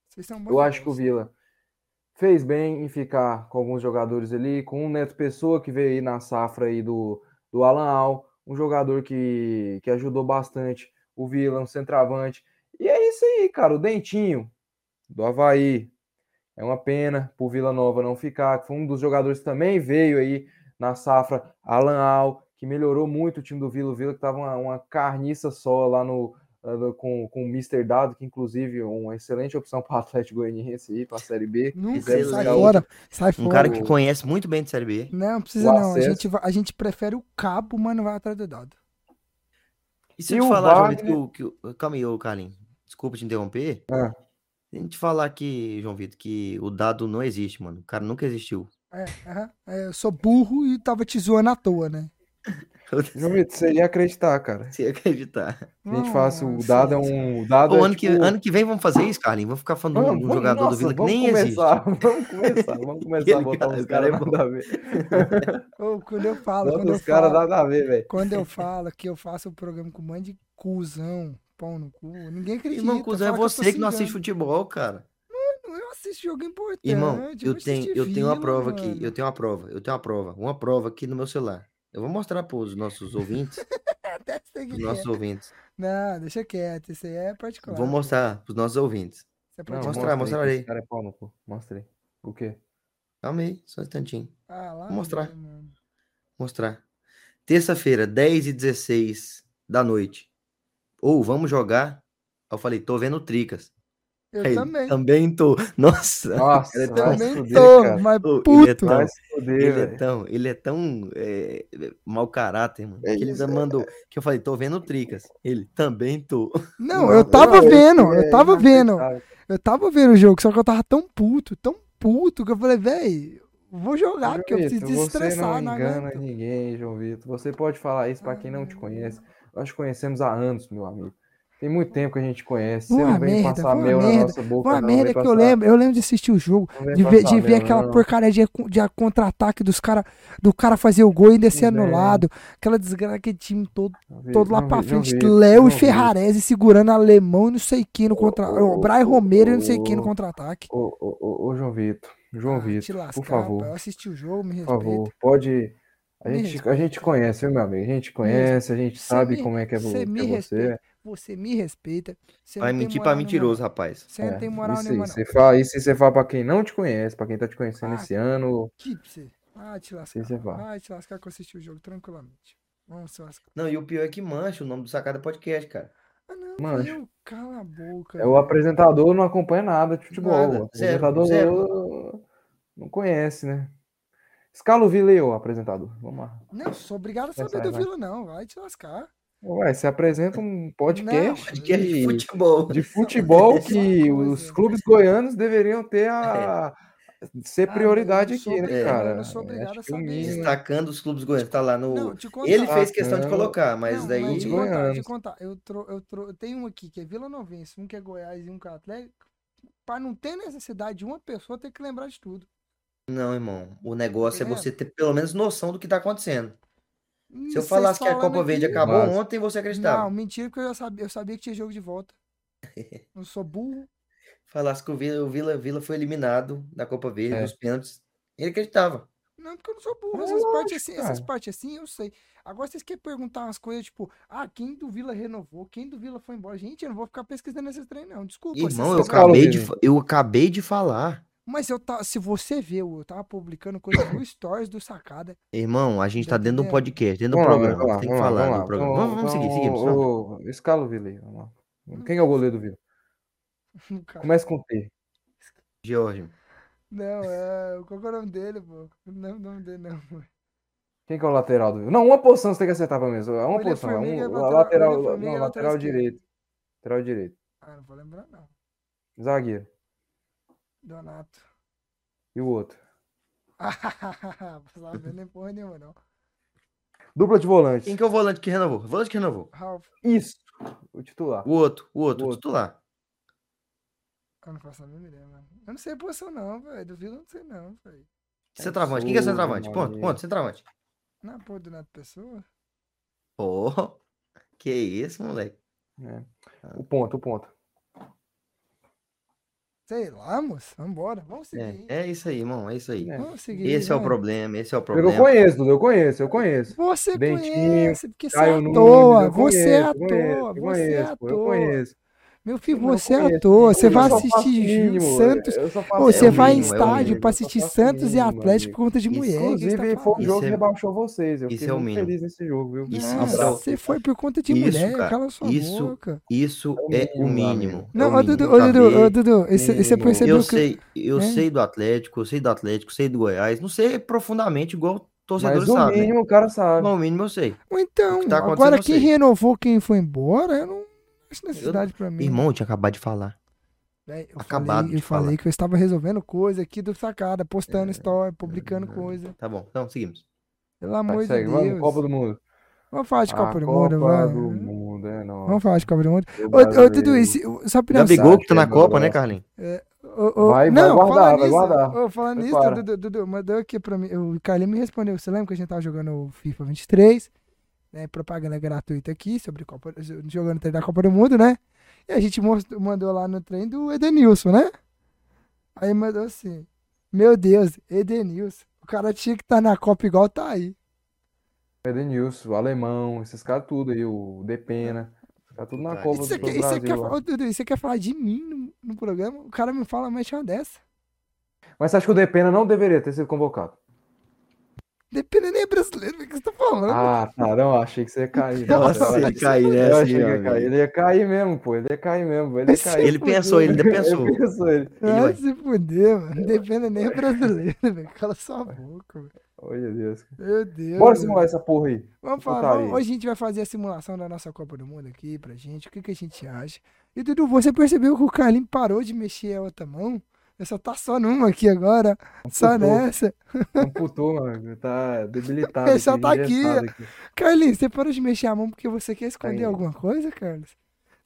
A: Vocês são
C: eu acho que o Vila fez bem em ficar com alguns jogadores ali, com o Neto Pessoa, que veio aí na safra aí do, do Alan Al, um jogador que, que ajudou bastante o Vila, um centroavante. E é isso aí, cara, o Dentinho, do Havaí. É uma pena pro Vila Nova não ficar, que foi um dos jogadores que também veio aí na safra, Alan Al, que melhorou muito o time do Vila, o Vila que tava uma, uma carniça só lá no... eh, Com, com o Mr. Dado, que inclusive é uma excelente opção para o Atlético Goianiense e para a Série B.
A: Nunca, sai
B: Quiser buscar
A: fora. Sai
B: Um
A: fora.
B: cara que conhece muito bem de Série B.
A: Não, precisa
C: O
A: não. A
C: acesso.
A: gente, va- a gente prefere o cabo, mano, vai atrás do dado.
B: E se
C: E
B: eu te
C: o
B: falar, João
C: Wagner-
B: Vitor, que, o- que o- calma aí, ô Carlinhos, desculpa te interromper.
C: Ah.
B: Se a gente falar que, João Vitor, que o dado não existe, mano. O cara nunca existiu.
A: É, aham. É, eu sou burro e tava te zoando à toa, né?
C: João Vitor, você ia acreditar, cara.
B: Sem acreditar.
C: Se a gente
A: Não,
C: falasse,
A: mano,
C: o dado é
A: sim.
C: um. O dado
B: Ô,
C: é
B: Hum, ano, que,
C: tipo-
B: ano que vem vamos fazer isso, Carlinhos? Vamos ficar falando de um- de um jogador
C: nossa,
B: do Vila que
C: vamos
B: nem existe.
C: começar, Vamos começar, vamos começar a
B: Ele,
C: botar
B: cara,
C: os
B: o cara
C: caras
B: é
C: nada a ver.
A: Ô, quando eu falo,
C: Bota
A: quando eu
C: os caras
A: falo,
C: nada a ver, velho.
A: quando eu falo que eu faço um programa com um monte de cuzão, pão no cu, ninguém acredita.
B: Irmão, cuzão, é
A: fala eu tô
B: você que não
A: xingando.
B: assiste futebol, cara.
A: eu assisto jogo importante.
B: Irmão, eu
A: vou
B: tenho,
A: assistir
B: eu tenho uma
A: filme,
B: prova
A: mano.
B: aqui. Eu tenho uma prova. Eu tenho uma prova. Uma prova aqui no meu celular. Eu vou mostrar para os nossos ouvintes.
A: Até sei que
B: Os
A: é.
B: nossos ouvintes.
A: Não, deixa quieto. Isso aí é particular.
B: Vou mostrar para os nossos ouvintes.
A: Isso é
C: Não,
A: particular.
B: mostrar,
C: mostra
B: mostrar
C: aí. que
B: aí.
C: Esse cara é pau no cu. Mostra aí. O quê?
B: Calma aí, só um instantinho.
A: Ah, lá
B: Vou mostrar.
A: vai, mano.
B: mostrar. Terça-feira, 10 e 16 da noite. Ou vamos jogar. Aí Eu falei, tô vendo o Tricas.
A: Eu
B: Aí ele, tá
A: também.
B: também tô. Nossa,
C: Nossa,
B: Ele
C: vai se
A: Também
C: fuder,
A: tô,
C: cara.
A: mas
B: Ô, ele é
A: puto.
B: tão-
C: Vai se fuder,
B: ele é
C: velho.
B: tão, ele é tão é, mau caráter, mano.
C: É
B: que ele
C: isso,
B: ainda mandou. Que eu falei, tô vendo o Tricas. Ele também tô.
C: tá
A: Não, eu tava
C: Não,
A: vendo,
C: esse
A: eu
C: é
B: tá
A: tava vendo.
C: inacreditável.
A: Eu tava vendo o jogo, só que eu tava tão puto, tão puto, que eu falei, velho, vou jogar, porque eu
C: João
A: preciso
C: Vitor, Você não
A: desestressar né, na
C: engana ninguém, João Vitor. Você pode falar isso pra quem não te conhece. Nós te conhecemos há anos, meu amigo. Tem muito tempo que a gente conhece. Você
A: Uma
C: não vem
A: merda,
C: passar
A: uma
C: mel na
A: merda,
C: nossa boca.
A: Foi uma
C: não,
A: merda
C: vem
A: que eu
C: passar-
A: lembro, eu lembro de assistir o jogo,
C: não vem
A: de ver,
C: passar
A: de ver
C: mel,
A: aquela
C: não.
A: porcaria de, de contra-ataque dos cara, do cara fazer o gol e descer
C: Pois é.
A: anulado, aquela desgraça, aquele time todo,
C: Não vi-
A: todo lá
C: não
A: pra
C: vi- não
A: frente,
C: vi,
A: Léo
C: não
A: e
C: vi.
A: Ferrarese segurando alemão e não sei quem no contra, o Brian Romero e não sei quem no contra-ataque.
C: Ô, ô, ô, ô, João Vitor. João
A: Ah, te
C: Vitor,
A: lascar,
C: por favor.
A: pai, eu assisti o jogo, me
C: Por
A: respeita.
C: favor, pode. A
A: Me
C: gente, a
A: respeita.
C: gente conhece, viu, meu amigo? A gente conhece, a gente
A: Cê
C: sabe
A: me-
C: como é que é, vo-
A: cê
C: que
A: me
C: é você.
A: respeita. Você me respeita. Você
B: Vai
A: não tem
B: mentir pra
A: moral nenhuma,
B: tipo, é mentiroso,
A: não.
B: rapaz.
A: Você não
C: É,
A: tem moral
C: isso aí,
A: nenhuma, não.
C: você fala, isso aí você fala pra quem não te conhece, pra quem tá te conhecendo
A: Ah,
C: esse ano.
A: Que pra você. Ah, te lascar.
C: Sim, cê fala.
A: Ah, te lascar que eu assisti o jogo tranquilamente. Vamos se lascar.
B: Não, e o pior é que mancha o nome do sacada podcast, cara.
A: Ah, não,
C: Mancho.
A: viu? Cala a boca.
C: É o apresentador não acompanha nada de futebol.
B: Nada, zero,
C: o apresentador não conhece, né? Escala o Vila e eu, apresentador. Vamos lá.
A: Não, sou obrigado a saber
C: sai,
A: do
C: vai.
A: Vila, não. Vai te lascar.
C: Ué, você apresenta um podcast,
B: Podcast de
C: de,
B: futebol.
C: de futebol
A: Essa
C: que
A: coisa.
C: os clubes goianos deveriam ter a. ser
A: Ah,
C: prioridade
A: eu não sou
C: aqui, né,
A: obrigado,
C: cara?
A: eu não sou
C: Acho
A: obrigado a
C: que o
A: saber.
C: mínimo- é
B: Destacando os clubes goianos. Tá lá no.
A: Não, te contar.
B: Ele fez questão de
C: Destacando-
B: colocar, mas
A: Não,
B: daí. tipo,
A: Mas te contar, te
C: Goianos.
A: contar. Eu, tro, eu, tro, eu tenho um aqui que é Vila Novense, um que é Goiás e um que é Atlético. Pra não ter necessidade de uma pessoa ter que lembrar de tudo.
B: Não, irmão. O negócio é
A: Entendendo?
B: você ter pelo menos noção do que tá acontecendo.
A: Hum,
B: Se eu
A: vocês
B: falasse que a
A: falando
B: Copa Verde é
A: aqui-
B: acabou
C: Mas-
B: ontem, você acreditava.
A: Não, mentira, porque eu já sabia, eu sabia que tinha jogo de volta. Não sou burro.
B: Falasse que o Vila, o Vila, Vila foi eliminado da Copa Verde,
C: É.
B: nos pênaltis. Ele acreditava.
A: Não, porque eu não sou burro.
C: É
A: Essas partes assim, essas
C: cara.
A: partes assim, eu sei. Agora vocês querem perguntar umas coisas tipo, ah, quem do Vila renovou, quem do Vila foi embora. Gente, eu não vou ficar pesquisando esses trem, não. Desculpa.
B: Irmão, eu
A: vocês-
C: vocês falam,
B: acabei, de,
C: Vini.
B: fa- eu acabei de falar.
A: Mas eu tá, se você viu, eu tava publicando coisas no Stories do Sacada.
B: Irmão, a gente
A: Tá
B: tá dentro do
A: entendendo?
B: podcast, dentro do
C: Vamos lá,
B: programa.
C: vamos lá,
B: tem que
C: vamos lá,
B: falar
C: vamos lá.
B: do programa.
C: Então-
B: Vamos, vamos seguir,
C: então,
B: seguimos. vamos.
C: ô, escala o Vila aí, vamos lá. Quem é o goleiro do Vila?
A: no cara.
C: Começa com T.
B: Jorge.
A: Não, é. Qual que é o nome dele, pô? Não é o nome dele, não.
C: Quem que é o lateral do Vila? Não, uma posição você tem que acertar pra mim. Uma
A: William
C: posição. é Um,
A: Formiga é
C: lateral,
A: lateral- William
C: não,
A: Formiga é
C: lateral
A: lateral esquerdo.
C: direito. Lateral direito.
A: Ah, não vou lembrar, não.
C: Zagueiro.
A: Donato.
C: E o outro?
A: Ah, não vendo nem porra nenhuma, não.
C: Dupla de volante.
B: Quem que é o volante que renovou? O volante que renovou.
A: Ralph,
C: Isso. O titular.
B: O outro, o outro,
C: O
B: o
C: outro.
B: titular.
A: eu não faço a mínima ideia, mano. Eu não sei a posição, não, velho. Do Vila eu não sei, não, velho.
B: Centroavante. Quem que é
C: Absurdo,
B: centroavante? Ponto,
C: Maria.
B: ponto, centroavante.
A: Na é porra do Donato Pessoa?
B: Pô, que isso, moleque.
C: né? O ponto, o ponto.
A: Sei lá, moço. Vambora. Vamos seguir.
B: É, é isso aí, irmão, é isso aí.
C: É.
A: Vamos seguir. né?
B: Esse é o
A: vai.
B: problema, esse é o
C: Eu
B: problema.
C: conheço, Dudu, eu conheço, eu conheço.
A: Você
C: Dentinho,
A: conhece, porque você é
C: Caio
A: à
C: Nunes,
A: toa.
C: eu
A: Você é à
C: conheço, eu conheço,
A: toa.
C: eu
A: Você é à
C: conheço, Eu
A: toa.
C: conheço.
A: Meu filho,
C: Não, eu
A: você é à
C: conheço.
A: toa. Você
C: Eu
A: vai
C: só faço o
A: assistir
C: mínimo,
A: Santos.
C: eu só faço
A: Ô,
C: o
A: você
B: é o
A: vai em
B: mínimo, é o
A: estádio
B: mínimo,
A: pra
C: eu só
A: assistir
C: faço o
A: Santos e
C: mínimo,
A: Atlético
C: amigo.
A: por conta de mulher. o que você tá
C: Inclusive, foi um
A: falando?
C: jogo
B: Isso
C: que
B: é-
C: rebaixou vocês. Eu
B: isso
C: fiquei
B: é o
C: muito
B: mínimo.
C: feliz nesse jogo, viu?
B: Isso
A: Não,
B: é o-
A: você foi por conta de
B: Isso,
A: mulher.
B: cara,
A: Cala sua
B: isso-
A: boca.
B: Isso
C: o
B: é o
C: mínimo, meu amigo.
B: mínimo. é
A: Não,
B: o
A: ô
B: mínimo,
A: Dudu, ô Dudu, ô
B: saber.
A: Dudu, esse- você
C: mínimo.
A: percebeu
B: Eu
A: que.
B: sei, eu
A: né?
B: sei do Atlético, eu sei do Atlético, eu sei do Goiás, não sei profundamente igual o torcedor
C: Mas o
B: sabe. né?
C: mínimo o cara sabe.
B: Mas o mínimo eu sei.
A: Ou então,
B: O que tá acontecendo,
A: agora
B: eu
A: quem
B: sei.
A: renovou, quem foi embora, eu não acho necessidade pra mim.
B: Irmão, eu tinha acabado de falar.
A: Véi, né? eu
B: acabado
A: falei, eu
B: de
A: falei
B: falar.
A: que eu estava resolvendo coisa aqui do sacada, postando story, publicando
B: é.
A: coisa.
B: Tá bom, então seguimos.
A: Pelo
C: Tá,
A: amor de
C: segue,
A: Deus.
C: vamos, Copa do Mundo.
A: Vamos falar de Copa
C: A
A: do Mundo,
C: Copa
A: vamos.
C: do Mundo, é
A: Vamos
C: nóis.
A: falar de Copa do Mundo.
C: O
A: Ô, ô
C: brasileiro.
A: Dudu, esse, ô, só pra um
B: Gabigol que tá na
C: Sacha,
B: Copa, né,
C: Eduardo.
B: Carlinhos?
A: Ô, ô,
C: Vai- vai
A: não,
C: guardar,
A: falando
C: vai
A: nisso,
C: guardar.
A: ô, falando nisso,
C: Prepara.
A: Dudu, Dudu, mandou aqui pra mim. O Carlinho me respondeu. Você lembra que a gente tava jogando o FIFA 23, né? Propaganda gratuita aqui sobre Copa, jogando o treino da Copa do Mundo, né? E a gente most- mandou lá no trem do Edenilson, né? Aí mandou assim: Meu Deus, Edenilson, o cara tinha que estar na Copa igual tá aí.
C: Edenilson, o Alemão, esses caras tudo aí, o Depena. Esses caras tudo na
B: Isso
C: Copa do
A: Isso aqui,
C: do
A: isso aqui é,
C: Brasil. lá.
A: fa- Ô, Dudu, isso aqui é falar de mim no, no programa? O cara me fala mais uma dessa.
C: Mas você acha que o Depena não deveria ter sido convocado?
A: Depende nem é brasileiro, o que que você tá falando?
C: Ah, tá, não, achei que você ia cair. né,
A: Nossa,
C: cara?
A: ele
C: Eu
B: cair, né,
C: achei
B: assim,
C: que ia
B: ó,
C: cair. Ele ia cair mesmo, pô. Ele ia cair mesmo. Ele ia
A: Esse-
C: cair.
B: Ele pensou, ele ainda pensou.
C: Ele pensou, ele-
B: ele
A: Vai
B: vai.
A: se fuder, mano. Depende nem é brasileiro, velho. Cala sua boca, velho.
C: Ai, meu Deus.
A: Meu Deus.
C: Bora
A: velho.
C: simular essa porra aí.
A: Vamos falar,
C: Botaria.
A: vamos- hoje a gente vai fazer a simulação da nossa Copa do Mundo aqui pra gente, o que, que a gente acha. E Dudu, você percebeu que o Carlinho parou de mexer a outra mão? Eu só tá só numa aqui agora, só
C: Amputou.
A: nessa.
C: Amputou, mano. Tá debilitado.
A: Ele só tá aqui.
C: engessado aqui.
A: Carlinhos, você parou de mexer a mão porque você quer esconder
C: Aí.
A: alguma coisa, Carlos?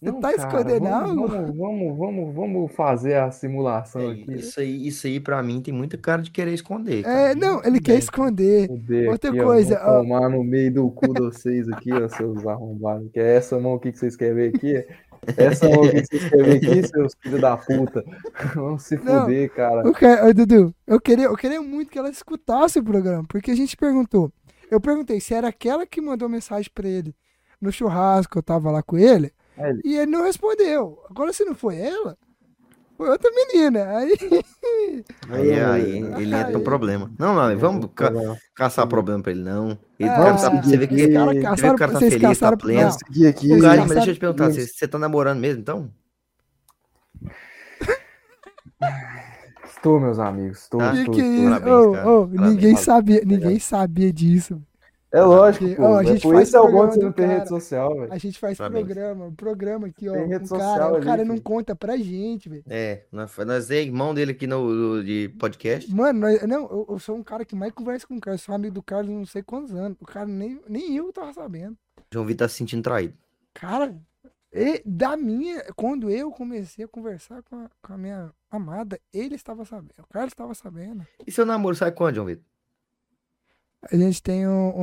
A: Você
C: Não,
A: tá
C: cara,
A: escondendo algo?
C: vamos, vamos, vamos, vamos, vamos fazer a simulação
B: É,
C: aqui.
B: Isso aí, isso aí pra mim tem muita cara de querer esconder.
A: É,
B: cara.
A: não, ele quer esconder.
C: Fudeu
A: Outra
C: aqui, ó,
A: coisa,
C: vou
A: ó.
C: tomar no meio do cu de vocês aqui, ó, seus arrombados. Que é essa mão aqui que vocês querem ver aqui? É Essa mão aqui que vocês querem ver aqui, seus filhos da puta. Vamos se
A: Não.
C: fuder, cara.
A: O Ca- Ô, Dudu, eu queria, eu queria muito que ela escutasse o programa, porque a gente perguntou. Eu perguntei se era aquela que mandou mensagem pra ele no churrasco, eu tava lá com ele,
C: É, ele-
A: e ele não respondeu. Agora, se não foi ela, foi outra menina. Aí,
B: Aí, é né? aí ele entra
A: Aí.
B: no problema. Não, não, vamos ca-
C: Vamos
B: caçar problema pra ele, não. Ele
A: Ah,
B: deve tá- você vê que
A: os
C: ele-
A: caras
C: você vê que
B: o
A: caçaram,
B: cara tá
A: vocês
B: feliz, tá
A: caçaram.
B: pleno.
A: não,
C: seguir aqui.
A: Ele-
B: Cara, mas
A: engraçado-
B: deixa eu te perguntar, você, você tá namorando mesmo, então?
C: Estou, meus amigos. Estou,
B: Ah,
A: que
C: estou,
A: que é
C: estou.
A: isso?
B: parabéns,
A: Ô,
B: cara.
A: ô,
B: Parabéns.
A: ninguém sabia, ninguém sabia disso.
C: É lógico,
A: Porque,
C: pô.
A: ó, a
C: é
A: gente
C: por
A: faz
C: isso é o bom
A: programa
C: de você
A: do
C: não ter
A: cara.
C: rede social, velho.
A: A gente faz
B: Parabéns.
A: programa, um programa aqui, ó.
C: Tem rede
A: um
C: social
A: cara, o
C: ali,
A: cara não
C: filho.
A: conta pra gente, velho.
B: É, nós, nós é irmão dele aqui no, no- de podcast.
A: Mano, nós- não, eu, eu sou um cara que mais conversa com o Carlos, sou amigo do Carlos não sei quantos anos. O cara nem, nem eu tava sabendo.
B: João Vitor tá se sentindo traído.
A: Cara, e da minha, quando eu comecei a conversar com a, com a minha amada, ele estava sabendo, o Carlos estava sabendo.
B: E seu namoro sai quando, João Vitor?
A: A gente tem um,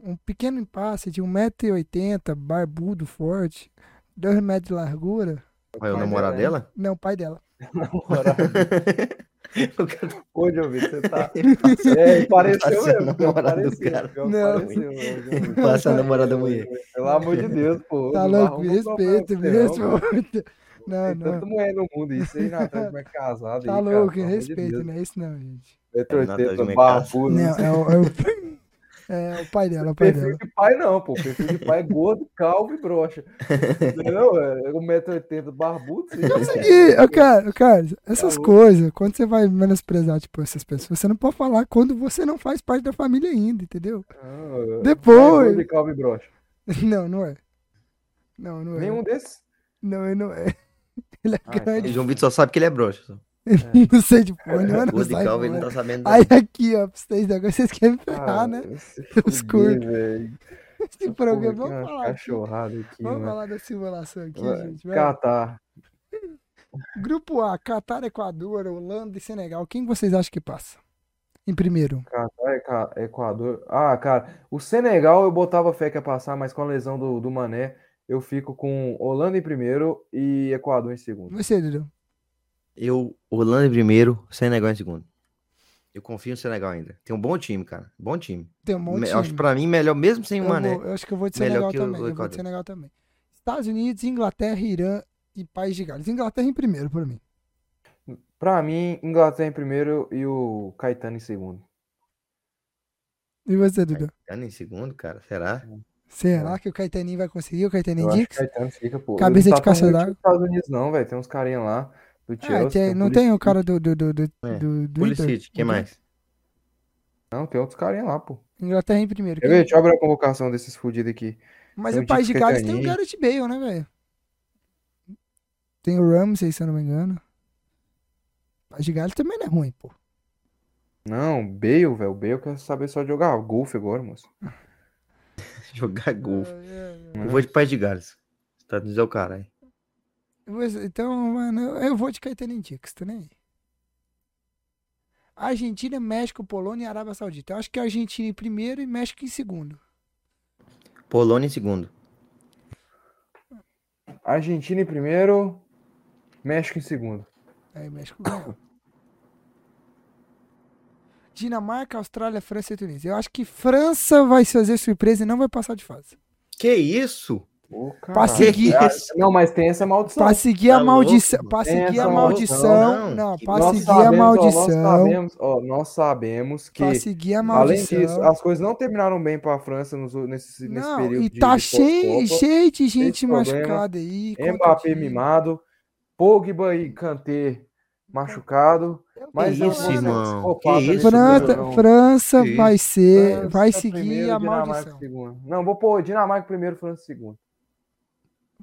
A: um, um pequeno impasse de 1,80m, barbudo, forte, 2 metros de largura.
B: Vai o
C: Mas
B: namorado
C: é,
B: dela?
A: Não, o pai dela.
B: O cara
C: Ô, Jovem, você tá. É, pareceu
B: Passa a
C: mesmo.
B: namorada do
C: Pareceu,
B: cara.
C: pior que
A: Não.
C: pareceu, mano, Jovem.
B: passa a namorada da mulher.
C: Pelo amor de Deus, pô.
A: Tá
C: não
A: louco?
C: arruma
A: Me
C: um problema
A: respeita,
C: pra
A: me
C: você, não, pô.
A: respeita. Não,
C: Tem
A: não.
C: tanta mulher no mundo, isso aí, Natan, como é casado.
A: Tá
C: aí,
A: louco,
C: cara,
A: respeita, não é isso não, gente.
B: Natan, como
C: Retroteta,
B: é
C: barbudo.
A: Não, é o, é o- é o pai dela, é o pai
C: Perfil
A: dela.
C: de pai não, pô. Perfil de pai é gordo, calvo e broxa. Não, é 1,80m barbudo. Sim.
A: É o seguinte, ô, cara, ô, Carlos, essas
C: Tá louco.
A: coisas, quando você vai menosprezar, tipo, essas pessoas, você não pode falar quando você não faz parte da família ainda, entendeu?
C: Não, é gordo
A: Depois.
C: e calvo e broxa.
A: Não, não é. Não, não é.
C: Nenhum desses.
A: Não, ele não é. Ele é
C: Ah, então-
A: grande,
B: E João Vitor só sabe que ele é broxa.
A: não sei de porra, não é, não
B: O de
A: sai
B: calvo ele
A: fora.
B: não tá sabendo.
A: Aí aqui, ó, pra vocês agora, vocês querem me
C: Ah,
A: ferrar, né? Os curtos. Esse programa, vamos falar. aqui.
C: é Cachorrada aqui,
A: Vamos
C: mano.
A: falar né? da simulação aqui,
C: Vai,
A: gente. vai.
C: Catar.
A: Grupo A, Catar, Equador, Holanda e Senegal. Quem vocês acham que passa? Em primeiro.
C: Catar, Eca- Equador. Ah, cara, o Senegal eu botava fé que ia passar, mas com a lesão do, do Mané, eu fico com Holanda em primeiro e Equador em segundo.
A: Você, Dudu.
B: Eu, Holanda em primeiro, Senegal em segundo. Eu confio no Senegal ainda. Tem um bom time, cara. Bom time.
A: Tem um monte
B: Me-
A: de
B: Acho
A: time.
B: que pra mim, melhor mesmo sem
A: eu,
B: o Mané.
A: vou- eu acho que eu vou de
B: Melhor
A: Senegal
B: que o-
A: também.
B: o
A: eu vou de
B: Equador.
A: Senegal também. Estados Unidos, Inglaterra, Irã e País de Gales. Inglaterra em primeiro, por mim.
C: Pra mim, Inglaterra em primeiro e o Caetano em segundo.
A: E você, Dudu?
B: Caetano em segundo, cara. Será?
A: Será que o Caetaninho vai conseguir? O Caetaninho
C: É. Eu acho que
A: Dix?
C: Caetano fica, pô.
A: Cabeça
C: Não
A: de
C: tá tão ruim
A: caçador.
C: nos Estados Unidos, não, velho. Tem uns carinha lá do
A: Ah,
C: Chelsea.
A: tem- não
C: o
A: tem o
C: Pulisic,
A: cara do. do, do, do,
B: É.
A: do, do Inter?
B: Pulisic, quem mais?
C: Não, tem outros carinha lá, pô.
A: Inglaterra em primeiro.
C: Quer
A: Quem-
C: ver? Deixa eu abrir a convocação desses fudidos aqui.
A: Mas
C: Tem
A: o
C: o
A: País de
C: Dix
A: Gales tem o
C: Caetano.
A: Gareth Bale, né, velho? Tem o Ramsey, se eu não me engano. País de Gales também não é ruim, pô.
C: Não, Bale, velho. Bale quer saber só de jogar golfe agora, moço.
B: Jogar golfe. Eu vou de País de Gales. Estados Unidos é o cara, hein?
A: Mas, Então, mano, eu- eu vou de Caetano Indix, tô nem aí. Argentina, México, Polônia e Arábia Saudita. Eu acho que a Argentina em primeiro e México em segundo.
B: Polônia em segundo.
C: Argentina em primeiro, México em segundo.
A: Aí México ganha. Dinamarca, Austrália, França e Tunísia. Eu acho que França vai fazer surpresa e não vai passar de fase.
B: Que isso?
C: Ô,
A: Pra
C: caralho.
A: seguir,
B: Ah,
C: É, Não, mas tem essa maldição.
A: pra seguir
B: Tá
A: a maldição.
B: louco,
A: Pra
C: mano. Tem
A: seguir a
C: essa
A: maldição.
B: maldição,
A: Não,
B: não, que
A: pra
C: Nós
A: seguir a
C: sabemos, ó, Nós
A: maldição.
C: sabemos, ó, nós sabemos que,
A: Pra seguir a
C: além disso,
A: maldição.
C: as coisas não terminaram bem para a França nos- nesse, nesse
A: Não,
C: período
A: e
C: de-
A: tá
C: de
A: cheio,
C: Copa.
A: cheio de gente
C: problemas.
A: machucada aí.
C: Mbappé
A: contundido.
C: mimado, Pogba e Kanté machucado. Mas é
B: Que
C: eu
B: isso,
C: vou ser
B: irmão?
C: psicopata
B: Que isso,
C: nesse
A: França,
C: programa.
A: França
B: Que
A: vai ser,
C: França é
A: vai seguir
C: primeiro,
A: a
C: Dinamarca
A: maldição.
C: segundo. Não, vou pôr Dinamarca primeiro, França segundo.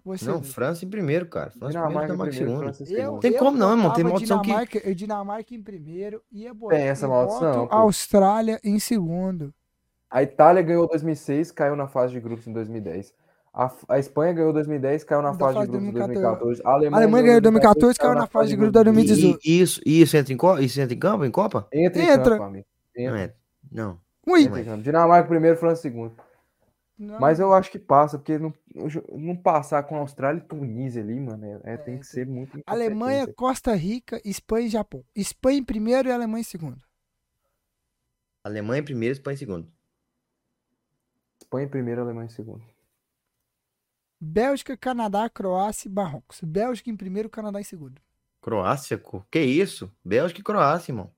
A: Você
B: Não,
A: vê.
B: França em primeiro, cara. França em primeiro, tá
C: Dinamarca
B: Dinamarca em
C: primeiro,
B: segundo.
C: França
A: Eu,
C: é segundo.
B: Tem
A: eu
B: como não, irmão, tem
A: botava
B: maldição que-
A: Dinamarca, eu Dinamarca em primeiro e ia botar
C: Tem essa
A: e
C: maldição,
A: boto
C: pô.
A: Austrália em segundo.
C: A Itália ganhou 2006, caiu na fase de grupos em 2010. A, F- a Espanha ganhou 2010, caiu na
A: Da
C: fase,
A: fase
C: de grupos em
A: 2014.
C: 2014. A
A: A
C: Alemanha,
A: Alemanha ganhou em 2014, caiu na fase de grupos da
B: E-
A: 2018.
B: E, isso, isso entra em, co- isso entra em campo, em Copa?
C: Entra,
A: Entra.
C: em campo, amigo.
B: Não
C: Entra,
B: é. Não.
A: Ui,
C: entra em campo. Dinamarca primeiro, França segundo.
A: não,
C: Mas eu acho que passa, porque não, não passar com a Austrália e Tunísia ali, mano, é, é- tem que ser muito. incompetência.
A: Alemanha, Costa Rica, Espanha e Japão. Espanha em primeiro e Alemanha em segundo.
B: Alemanha em primeiro, Espanha em segundo.
C: Espanha em primeiro, Alemanha em segundo.
A: Bélgica, Canadá, Croácia e Marrocos. Bélgica em primeiro, Canadá em segundo.
B: Croácia, co- que isso? Bélgica e Croácia, irmão.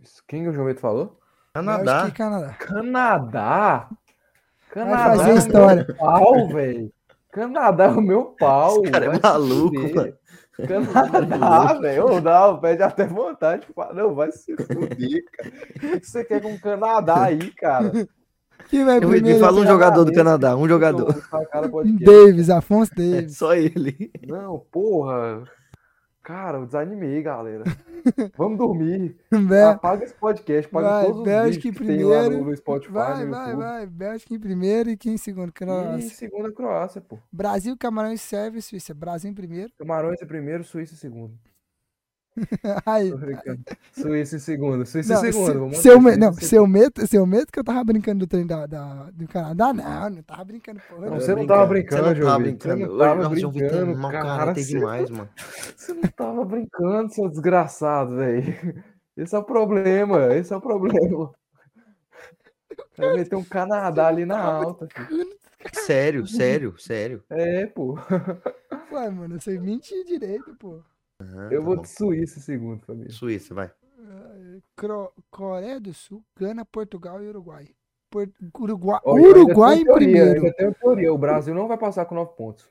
C: Isso, Quem que o João Vitor falou?
B: Canadá.
A: Bélgica e Canadá.
C: Canadá! Canadá!
A: Vai fazer
C: é o
A: história.
C: Meu pau, velho! Canadá é o meu pau!
B: Esse cara é
C: vai se
B: maluco,
C: fuder.
B: mano.
C: Canadá, velho! Ô, Não, pede até vontade de falar. Não, vai se fuder, cara. O que você quer com o Canadá aí, cara?
A: Quem vai
B: Eu me- me
A: primeiro?
B: fala um
C: Canadá
B: jogador do
C: mesmo.
B: Canadá, um jogador.
C: Essa cara pode querer.
A: Davis, Afonso
B: É
A: Davis.
B: só ele.
C: Não, porra. Cara, eu desanimei, galera. Vamos dormir.
A: Bé-
C: Apaga esse podcast, apaga
A: É. Vai,
C: Ah, todos os
A: Bélgica em
C: vídeos que tem lá no,
A: primeiro.
C: no Spotify,
A: Vai,
C: no
A: vai,
C: YouTube.
A: vai. Bélgica em primeiro e quem em segundo?
C: E
A: Croácia.
C: segunda Croácia, pô.
A: assim. Brasil, Camarões, Sérvia e Suíça. Brasil em primeiro.
C: Camarões em primeiro, Suíça em segundo.
A: Aí.
C: Tô brincando. Suíça em segundo, Suíça
A: Não,
C: em segundo.
A: se-
C: vamos
A: seu, me-
C: manter Suíça
A: não,
C: em segundo.
A: seu, medo, seu medo que eu tava brincando do trem da, da- do Canadá? Não, não tava brincando. Porra,
C: Não,
A: não.
C: você não tava brincando,
B: Você não tava
C: João Vitor,
B: brincando.
C: você não
B: Hoje,
C: tava
B: nossa, João Vitor é
C: brincando,
B: mau
C: cara,
B: caráter
C: você-
B: demais, mano.
C: Você não tava brincando, seu desgraçado, velho. Esse é o problema, esse é o problema. Vai meter um Canadá ali na alta. filho.
B: Sério, sério, sério.
C: É, pô.
A: Ué, mano, você mentiu direito, pô.
B: Aham,
C: Eu
B: tá
C: vou
B: bom.
C: de Suíça em segundo, família.
B: Suíça, vai.
A: Cro- Coreia do Sul, Gana, Portugal e Uruguai. Por- Uruguai,
C: Ó, eu ainda
A: Uruguai
C: tenho
A: em
C: teoria, eu
A: primeiro.
C: ainda tenho teoria. O Brasil não vai passar com 9 pontos.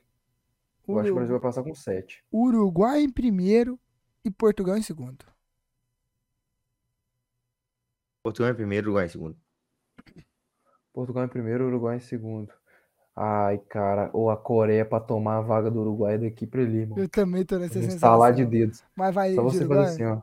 C: Eu acho que o Brasil
A: Uru-
C: vai passar com 7.
A: Uruguai em primeiro e Portugal em segundo.
B: Portugal em primeiro, Uruguai em segundo.
C: Portugal em primeiro, Uruguai em segundo. Ai, cara, ou a Coreia pra tomar a vaga do Uruguai daqui pra ali, mano.
A: Eu também tô nessa
C: Instalar tá de
A: sensação.
C: dedos.
A: Mas vai de
C: Só você
A: Uruguai?
C: fazer assim, ó.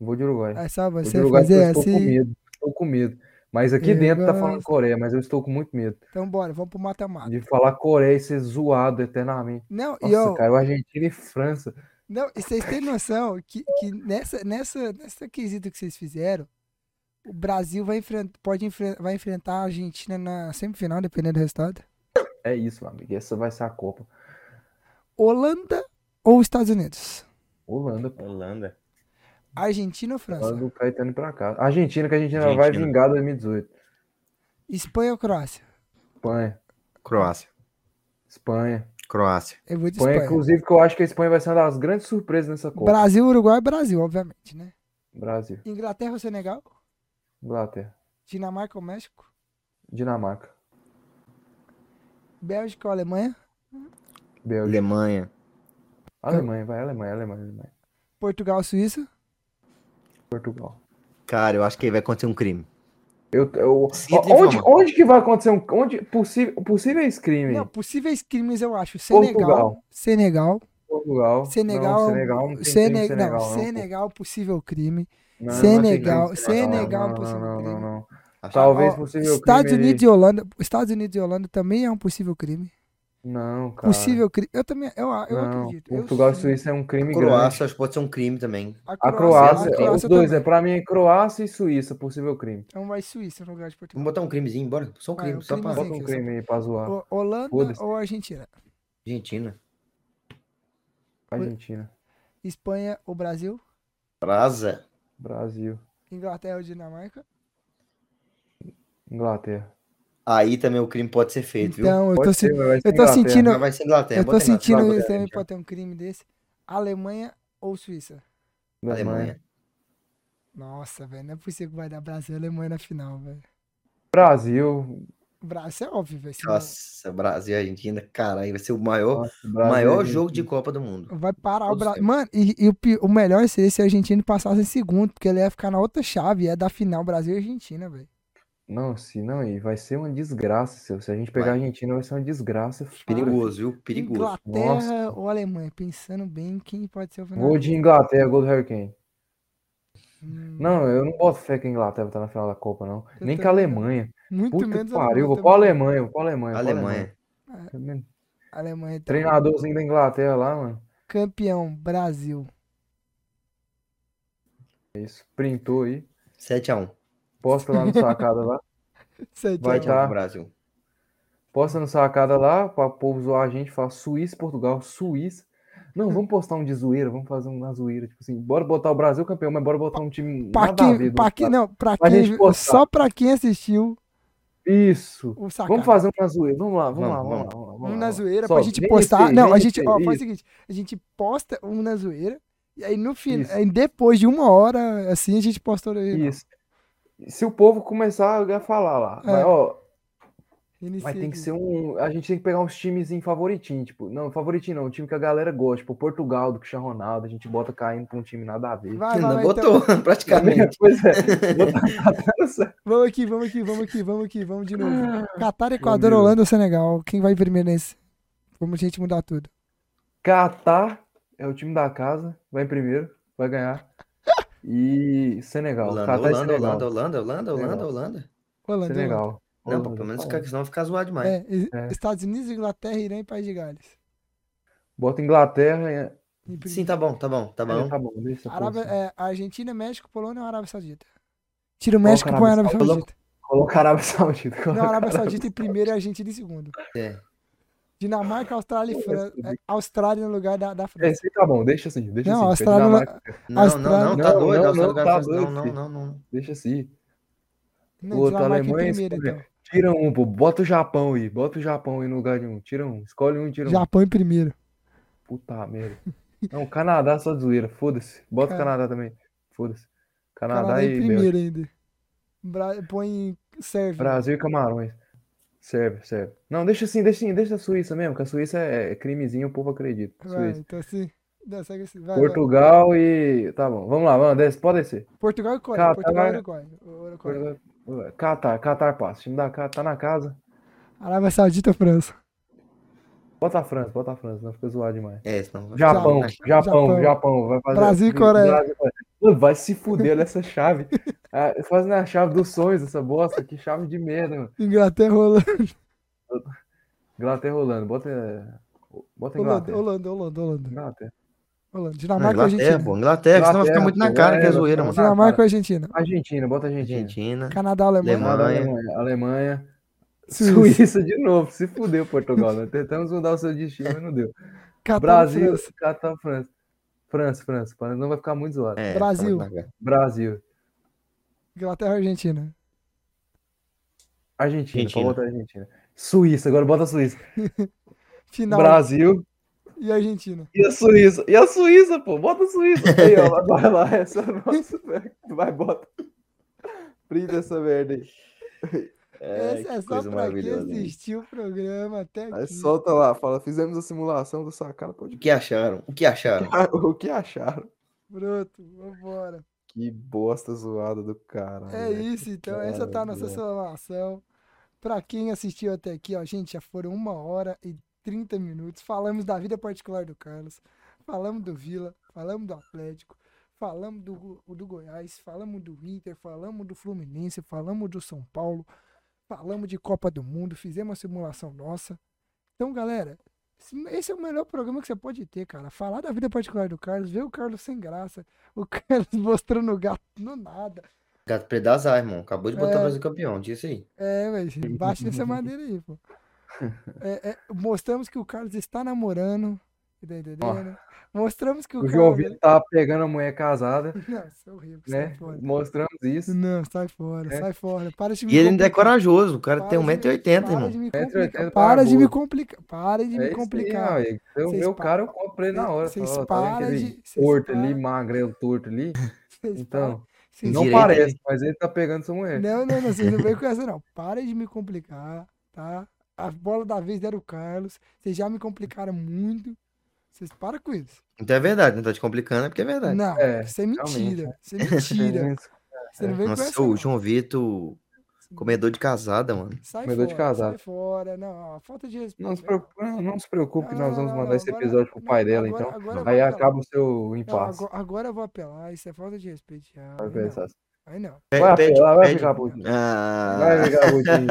C: Vou de Uruguai.
A: É só
C: Vou de
A: você
C: Uruguai porque
A: fazer
C: eu estou com
A: assim.
C: medo. Estou com medo. Mas aqui
A: Eu
C: dentro tá
A: gosto.
C: falando Coreia, mas eu estou com muito medo
A: Então bora, vamos pro mata-mata.
C: de falar Coreia e ser zoado eternamente.
A: Não, e
C: Nossa,
A: ó,
C: caiu Argentina e França.
A: Não, e vocês têm noção que, que nessa, nessa, nessa quesito que vocês fizeram, o Brasil vai, enfren pode enfren vai enfrentar a Argentina na semifinal, dependendo do resultado.
C: É isso, meu amigo. Essa vai ser a Copa.
A: Holanda ou Estados Unidos?
C: Holanda, pô.
B: Holanda.
A: Argentina ou
C: Hora
A: França?
C: do Caetano ir pra cá. Argentina, que a Argentina vai
B: Argentina.
C: vingar 2018.
A: Espanha ou Croácia?
C: Espanha.
B: Croácia.
C: Espanha.
B: Croácia.
A: Eu vou de
C: Espanha,
A: Espanha.
C: inclusive, que eu acho que a Espanha vai ser uma das grandes surpresas nessa Copa.
A: Brasil, Uruguai, Brasil, obviamente, né?
C: Brasil.
A: Inglaterra ou Senegal?
C: Inglaterra.
A: Dinamarca ou México?
C: Dinamarca.
A: Bélgica ou Alemanha?
C: Bélgica.
B: Alemanha.
C: Alemanha, vai. Alemanha, Alemanha, Alemanha.
A: Portugal ou Suíça?
C: Portugal.
B: Cara, eu acho que aí vai acontecer um crime.
C: Eu, eu-
B: Sinto
C: Ó, onde,
B: informar.
C: onde que vai acontecer um onde, possível, possíveis crimes?
A: Não, possíveis crimes eu acho. Senegal.
C: Portugal.
A: Senegal.
C: Portugal.
A: Senegal
C: Não,
A: é um-
C: Senegal. Não tem
A: Sene-
C: crime em
A: não,
C: Senegal, não, pô.
A: Senegal, possível crime.
C: Não, não tem
A: Senegal,
C: crime em
A: Senegal,
C: Não, não,
A: possível
C: não, não,
A: crime.
C: não.
B: Acho-
C: Talvez
A: Ó,
C: possível
A: Estados
C: crime.
A: Unidos e Holanda, Estados Unidos e Holanda também é um possível crime.
C: ele- Não, cara.
A: Possível crime. Eu também, eu, eu
C: não.
A: acredito. eu
C: Portugal e
A: sim.
C: Suíça é um crime grande.
B: Croácia, acho que pode ser um crime também.
C: A Croácia,
B: a
C: é, os dois,
A: também.
C: é pra mim é Croácia e Suíça, possível crime.
A: Então vai Suíça no lugar de Portugal.
B: Vamos botar um crimezinho, bora. Só um
A: Vai,
B: crime,
A: um
B: só pra
A: crimezinho.
C: Bota
A: que
C: um
A: eu
C: crime aí pra zoar.
A: Ho- Holanda
C: Foda-se.
A: ou Argentina?
B: Argentina.
C: Argentina,
A: Espanha ou Brasil?
B: Brasa.
C: Brasil.
A: Inglaterra ou Dinamarca?
C: Inglaterra.
B: Aí também o crime pode ser feito, viu?
A: Então, eu tô,
C: Pode
A: se-
C: ser, mas vai ser
A: eu tô
C: Inglaterra.
A: sentindo-
B: Mas vai ser Inglaterra.
A: eu tô
B: bota Inglaterra.
A: sentindo
C: Inglaterra,
A: que também
C: gente, ó.
A: pode ter um crime desse. Alemanha ou Suíça?
B: Alemanha.
A: Nossa, velho, não é possível que vai dar Brasil e Alemanha na final, velho.
C: Brasil.
A: Brasil é óbvio, velho. senão
B: Nossa, Brasil e Argentina, caralho, vai ser o maior,
C: Nossa, Brasil, é
B: maior
C: gente.
B: jogo de Copa do Mundo.
A: Vai parar o
B: Todos
A: Brasil.
B: temos.
A: Mano, e, e o, pi- o melhor seria se a Argentina passasse em segundo, porque ele ia ficar na outra chave, é da final Brasil e Argentina, velho.
C: Não, se não, e vai ser uma desgraça, seu. Se a gente pegar
B: Vai.
C: a Argentina, vai ser uma desgraça. foda.
B: Perigoso, viu? Perigoso.
A: Inglaterra ou Alemanha? Pensando bem, quem pode ser o final?
C: Gol de Inglaterra, gol do Harry Kane.
A: Hum,
C: Não, eu não boto fé que a Inglaterra tá na final da Copa, não.
A: Eu
C: Nem que a
A: também não.
C: Alemanha.
A: muito
C: Puta
A: menos
C: que pariu, eu vou pra
A: também.
C: Alemanha, eu vou pra Alemanha. eu vou pra
B: Alemanha.
C: Alemanha.
A: Alemanha também.
C: Treinadorzinho da Inglaterra lá, mano.
A: Campeão, Brasil.
C: É Isso, printou aí.
B: 7x1.
C: Posta lá no sacada lá.
A: Sete
C: Vai
A: a um.
C: tá.
B: pro Brasil.
C: Posta no sacada lá, pra povo zoar a gente, fala Suíça, Portugal, Suíça. Não, vamos postar um de zoeira, vamos fazer uma zoeira. Tipo assim, bora botar o Brasil campeão, mas bora botar um time
A: Pra
C: nada a
A: quem,
C: ver do
A: pra quem-
C: outro
A: não, pra
C: Pra
A: quem-
C: gente postar.
A: só pra quem assistiu
C: lado. Isso.
A: o sacado.
C: Vamos fazer uma zoeira. Vamos lá, vamos,
B: Vamos,
C: lá, vamos,
B: vamos.
C: lá. Vamos,
A: um
C: lá,
A: na
C: vamos lá.
A: zoeira
C: Só
A: pra gente
C: vem
A: postar.
C: esse,
A: Não, a
C: vem
A: gente,
C: esse,
A: ó, faz o
C: isso.
A: seguinte, a gente posta um na zoeira e aí no
C: Isso.
A: final, depois de uma hora assim a gente posta o original.
C: Isso. Se o povo começar a falar lá,
A: É.
C: mas, ó,
A: Inicia
C: mas tem que
A: aqui.
C: ser um. A gente tem que pegar uns times em favoritinho, tipo, não, favoritinho não, um time que a galera gosta, tipo, Portugal do Cristiano Ronaldo, a gente bota caindo pra um time nada a ver.
A: Vai, vai,
B: não
A: vai, então.
B: botou, praticamente.
C: Pois é, botar a
A: Vamos aqui, vamos aqui, vamos aqui, vamos aqui, vamos de novo.
C: Ah.
A: Catar, Equador,
C: Deus.
A: Holanda ou Senegal? Quem vai primeiro nesse? Vamos a gente mudar tudo.
C: Catar é o time da casa, vai em primeiro, vai ganhar. E Senegal.
B: Holanda,
C: Catar e
B: Holanda,
C: Senegal.
B: Holanda, Holanda, Holanda, Holanda,
C: Senegal.
B: Holanda.
A: Holanda.
C: Senegal.
B: Não, pô,
C: Holanda,
B: pelo menos
C: Holanda.
B: ficar senão vai ficar zoado demais.
A: Holanda. É, e-
C: É.
A: Estados Unidos, Inglaterra, Irã e País de Gales.
C: Bota Inglaterra. é-
A: Em primeiro.
B: Sim, tá bom, tá bom, tá bom.
C: Tá bom, deixa essa
A: Arábia,
C: força.
A: é, Argentina, México, Polônia ou Arábia Saudita? Tira o
C: Coloca
A: México e
C: a
A: põe a Arábia
C: Arábia
A: Saudita.
C: Coloca a Arábia Saudita.
A: Não,
C: coloca
A: a
C: a
A: Arábia Saudita em primeiro e a Argentina em segundo.
B: É.
A: Dinamarca, Austrália e França.
C: Esse
A: Austrália no lugar da, da França.
C: Esse aí tá bom, deixa assim, deixa
A: Não, é- a
C: assim. porque
A: Austrália
C: Dinamarca-
B: Não, não, não, tá
C: Não,
B: doido. Não,
C: não,
B: não,
C: não, tá
B: não,
C: doido,
B: não,
C: filho.
B: não, não.
C: Deixa assim.
A: Não,
C: É, o outro
A: Dinamarca em
C: Alemanha e
A: primeiro,
C: Espanha.
A: então.
C: Tira um, pô. Bota o Japão aí. Bota o Japão aí no lugar de um. Tira um. Escolhe um e tira um.
A: Japão em primeiro.
C: Puta merda. Não, o Canadá só de zoeira. Foda-se. Bota o
A: Cara-
C: Canadá também. Foda-se. Canadá,
A: Canadá
C: e
A: em
C: Bélgica.
A: primeiro ainda. Bra- Põe Sérvia.
C: Brasil e Camarões. Serve, serve. Não, deixa assim, deixa assim, deixa a Suíça mesmo, que a Suíça é crimezinho, o povo acredita.
A: Vai,
C: Suíça.
A: então assim. Não, segue assim. Vai, vai.
C: Portugal e. Tá bom, vamos lá, vamos, desce, pode descer.
A: Portugal e Coreia.
C: Catar-
A: Portugal e Uruguai. O- Uruguai.
C: Portugal- Catar, Catar passa. O time da Catar tá na casa.
A: Arábia Saudita ou França?
C: Bota a França, bota a França, não fica zoado demais.
B: É, senão vai ficar
C: Japão,
B: demais.
C: Japão, Japão,
A: Japão.
C: vai fazer.
A: Brasil e Coreia.
C: Brasil e Coreia. Mano, Vai se fuder nessa chave. Ah, faz na chave dos sonhos essa bosta, que chave de merda, mano.
A: Inglaterra ou Holanda?
C: Inglaterra rolando, bota. Bota
A: Holanda,
C: Inglaterra.
A: Holanda, Holanda, Holanda.
C: Inglaterra.
A: Holanda.
B: Não,
A: Dinamarca ou
C: é
B: Inglaterra,
A: Argentina?
B: pô. Inglaterra, senão vai ficar
C: Inglaterra,
B: muito na
C: pô,
B: cara que é
C: é,
B: zoeira,
C: nós
B: mano.
A: Dinamarca ou Argentina?
C: Argentina, bota Argentina.
B: Argentina,
A: Canadá ou Alemanha?
B: Alemanha.
C: Canadá, Alemanha. Alemanha.
A: Suíça.
C: Suíça de novo, se fudeu Portugal. Nós tentamos mudar o seu destino, mas não deu.
A: Catar ou
C: Brasil,
A: França?
C: Catar, França. França, França. Para não vai ficar muito zoado.
B: é,
A: Brasil.
B: tá muito na cara.
C: Brasil,
A: Inglaterra ou Argentina?
C: Argentina,
B: Argentina.
C: pode botar Argentina. Suíça, agora bota a Suíça.
A: Final
C: Brasil
A: e Argentina.
C: e a Suíça. E a Suíça, pô, bota a Suíça. Aí, ó, vai lá, essa é nossa. velho. Vai, bota. Printa essa merda aí.
B: É,
A: Esse é
B: que
A: só pra
B: coisa
A: quem
B: maravilhosa. hein?
A: assistiu o programa até
C: Aí
A: aqui.
C: solta lá, fala, fizemos a simulação do sacada, pode Ah,
B: O que acharam? O que acharam?
C: o que acharam?
A: Pronto, vambora.
C: Que bosta zoada do cara.
A: É isso, então. Essa tá a nossa
C: Maravilha.
A: solução. Pra quem assistiu até aqui, ó, gente, já foram uma hora e 30 minutos. Falamos da vida particular do Carlos, falamos do Vila, falamos do Atlético, falamos do, Go- do Goiás, falamos do Inter, falamos do Fluminense, falamos do São Paulo, falamos de Copa do Mundo, fizemos uma simulação nossa. Então, galera, esse- esse é o melhor programa que você pode ter, cara. Falar da vida particular do Carlos, ver o Carlos sem graça, o Carlos mostrando o gato no nada.
B: Gato Predazar, irmão. Acabou de botar
A: É.
B: o Brasil campeão, disse aí.
A: É, mas baixa essa madeira aí, pô. É, é, mostramos que o Carlos está namorando, Tá entendendo? Mostramos que o,
C: O
A: cara.
C: João Vitor tá pegando a mulher casada,
A: Não, isso é horrível. Sai
C: né?
A: fora.
C: Mostramos isso.
A: Não, sai fora,
C: É.
A: sai fora. Para de me
B: E ele ainda é
A: complicar.
B: corajoso, o cara
A: Para
B: tem
A: de me-
B: 1,80m,
A: Para
B: irmão.
A: de me
C: 1,80
A: complicar.
C: para
A: Para de me
C: burro.
A: complicar. Para de me complicar.
C: É isso É aí, ó, eu-
A: Vocês
C: meu
A: pa-
C: cara, eu comprei na hora.
A: Vocês
C: falou, ó, tá vendo
A: param
C: aquele
A: de- vocês
C: torto ali,
A: param-
C: magrelo, torto ali.
A: Vocês
C: Então,
A: param- vocês
C: não
B: Direito,
C: parece,
B: né?
C: mas ele tá pegando sua mulher.
A: Não, não, não, vocês não veem com essa, não. Para de me complicar, tá? A bola da vez deram o Carlos. Vocês já me complicaram muito. Vocês param com isso.
B: Então é verdade, não tá te complicando, é porque é verdade.
A: Não,
C: É,
A: isso é
C: realmente,
A: mentira. Isso é mentira. Você não veio com
B: Nossa,
A: essa.
B: o
A: não.
B: João Vitor, comedor de casada, mano.
A: Sai
C: comedor de
A: fora,
C: casado.
A: sai fora. Não, a falta de respeito. né?
C: Não se preocupe, não, não se preocupe que
A: Não,
C: nós
A: não,
C: vamos
A: não,
C: mandar
A: não,
C: esse
A: É. Ah, agora-
C: episódio pro pai
A: não,
C: dela,
A: agora-
C: então.
A: agora eu vou
C: Aí
A: acabar.
C: acaba o seu
A: Não,
C: impasse.
A: agora, agora eu vou apelar. Isso é falta de respeito. Já. Aí,
C: Vai
A: não.
C: pensar.
A: Aí não.
B: Pe-
C: Vai
B: pede-
C: apelar, vai
B: pede-
C: ficar putinho.
B: Ah.
C: Vai ficar putinho.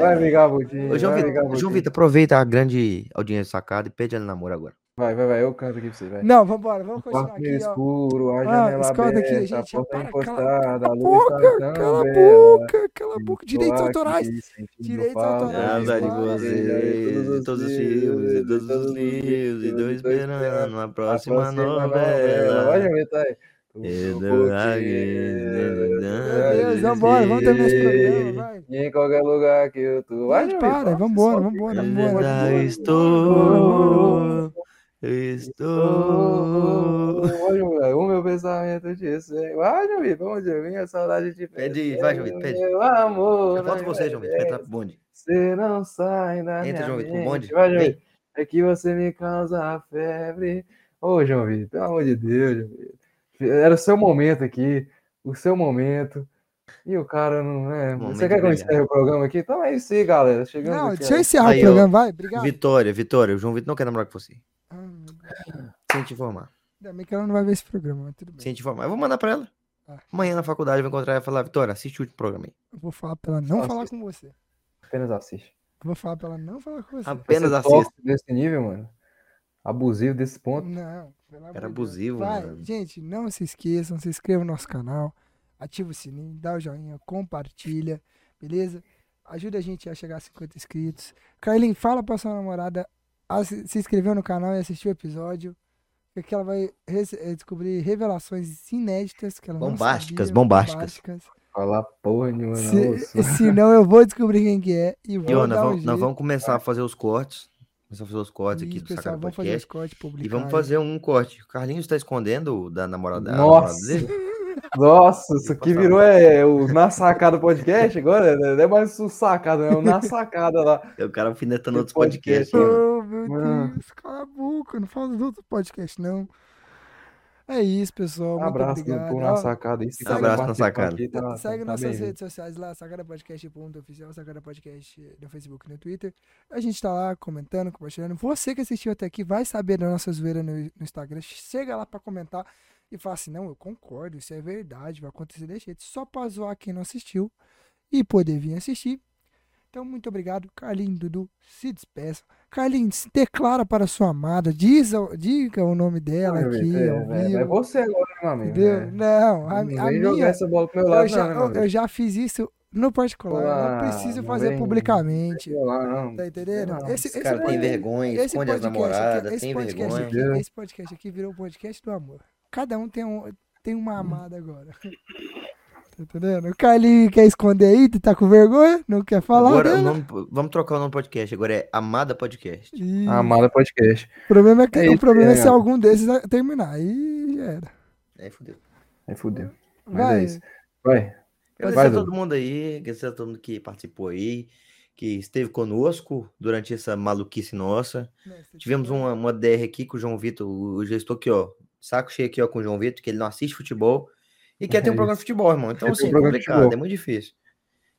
C: Vai ficar putinho.
B: Ô, João
C: vai
B: Vitor,
C: ficar
B: João
C: putinho.
B: Vitor, aproveita a grande audiência sacada e pede ela em namoro agora.
C: Vai, vai, vai. Eu canto aqui pra você, vai.
A: Não, vambora, vamos continuar
C: Quarto meio
A: aqui, ó.
C: escuro, a
A: Ah,
C: janela
A: escuta aqui,
C: aberta, a
A: gente,
C: porta
A: para, cala-
C: encostada, a
A: a
C: luz tá né?
A: boca,
C: tão
A: cala a
C: bela.
A: boca, cala a boca. Direitos
C: Estou
A: autorais.
C: aqui sentindo
A: Direitos
C: falta
A: autorais,
B: Nada de
A: claro.
B: vocês, de todos os filmes, de todos os livros, e tô esperando a
C: A
B: próxima
C: Vai,
B: novela.
C: João Vitor, tá aí.
B: Eu
C: Tudo
B: tô
A: Meu Deus,
C: é,
B: aqui.
A: vambora, vamos terminar esse programa, vai.
C: E em qualquer lugar que eu tô. Vai,
A: Gente,
C: João Vitor,
A: para, vambora,
C: sobe.
A: vambora,
B: Já
A: vambora.
B: estou,
C: Oh, oh,
B: estou.
C: oh, oh, João Vitor, o meu pensamento te segue. Vai, João Vitor, onde eu vim, a saudade
B: Pede
C: te persegue.
B: aí, vai, João Vitor, pede.
C: Meu amor.
B: Eu volto
C: né?
B: com você, João Vitor, vai entrar pro bonde.
C: Você não sai da
B: Entra,
C: minha
B: João Vitor, pro
C: mente.
B: bonde.
C: Vai, João
B: Vem.
C: Vitor. É que você me causa febre. Ô, João Vitor, pelo amor de Deus, João Vitor. Era o seu momento aqui, o seu momento. E o cara não é.
B: Momento
C: Você quer que eu
B: brilhante.
C: encerre o programa aqui? Então é isso aí, galera. Chegamos
A: Não,
C: aqui.
A: deixa eu
C: ó.
A: encerrar
B: Aí,
A: o
B: ó.
A: programa, vai. Obrigado.
B: Vitória, Vitória, o João Vitor não quer namorar com você.
A: Ah, meu Deus.
B: Sem te informar.
A: Ainda bem que ela não vai ver esse programa, mas tudo bem.
B: Sem te informar. Eu vou mandar pra ela.
A: Ah.
B: Amanhã na faculdade eu vou encontrar ela e falar, Vitória, assiste o último programa aí.
A: Eu vou falar pra ela não
B: Só
A: falar
B: assista.
A: com você. Eu
C: Apenas assiste.
A: vou falar pra ela não falar com você.
B: Apenas
C: Você
B: assista.
C: tóxico Desse nível, mano. Abusivo desse ponto.
A: Não, pelo amor de Deus.
B: abusivo, né?
A: Vai,
B: mano.
A: Gente, não se esqueçam, se inscreva no nosso canal, ativa o sininho, dá o joinha, compartilha, beleza? Ajuda a gente a chegar a 50 inscritos. Carlin, fala pra sua namorada a se se inscrever no canal e assistir o episódio. Porque ela vai rece- eh, descobrir revelações inéditas que ela não
B: Bombásticas,
A: sabia,
B: bombásticas.
C: Falar porra nenhuma, não.
A: Se, senão eu vou descobrir quem que é e vou
B: E ó, nós,
A: dar um
B: vamos, nós
A: jeito.
B: vamos começar a fazer os cortes. Começar a fazer os cortes aqui
A: Isso,
B: do
A: pessoal,
B: Sacada
A: vamos fazer os
B: Podcast.
A: cortes
B: E
A: publicados.
B: vamos fazer um corte. O Carlinhos tá escondendo o da namorada, a namorada
C: Nossa!
B: dele.
C: Nossa, isso
B: Ele
C: aqui
B: passava.
C: virou é, o Na Sacada Podcast agora? né? Não é mais o Sacada, é o Na Sacada lá.
B: É O cara alfinetando
C: Que
B: outros podcasts.
C: podcast,
B: né?
A: Oh, meu
C: Mano.
A: Deus, cala a boca, não fala dos outros podcasts, não. É isso, pessoal.
C: Um
A: muito
C: abraço do
A: obrigado.
C: povo Na
A: Ó,
C: Sacada. Esse
A: segue-
B: Abraço na
C: participou
B: Sacada.
C: aqui, tá-
A: Então, segue
C: tá
A: nossas
C: bem-vindo.
A: redes sociais lá, sagadapodcast.oficial, sagadapodcast no Facebook e no Twitter. A gente tá lá comentando, compartilhando. Você que assistiu até aqui vai saber da nossa zoeira no, no Instagram. Chega lá pra comentar e fala assim: não, eu concordo, isso é verdade, vai acontecer desse jeito. Só pra zoar quem não assistiu e poder vir assistir. Então, muito obrigado, Carlinhos Dudu. Se despeça. Carlinhos, declara para sua amada, diz, ao- diga o nome dela
C: Meu
A: aqui,
C: Deus, é,
A: ao
C: velho,
A: vivo,
C: é você agora, meu amigo.
A: entendeu?
C: né?
A: Não, a,
C: Não
A: a
C: vem jogar
A: minha, é
C: essa bola pro meu lado,
A: eu já,
C: não,
A: eu,
C: né, meu
A: eu já fiz isso no particular, eu não
C: Ah,
A: preciso
C: não
A: fazer
C: vem-
A: publicamente,
C: amigo? Lá, não.
A: tá entendendo?
C: Não,
A: esse,
B: Esse cara tem
A: podcast-
B: vergonha,
A: esse
B: esconde as
A: podcast aqui-
B: namoradas,
A: esse
B: tem
A: podcast
B: vergonha.
A: aqui- esse podcast aqui virou o podcast do amor. Cada um tem, um, tem uma amada agora. Tá entendendo? O Carlinho quer esconder aí, tá com vergonha? Não quer falar
B: Agora, o
A: dela?
B: nome- vamos trocar o nome do podcast. Agora é Amada Podcast.
A: Ih,
C: Amada Ah, Podcast.
A: o problema é, que,
C: é
A: o
C: isso,
A: problema é se
C: é.
A: algum desses a- terminar. Aí já era.
B: Aí É, fudeu.
C: Aí fudeu. Mas é
A: Vai,
C: isso. Vai.
B: Agradecer a
C: Dudu.
B: todo mundo aí, agradecer a todo mundo que participou aí, que esteve conosco durante essa maluquice nossa.
A: né, se
B: Tivemos
A: tiver-
B: uma, uma DR aqui com o João Vitor. Eu já estou aqui, ó. Saco cheio aqui, ó, com o João Vitor, que ele não assiste futebol e quer ter um
C: É
B: programa de futebol, irmão. Então,
C: Quer ter um
B: assim, é
C: programa de
B: complicado,
C: futebol.
B: é muito difícil.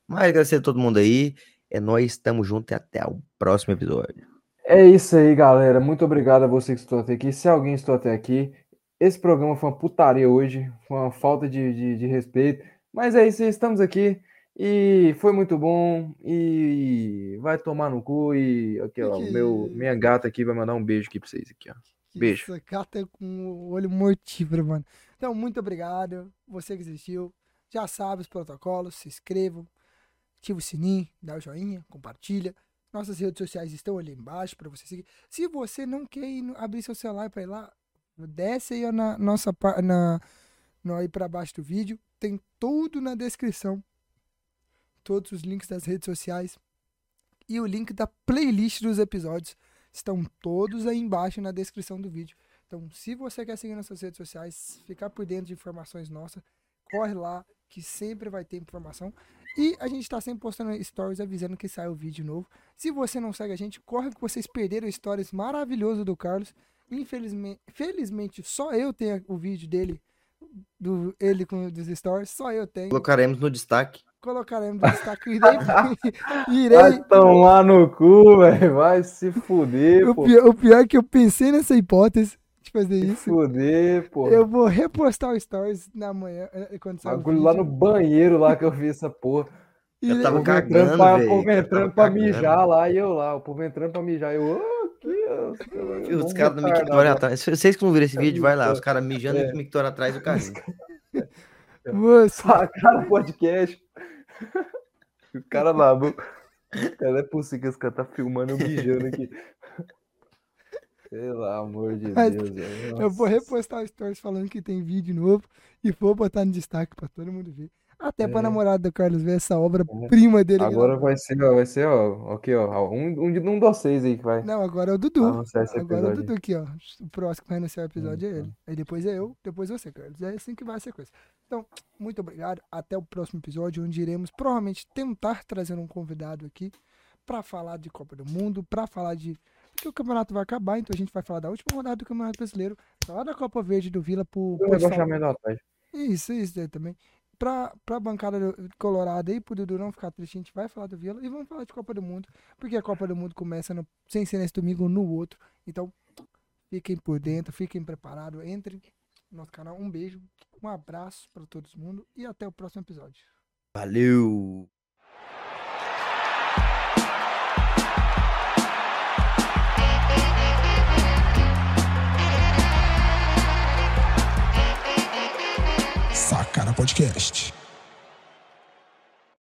B: Mas agradecer a todo mundo aí. É nóis, tamo junto e até o próximo episódio.
C: É isso aí, galera. Muito obrigado a você que estou até aqui. Se alguém estou até aqui, esse programa foi uma putaria hoje, foi uma falta de, de, de respeito. Mas é isso aí, estamos aqui e foi muito bom. E vai tomar no cu. E aqui, ó,
A: Que
C: meu,
A: que-
C: minha gata aqui vai mandar um beijo aqui pra vocês aqui, ó. Beijo.
A: Isso, gata com o olho mortífero, mano. Então, muito obrigado. Você que assistiu, já sabe os protocolos. Se inscrevam, ativa o sininho, dá o joinha, compartilha. Nossas redes sociais estão ali embaixo para você seguir. Se você não quer ir no- abrir seu celular para ir lá, desce aí na nossa pa- na no aí para baixo do vídeo, tem tudo na descrição. Todos os links das redes sociais e o link da playlist dos episódios estão todos aí embaixo na descrição do vídeo. Então, se você quer seguir nossas redes sociais, ficar por dentro de informações nossas, corre lá que sempre vai ter informação. E a gente está sempre postando stories avisando que sai o vídeo novo. Se você não segue a gente, corre que vocês perderam stories maravilhoso do Carlos. Infelizmente, felizmente só eu tenho o vídeo dele, do ele com dos stories, só eu tenho.
B: Colocaremos no destaque.
A: Colocaremos no destaque. Irei, irei,
C: Vai tomar no cu, velho. Vai se fuder,
A: o,
C: pô.
A: pior, o pior é que eu pensei nessa hipótese de fazer
C: Se
A: isso.
C: fuder, pô.
A: Eu vou repostar o stories na manhã, eh, quando sair o
C: Bagulho lá no
A: vídeo.
C: banheiro lá que eu vi essa porra.
A: Irei-
B: Eu tava
C: O povo
B: cagando,
C: entrando pra,
B: velho.
C: o povo
B: Eu
C: entrando
B: tava
C: pra
B: cagando.
C: mijar lá e eu lá. O povo entrando pra mijar. Eu, ô, que Deus, cara,
B: Os caras do
C: vamos retardar,
B: Mictório
C: mano.
B: atrás. Vocês que não viram esse
C: É
B: vídeo, vai lá.
C: isso.
B: Os caras mijando
C: É.
B: e o Mictório atrás do carrinho.
A: Moço,
C: Sacaram o podcast. O cara lá, mano. Cara, não é possível que esse cara tá filmando eu mijando aqui. Pelo amor de
A: Mas
C: Deus, velho.
A: eu vou
C: Nossa.
A: repostar o stories falando que tem vídeo novo e vou botar no destaque pra todo mundo ver. Até pra
C: É.
A: namorada do Carlos ver essa obra-prima dele. que
C: Agora vai ser, ó, vai ser, ó, aqui, ó, ó, um, um de um dos seis aí que vai
A: ele- Não, agora é o
C: vai
A: Dudu.
C: anunciar esse
A: Agora é o
C: episódio.
A: Dudu aqui, ó. O próximo que vai anunciar o episódio é
C: Então.
A: ele. Aí depois é eu, depois você, Carlos. É assim que vai a sequência. Então, muito obrigado. Até o próximo episódio, onde iremos provavelmente tentar trazer um convidado aqui pra falar de Copa do Mundo, pra falar de. Porque o campeonato vai acabar, então a gente vai falar da última rodada do Campeonato Brasileiro, falar da Copa Verde do Vila pro.
C: Eu
A: pro
C: vou tá? baixar mais da tarde.
A: isso, isso aí também. Pra, pra bancada do- colorada aí, pro Dudu não ficar triste, a gente vai falar do Vila e vamos falar de Copa do Mundo, porque a Copa do Mundo começa no- sem ser nesse domingo, um no outro. Então, fiquem por dentro, fiquem preparados, entrem no nosso canal. Um beijo, um abraço pra todo mundo e até o próximo episódio.
B: Valeu!
D: Sacana Podcast.